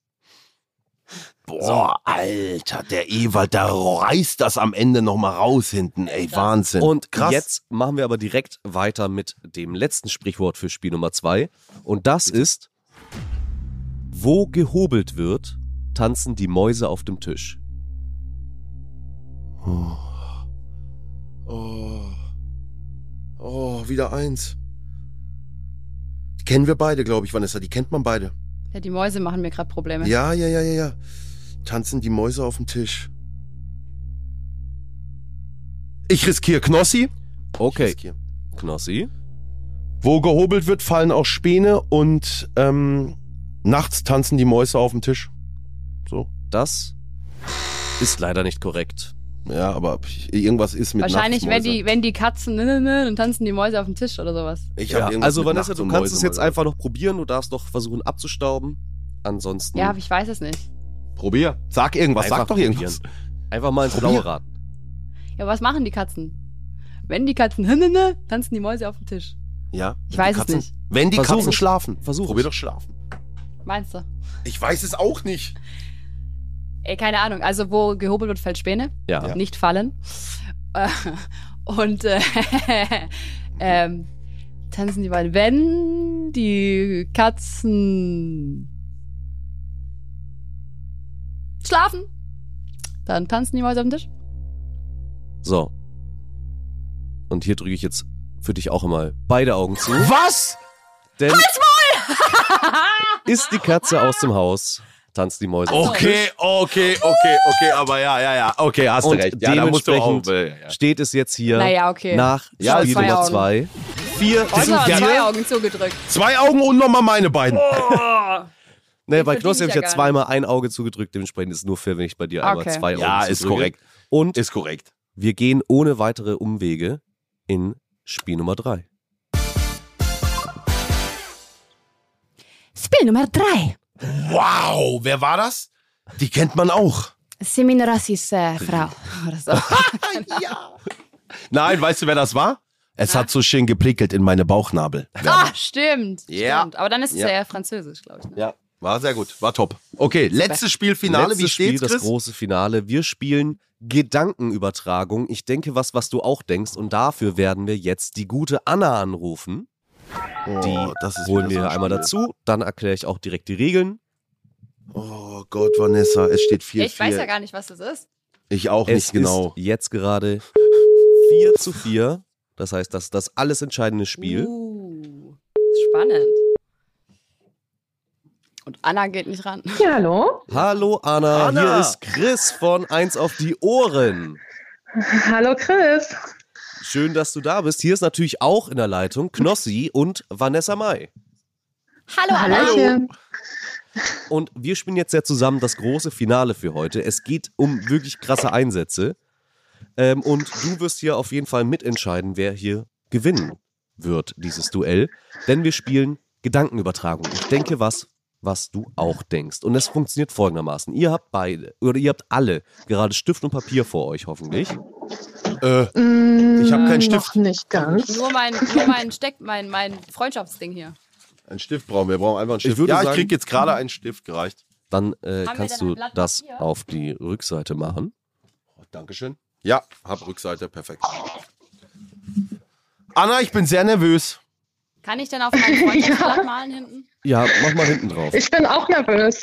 Speaker 3: Boah, Alter, der Ewald, da reißt das am Ende nochmal raus hinten. Ey, Wahnsinn.
Speaker 5: Und jetzt machen wir aber direkt weiter mit dem letzten Sprichwort für Spiel Nummer zwei. Und das ist: Wo gehobelt wird, tanzen die Mäuse auf dem Tisch.
Speaker 3: Oh. oh, wieder eins. Die kennen wir beide, glaube ich, Vanessa. Die kennt man beide.
Speaker 4: Ja, die Mäuse machen mir gerade Probleme.
Speaker 3: Ja, ja, ja, ja, ja. Tanzen die Mäuse auf dem Tisch. Ich riskiere Knossi.
Speaker 5: Okay,
Speaker 3: riskier.
Speaker 5: Knossi.
Speaker 3: Wo gehobelt wird, fallen auch Späne und ähm, nachts tanzen die Mäuse auf dem Tisch. So.
Speaker 5: Das ist leider nicht korrekt.
Speaker 3: Ja, aber ich- irgendwas ist mit
Speaker 4: Wahrscheinlich,
Speaker 3: nachts
Speaker 4: wenn
Speaker 3: Mäuse.
Speaker 4: die, wenn die Katzen, ne, ne, ne, dann tanzen die Mäuse auf dem Tisch oder sowas.
Speaker 3: Ich hab
Speaker 5: Ja,
Speaker 3: irgendwas
Speaker 5: also,
Speaker 3: mit
Speaker 5: Vanessa,
Speaker 3: nachts
Speaker 5: du
Speaker 3: und
Speaker 5: kannst
Speaker 3: Mäuse
Speaker 5: es jetzt
Speaker 3: mal
Speaker 5: einfach noch probieren. Du darfst noch versuchen abzustauben. Ansonsten.
Speaker 4: Ja, aber ich weiß es nicht.
Speaker 3: gehört. Probier. Sag irgendwas,
Speaker 5: einfach
Speaker 3: sag doch
Speaker 5: probieren.
Speaker 3: irgendwas.
Speaker 5: Einfach mal ins
Speaker 3: Probier.
Speaker 5: Blaue raten.
Speaker 4: Ja, was machen die Katzen? Wenn die Katzen, ne, ne, ne, tanzen die Mäuse auf dem Tisch.
Speaker 3: Ja.
Speaker 4: Ich
Speaker 3: wenn die
Speaker 4: weiß es
Speaker 3: Katzen-
Speaker 4: nicht.
Speaker 3: Wenn die
Speaker 5: Versuch
Speaker 3: Katzen
Speaker 5: es.
Speaker 3: schlafen.
Speaker 5: Versuch
Speaker 3: Probier
Speaker 5: es.
Speaker 3: doch schlafen.
Speaker 4: Meinst du?
Speaker 3: Ich weiß es auch nicht.
Speaker 4: Ey, keine Ahnung. Also, wo gehobelt wird, fällt Späne.
Speaker 5: Ja.
Speaker 4: Nicht fallen. Äh, Und äh, ähm, tanzen die Mäuse. Wenn die Katzen schlafen, dann tanzen die Mäuse auf dem Tisch.
Speaker 5: So. Und hier drücke ich jetzt für dich auch einmal beide Augen zu.
Speaker 3: Was?
Speaker 5: Denn ist die Katze aus dem Haus, tanzt die Mäuse. auf dem Tisch.
Speaker 3: Okay, okay, okay, okay, aber ja, ja, ja. Okay, hast
Speaker 5: Und
Speaker 3: du recht. Ja, da musst du auch. äh,
Speaker 5: dementsprechend Steht es jetzt hier
Speaker 4: Naja, okay.
Speaker 5: nach
Speaker 4: Ja,
Speaker 5: Spiel
Speaker 4: zwei
Speaker 5: Nummer
Speaker 4: Augen.
Speaker 5: 2. Vier
Speaker 4: Heute
Speaker 5: zu
Speaker 4: haben wir
Speaker 5: vier.
Speaker 4: zwei Augen zugedrückt.
Speaker 3: Zwei Augen und nochmal meine beiden.
Speaker 5: Nee,
Speaker 4: Den
Speaker 5: bei
Speaker 4: verdiene
Speaker 5: Knossi
Speaker 4: ich
Speaker 5: habe ich
Speaker 4: ja
Speaker 5: ja,
Speaker 4: gar
Speaker 5: zweimal ein Auge zugedrückt, dementsprechend ist es nur fair, wenn ich bei dir einmal
Speaker 4: Okay.
Speaker 5: zwei Augen
Speaker 3: Ja, ist
Speaker 5: zudrücke.
Speaker 3: korrekt.
Speaker 5: Und
Speaker 3: Ist korrekt.
Speaker 5: wir gehen ohne weitere Umwege in Spiel Nummer 3.
Speaker 6: Spiel Nummer 3.
Speaker 3: Wow, wer war das? Die kennt man auch.
Speaker 6: Seminarassis äh, Frau.
Speaker 4: Oder so.
Speaker 3: Nein, weißt du, wer das war? Es hat so schön geprickelt in meine Bauchnabel.
Speaker 4: Ah, stimmt.
Speaker 3: Ja.
Speaker 4: Stimmt. Aber dann ist es ja,
Speaker 3: Ja.
Speaker 4: eher französisch, glaube ich. Ne?
Speaker 3: Ja, war sehr gut. War top. Okay, letztes Spiel, Finale.
Speaker 5: Letztes
Speaker 3: wie steht's,
Speaker 5: Spiel, das
Speaker 3: Chris?
Speaker 5: große Finale. Wir spielen Gedankenübertragung. Ich denke was, was du auch denkst. Und dafür werden wir jetzt die gute Anna anrufen.
Speaker 3: oh, das ist
Speaker 5: Holen
Speaker 3: wieder so
Speaker 5: wir
Speaker 3: ein
Speaker 5: einmal
Speaker 3: Spiel.
Speaker 5: dazu. Dann erkläre ich auch direkt die Regeln.
Speaker 3: Oh Gott, Vanessa, es steht 4-4.
Speaker 4: Ich weiß ja gar nicht, was das ist.
Speaker 3: Ich auch
Speaker 5: es
Speaker 3: nicht genau.
Speaker 5: ist jetzt gerade 4 zu 4. Das heißt, das ist das
Speaker 3: Uh.
Speaker 5: alles entscheidende Spiel.
Speaker 4: Uh, spannend. Und Anna geht nicht ran.
Speaker 7: Ja, hallo.
Speaker 5: Hallo Anna,
Speaker 3: Anna!
Speaker 5: hier ist Chris von 1 auf die Ohren.
Speaker 7: Hallo Chris.
Speaker 5: Schön, dass du da bist. Hier ist natürlich auch in der Leitung Knossi und Vanessa Mai.
Speaker 4: Hallo, Anna.
Speaker 7: Hallöchen.
Speaker 5: Und wir spielen jetzt ja zusammen das große Finale für heute. Es geht um wirklich krasse Einsätze. Ähm, und du wirst hier auf jeden Fall mitentscheiden, wer hier gewinnen wird, dieses Duell. Denn wir spielen Gedankenübertragung. Ich denke was, was du auch denkst. Und es funktioniert folgendermaßen. Ihr habt beide, oder ihr habt alle gerade Stift und Papier vor euch, hoffentlich.
Speaker 3: Oh, Äh,
Speaker 7: Ich
Speaker 3: hab keinen
Speaker 7: Noch nicht ganz.
Speaker 4: Nur mein, nur mein Steck, mein, mein Freundschaftsding hier.
Speaker 3: einen Stift brauchen wir. Wir brauchen einfach einen Stift.
Speaker 5: würde
Speaker 3: ja, ich
Speaker 5: sagen-
Speaker 3: krieg jetzt gerade einen Stift gereicht.
Speaker 5: Dann äh,
Speaker 4: wir
Speaker 5: kannst
Speaker 4: denn ein
Speaker 5: du
Speaker 4: Blatt
Speaker 5: das
Speaker 4: Papier?
Speaker 5: auf die Rückseite machen.
Speaker 3: Oh, Dankeschön. Ja, hab Rückseite, perfekt. Anna, ich bin sehr nervös.
Speaker 4: Kann ich denn auf meinen Freundschaftsblatt malen hinten?
Speaker 5: Ja, mach mal hinten drauf.
Speaker 7: Ich bin auch nervös.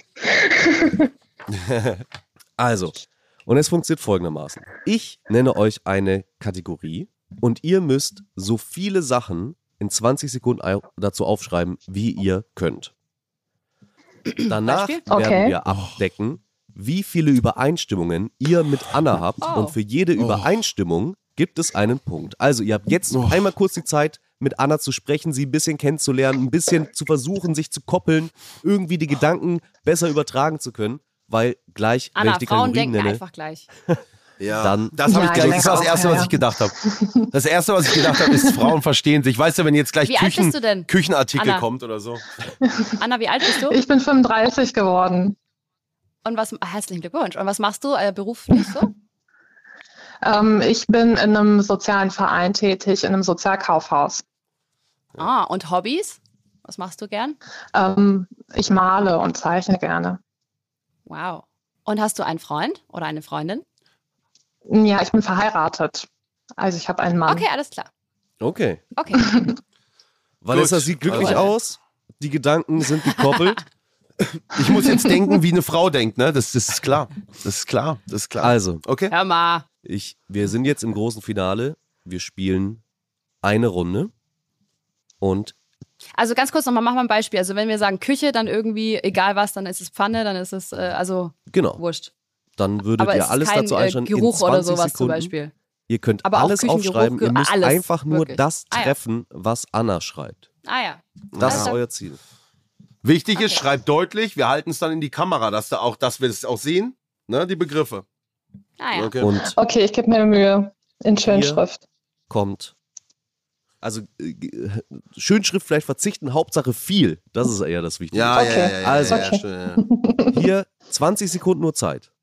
Speaker 5: Also, und es funktioniert folgendermaßen. Ich nenne euch eine Kategorie und ihr müsst so viele Sachen in 20 Sekunden au- dazu aufschreiben, wie ihr könnt. Danach
Speaker 4: Beispiel?
Speaker 5: werden
Speaker 7: Okay.
Speaker 5: wir abdecken, wie viele Übereinstimmungen ihr mit Anna habt
Speaker 4: Oh.
Speaker 5: und für jede Übereinstimmung gibt es einen Punkt. Also, ihr habt jetzt
Speaker 3: Oh.
Speaker 5: noch einmal kurz die Zeit, mit Anna zu sprechen, sie ein bisschen kennenzulernen, ein bisschen zu versuchen, sich zu koppeln, irgendwie die Gedanken besser übertragen zu können, weil gleich, wenn
Speaker 4: Anna,
Speaker 5: ich die
Speaker 4: Frauen
Speaker 5: Kategorien
Speaker 4: denken
Speaker 5: nenne,
Speaker 4: einfach gleich.
Speaker 3: Ja,
Speaker 5: Dann-
Speaker 3: das habe
Speaker 7: Ja,
Speaker 3: ich gleich.
Speaker 7: ich
Speaker 3: Das war das
Speaker 7: auch,
Speaker 3: Erste,
Speaker 7: ja,
Speaker 3: was
Speaker 7: ja.
Speaker 3: ich gedacht habe. Das Erste, was ich gedacht habe, ist, Frauen verstehen sich. Weißt du, wenn jetzt gleich
Speaker 4: Wie alt
Speaker 3: Küchen,
Speaker 4: bist du denn?
Speaker 3: Küchenartikel
Speaker 4: Anna.
Speaker 3: kommt oder so.
Speaker 4: Anna, wie alt bist du?
Speaker 7: Ich bin 35 geworden.
Speaker 4: Und was, herzlichen Glückwunsch. Und was machst du äh, beruflich so?
Speaker 7: Ähm, ich bin in einem sozialen Verein tätig, in einem Sozialkaufhaus.
Speaker 4: Ah, und Hobbys? Was machst du gern?
Speaker 7: Ähm, ich male und zeichne gerne.
Speaker 4: Wow. Und hast du einen Freund oder eine Freundin?
Speaker 7: Ja, ich bin verheiratet. Also ich habe einen Mann.
Speaker 4: Okay, alles klar.
Speaker 5: Okay.
Speaker 4: Okay.
Speaker 5: Vanessa
Speaker 3: Gut.
Speaker 5: sieht glücklich
Speaker 3: Also-
Speaker 5: aus. Die Gedanken sind gekoppelt.
Speaker 3: Ich muss jetzt denken, wie eine Frau denkt, ne? Das, das ist klar. Das ist klar. Das ist klar.
Speaker 5: also,
Speaker 3: Okay.
Speaker 4: Hör mal.
Speaker 5: ich, wir sind jetzt im großen Finale. Wir spielen eine Runde. Und
Speaker 4: Also ganz kurz nochmal, mach mal ein Beispiel. Also wenn wir sagen Küche, dann irgendwie, egal was, dann ist es Pfanne, dann ist es, äh, also
Speaker 5: genau,
Speaker 4: wurscht.
Speaker 5: dann würdet
Speaker 4: Aber es
Speaker 5: ihr alles
Speaker 4: ist kein
Speaker 5: dazu
Speaker 4: äh,
Speaker 5: einschreiben. in
Speaker 4: Geruch oder
Speaker 5: 20
Speaker 4: sowas zum
Speaker 5: Sekunden.
Speaker 4: Beispiel.
Speaker 5: Ihr könnt
Speaker 4: Aber auch
Speaker 5: alles
Speaker 4: Küchengeruch,
Speaker 5: aufschreiben. Ihr
Speaker 4: Ge-
Speaker 5: müsst
Speaker 4: alles,
Speaker 5: einfach nur
Speaker 4: wirklich.
Speaker 5: das
Speaker 4: Ah, ja.
Speaker 5: treffen, was Anna schreibt.
Speaker 4: Ah ja.
Speaker 5: Äh, Das
Speaker 4: Ja.
Speaker 5: ist euer Ziel.
Speaker 3: Wichtig ist,
Speaker 4: Okay.
Speaker 3: schreib deutlich. Wir halten es dann in die Kamera, dass, da auch, dass wir es auch sehen. Ne? Die Begriffe.
Speaker 4: Ah ja.
Speaker 3: Okay.
Speaker 5: Und
Speaker 7: Okay, ich gebe mir Mühe. In Schönschrift.
Speaker 5: kommt. Also, äh, g- Schönschrift vielleicht verzichten, Hauptsache viel. Das ist eher das Wichtige.
Speaker 3: ja, ja, ja,
Speaker 7: Okay.
Speaker 3: ja, ja,
Speaker 5: Also-
Speaker 3: ja, ja, schön, ja, ja.
Speaker 5: Hier 20 Sekunden nur Zeit.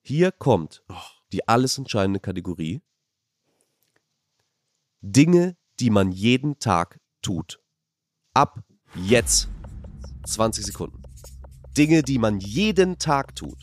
Speaker 5: Hier kommt
Speaker 3: Oh.
Speaker 5: die alles entscheidende Kategorie. Dinge, die man jeden Tag tut. Ab jetzt 20 Sekunden. Dinge, die man jeden Tag tut.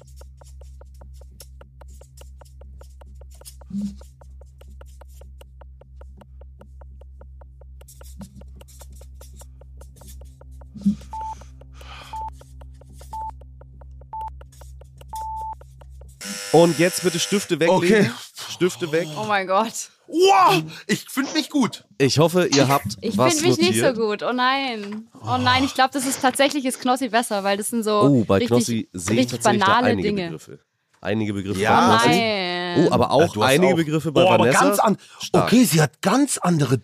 Speaker 5: Und jetzt bitte Stifte weglegen.
Speaker 3: Okay.
Speaker 5: Stifte weg.
Speaker 4: Oh mein Gott.
Speaker 3: Wow, ich finde mich gut.
Speaker 5: Ich hoffe, ihr habt
Speaker 4: Ich
Speaker 5: was
Speaker 4: finde mich
Speaker 5: notiert.
Speaker 4: nicht so gut. Oh nein. Oh nein, ich glaube, das ist tatsächlich ist Knossi besser, weil das sind so
Speaker 5: Oh, bei
Speaker 4: richtig,
Speaker 5: Knossi sehe ich
Speaker 4: richtig
Speaker 5: tatsächlich da
Speaker 4: banale
Speaker 5: einige
Speaker 4: Dinge.
Speaker 5: Begriffe. Einige Begriffe
Speaker 3: Ja,
Speaker 5: bei
Speaker 4: oh
Speaker 3: das
Speaker 5: Knossi.
Speaker 3: sind-
Speaker 4: nein.
Speaker 5: Oh, aber auch
Speaker 3: du hast
Speaker 5: einige
Speaker 3: auch-
Speaker 5: Begriffe bei
Speaker 3: oh, aber
Speaker 5: Vanessa.
Speaker 3: ganz an.
Speaker 5: Stark.
Speaker 3: Okay, sie hat ganz andere.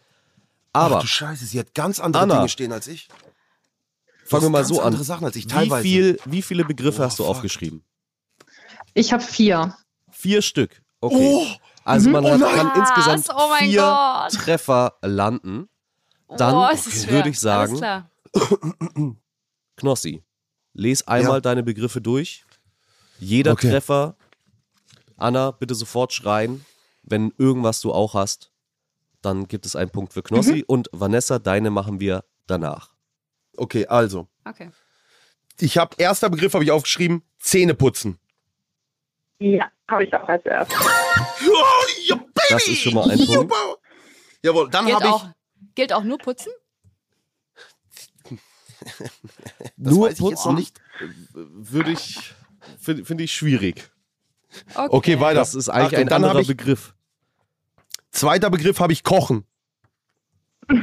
Speaker 5: Aber
Speaker 3: Ach du Scheiße, sie hat ganz andere
Speaker 5: Anna.
Speaker 3: Dinge stehen als ich.
Speaker 5: fangen wir mal
Speaker 3: ganz
Speaker 5: so an.
Speaker 3: Andere Sachen als ich
Speaker 5: Wie,
Speaker 3: teilweise.
Speaker 5: viel, wie viele Begriffe
Speaker 3: Oh,
Speaker 5: hast du
Speaker 3: fuck.
Speaker 5: aufgeschrieben?
Speaker 7: Ich habe vier.
Speaker 5: Vier Stück.
Speaker 3: Oh,
Speaker 5: Okay. Also
Speaker 3: mhm.
Speaker 5: man hat,
Speaker 4: nein.
Speaker 5: kann insgesamt
Speaker 4: Was? Oh mein
Speaker 5: vier
Speaker 4: Gott.
Speaker 5: Treffer landen. Dann
Speaker 4: oh, es ist
Speaker 5: würde
Speaker 4: schwer.
Speaker 5: ich sagen-
Speaker 4: Alles klar.
Speaker 5: Knossi, les einmal deine Begriffe durch. Jeder
Speaker 3: Okay.
Speaker 5: Treffer. Anna, bitte sofort schreien, wenn irgendwas du auch hast. Dann gibt es einen Punkt für Knossi.
Speaker 3: Mhm.
Speaker 5: Und Vanessa, deine machen wir danach.
Speaker 3: Okay, also.
Speaker 4: Okay.
Speaker 3: Ich habe, erster Begriff habe ich aufgeschrieben, Zähne putzen.
Speaker 7: Ja, habe ich auch als erstes.
Speaker 3: Oh, ja, Baby.
Speaker 5: Das ist schon mal ein Punkt.
Speaker 3: Super. Jawohl, dann
Speaker 4: Gilt
Speaker 3: habe
Speaker 4: auch,
Speaker 3: ich.
Speaker 4: gilt auch nur putzen?
Speaker 3: Das
Speaker 5: Nur
Speaker 3: weiß ich jetzt noch
Speaker 5: putzen?
Speaker 3: nicht.
Speaker 5: Würde ich, finde find ich schwierig.
Speaker 4: Okay.
Speaker 3: Okay, weiter.
Speaker 5: Das ist eigentlich
Speaker 3: Achtung,
Speaker 5: ein
Speaker 3: dann hab
Speaker 5: anderer
Speaker 3: ich,
Speaker 5: Begriff.
Speaker 3: Zweiter Begriff habe ich Kochen.
Speaker 7: Wir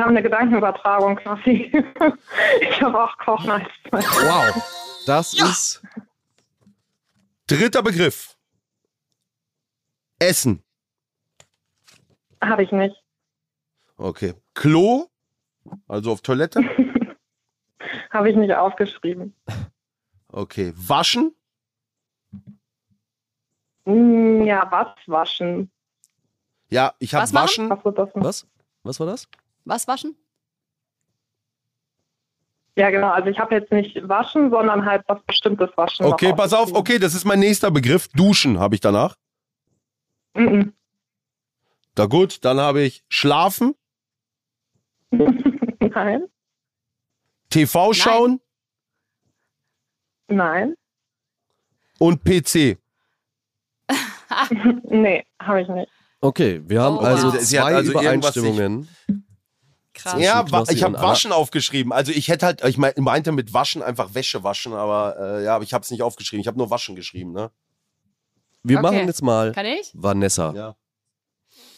Speaker 7: haben eine Gedankenübertragung, Knossi. Ich habe auch Kochen als
Speaker 5: Wow. Das ist.
Speaker 3: Dritter Begriff. Essen.
Speaker 7: Habe ich nicht.
Speaker 3: Okay. Klo, also auf Toilette.
Speaker 7: Habe ich nicht aufgeschrieben.
Speaker 3: Okay. Waschen.
Speaker 7: Hm, Ja, was waschen?
Speaker 3: Ja, ich habe
Speaker 4: Was machen?
Speaker 3: Waschen.
Speaker 7: Was wird das?
Speaker 5: Was? Was war das?
Speaker 4: Was waschen?
Speaker 7: Ja, genau. Also ich habe jetzt nicht waschen, sondern halt was Bestimmtes waschen. noch
Speaker 3: Okay, pass auf.
Speaker 7: aufgeschrieben.
Speaker 3: Okay, das ist mein nächster Begriff. Duschen habe ich danach.
Speaker 7: Mhm.
Speaker 3: Da gut, dann habe ich Schlafen,
Speaker 7: Nein,
Speaker 3: TV schauen
Speaker 7: nein,
Speaker 3: und PC.
Speaker 7: nee, habe ich nicht.
Speaker 5: Okay, wir haben
Speaker 4: Oh,
Speaker 5: also
Speaker 4: wow.
Speaker 5: zwei
Speaker 3: Sie hat also irgendwas
Speaker 5: Übereinstimmungen.
Speaker 4: Krass.
Speaker 3: ja,
Speaker 5: Zwischen
Speaker 3: wa
Speaker 5: Knossi
Speaker 3: ich habe
Speaker 5: und Anna.
Speaker 3: Waschen aufgeschrieben. Also ich hätte halt, ich mein- meinte mit Waschen einfach Wäsche waschen, aber äh, ja, aber ich habe es nicht aufgeschrieben. Ich habe nur Waschen geschrieben, ne?
Speaker 5: Wir
Speaker 4: Okay.
Speaker 5: machen jetzt mal
Speaker 4: Kann ich?
Speaker 5: Vanessa.
Speaker 3: Ja.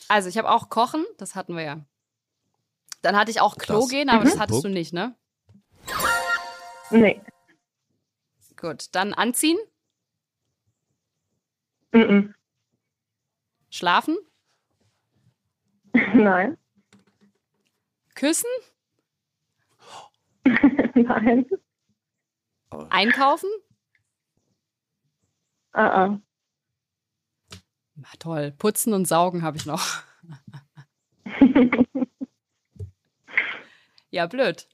Speaker 4: Also, ich habe auch Kochen, das hatten wir ja. Dann hatte ich auch Klo
Speaker 5: Krass.
Speaker 4: gehen, aber
Speaker 3: Mhm.
Speaker 4: das hattest
Speaker 5: Punkt.
Speaker 4: du nicht, ne?
Speaker 7: Nee,
Speaker 4: Gut. Dann anziehen,
Speaker 7: mhm.
Speaker 4: schlafen,
Speaker 7: nein,
Speaker 4: küssen,
Speaker 7: nein,
Speaker 3: Oh.
Speaker 4: einkaufen.
Speaker 7: ah, ah.
Speaker 4: Na, toll. Putzen und saugen habe ich noch. ja, blöd.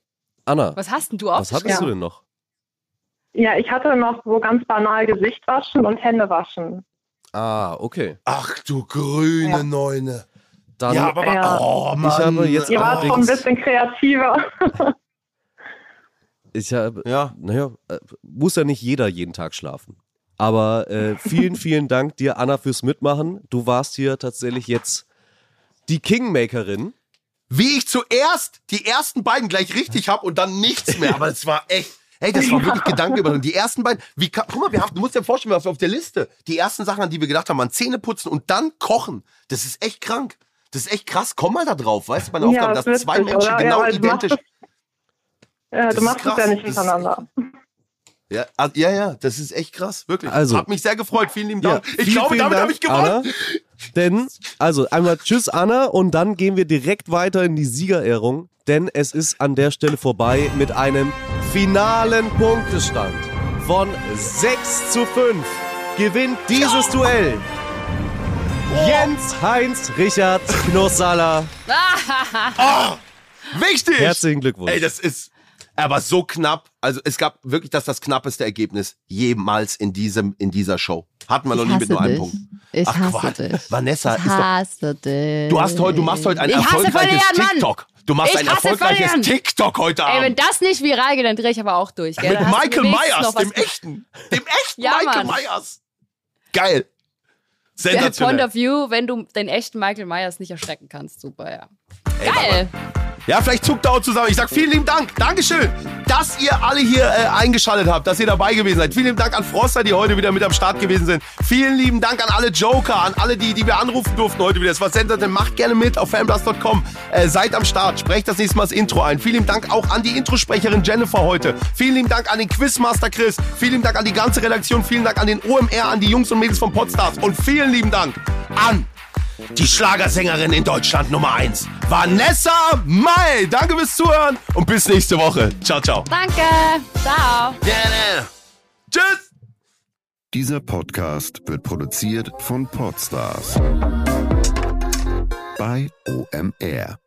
Speaker 5: Anna,
Speaker 4: Was hast denn du
Speaker 5: was hattest
Speaker 4: aufgeschrieben?
Speaker 5: du denn noch?
Speaker 7: Ja, ich hatte noch so ganz banal Gesicht waschen und Hände waschen.
Speaker 5: Ah, okay.
Speaker 3: Ach du grüne
Speaker 7: Ja.
Speaker 3: Neune.
Speaker 5: Dann
Speaker 3: ja, aber
Speaker 7: Ja.
Speaker 3: oh Mann.
Speaker 5: habe jetzt-
Speaker 7: Ihr wart schon ein
Speaker 5: Allerdings.
Speaker 7: bisschen kreativer.
Speaker 5: ich habe,
Speaker 3: ja.
Speaker 5: naja, äh, muss ja nicht jeder jeden Tag schlafen. Aber äh, vielen, vielen Dank dir, Anna, fürs Mitmachen. Du warst hier tatsächlich jetzt die Kingmakerin.
Speaker 3: Wie ich zuerst die ersten beiden gleich richtig habe und dann nichts mehr. Aber es war echt. Hey, das war wirklich Gedankenübertragung. Die ersten beiden, wie, ka- guck mal, wir haben, du musst dir vorstellen, was wir auf der Liste, die ersten Sachen, an die wir gedacht haben, an Zähne putzen und dann kochen. Das ist echt krank. Das ist echt krass. Komm mal da drauf, weißt du, meine
Speaker 7: Ja,
Speaker 3: Aufgabe,
Speaker 7: ist
Speaker 3: dass zwei
Speaker 7: witzig,
Speaker 3: Menschen
Speaker 7: oder? Ja, also
Speaker 3: genau
Speaker 7: weil du machst
Speaker 3: identisch.
Speaker 7: es- Äh,
Speaker 3: Das
Speaker 7: du
Speaker 3: ist
Speaker 7: machst es ja
Speaker 3: krass.
Speaker 7: nicht
Speaker 3: Das ist
Speaker 7: hintereinander.
Speaker 3: Ja, ah, ja, ja, das ist echt krass, wirklich.
Speaker 5: Also.
Speaker 3: Hab mich sehr gefreut. Vielen lieben Dank.
Speaker 5: Ja,
Speaker 3: ich
Speaker 5: vielen,
Speaker 3: glaube,
Speaker 5: vielen
Speaker 3: damit
Speaker 5: Dank,
Speaker 3: habe ich gewonnen.
Speaker 5: Anna. Denn, also einmal Tschüss, Anna, und dann gehen wir direkt weiter in die Siegerehrung, denn es ist an der Stelle vorbei mit einem finalen Punktestand von 6 zu 5. Gewinnt dieses Duell Jens Heinz Richard Knossala.
Speaker 3: Wichtig!
Speaker 5: Herzlichen Glückwunsch.
Speaker 3: Ey, das ist aber so knapp. Also es gab wirklich das, das knappeste Ergebnis jemals in, diesem, in dieser Show. Hatten wir noch nie mit nur einem Punkt.
Speaker 6: Ich
Speaker 3: Ach,
Speaker 6: hasse
Speaker 3: Quatsch.
Speaker 6: dich.
Speaker 3: Vanessa,
Speaker 6: ich
Speaker 3: ist doch,
Speaker 6: hasse dich.
Speaker 3: du, hast heute, du machst heute ein
Speaker 4: Ich hasse
Speaker 3: erfolgreiches
Speaker 4: Florian, Mann.
Speaker 3: TikTok. Du machst
Speaker 4: Ich
Speaker 3: ein
Speaker 4: hasse
Speaker 3: erfolgreiches
Speaker 4: Florian.
Speaker 3: TikTok heute
Speaker 4: Ey, wenn
Speaker 3: Abend.
Speaker 4: das nicht viral geht, dann drehe ich aber auch durch. Gell?
Speaker 3: Mit
Speaker 4: Dann hast du
Speaker 3: Michael
Speaker 4: wenigstens
Speaker 3: Myers,
Speaker 4: noch was
Speaker 3: dem
Speaker 4: ge-
Speaker 3: echten. Dem echten
Speaker 4: Ja,
Speaker 3: Michael
Speaker 4: Mann.
Speaker 3: Myers. Geil.
Speaker 4: Der Point
Speaker 3: Sensationell.
Speaker 4: of View, wenn du den echten Michael Myers nicht erschrecken kannst. Super, ja.
Speaker 3: Ey,
Speaker 4: Geil.
Speaker 3: Ja, vielleicht zuckt er auch zusammen. Ich sag vielen lieben Dank. Dankeschön, dass ihr alle hier äh, eingeschaltet habt, dass ihr dabei gewesen seid. Vielen lieben Dank an Froster, die heute wieder mit am Start gewesen sind. Vielen lieben Dank an alle Joker, an alle, die, die wir anrufen durften heute wieder. Es war sensationell. Macht gerne mit auf fanblast.com. Äh, seid am Start. Sprecht das nächste Mal das Intro ein. Vielen lieben Dank auch an die Introsprecherin Jennifer heute. Vielen lieben Dank an den Quizmaster Chris. Vielen lieben Dank an die ganze Redaktion. Vielen Dank an den OMR, an die Jungs und Mädels von Podstars. Und vielen lieben Dank an die Schlagersängerin in Deutschland Nummer 1, Vanessa Mai. Danke fürs Zuhören und bis nächste Woche. Ciao, ciao.
Speaker 4: Danke. Ciao.
Speaker 3: Gerne. Tschüss.
Speaker 9: Dieser Podcast wird produziert von Podstars bei OMR.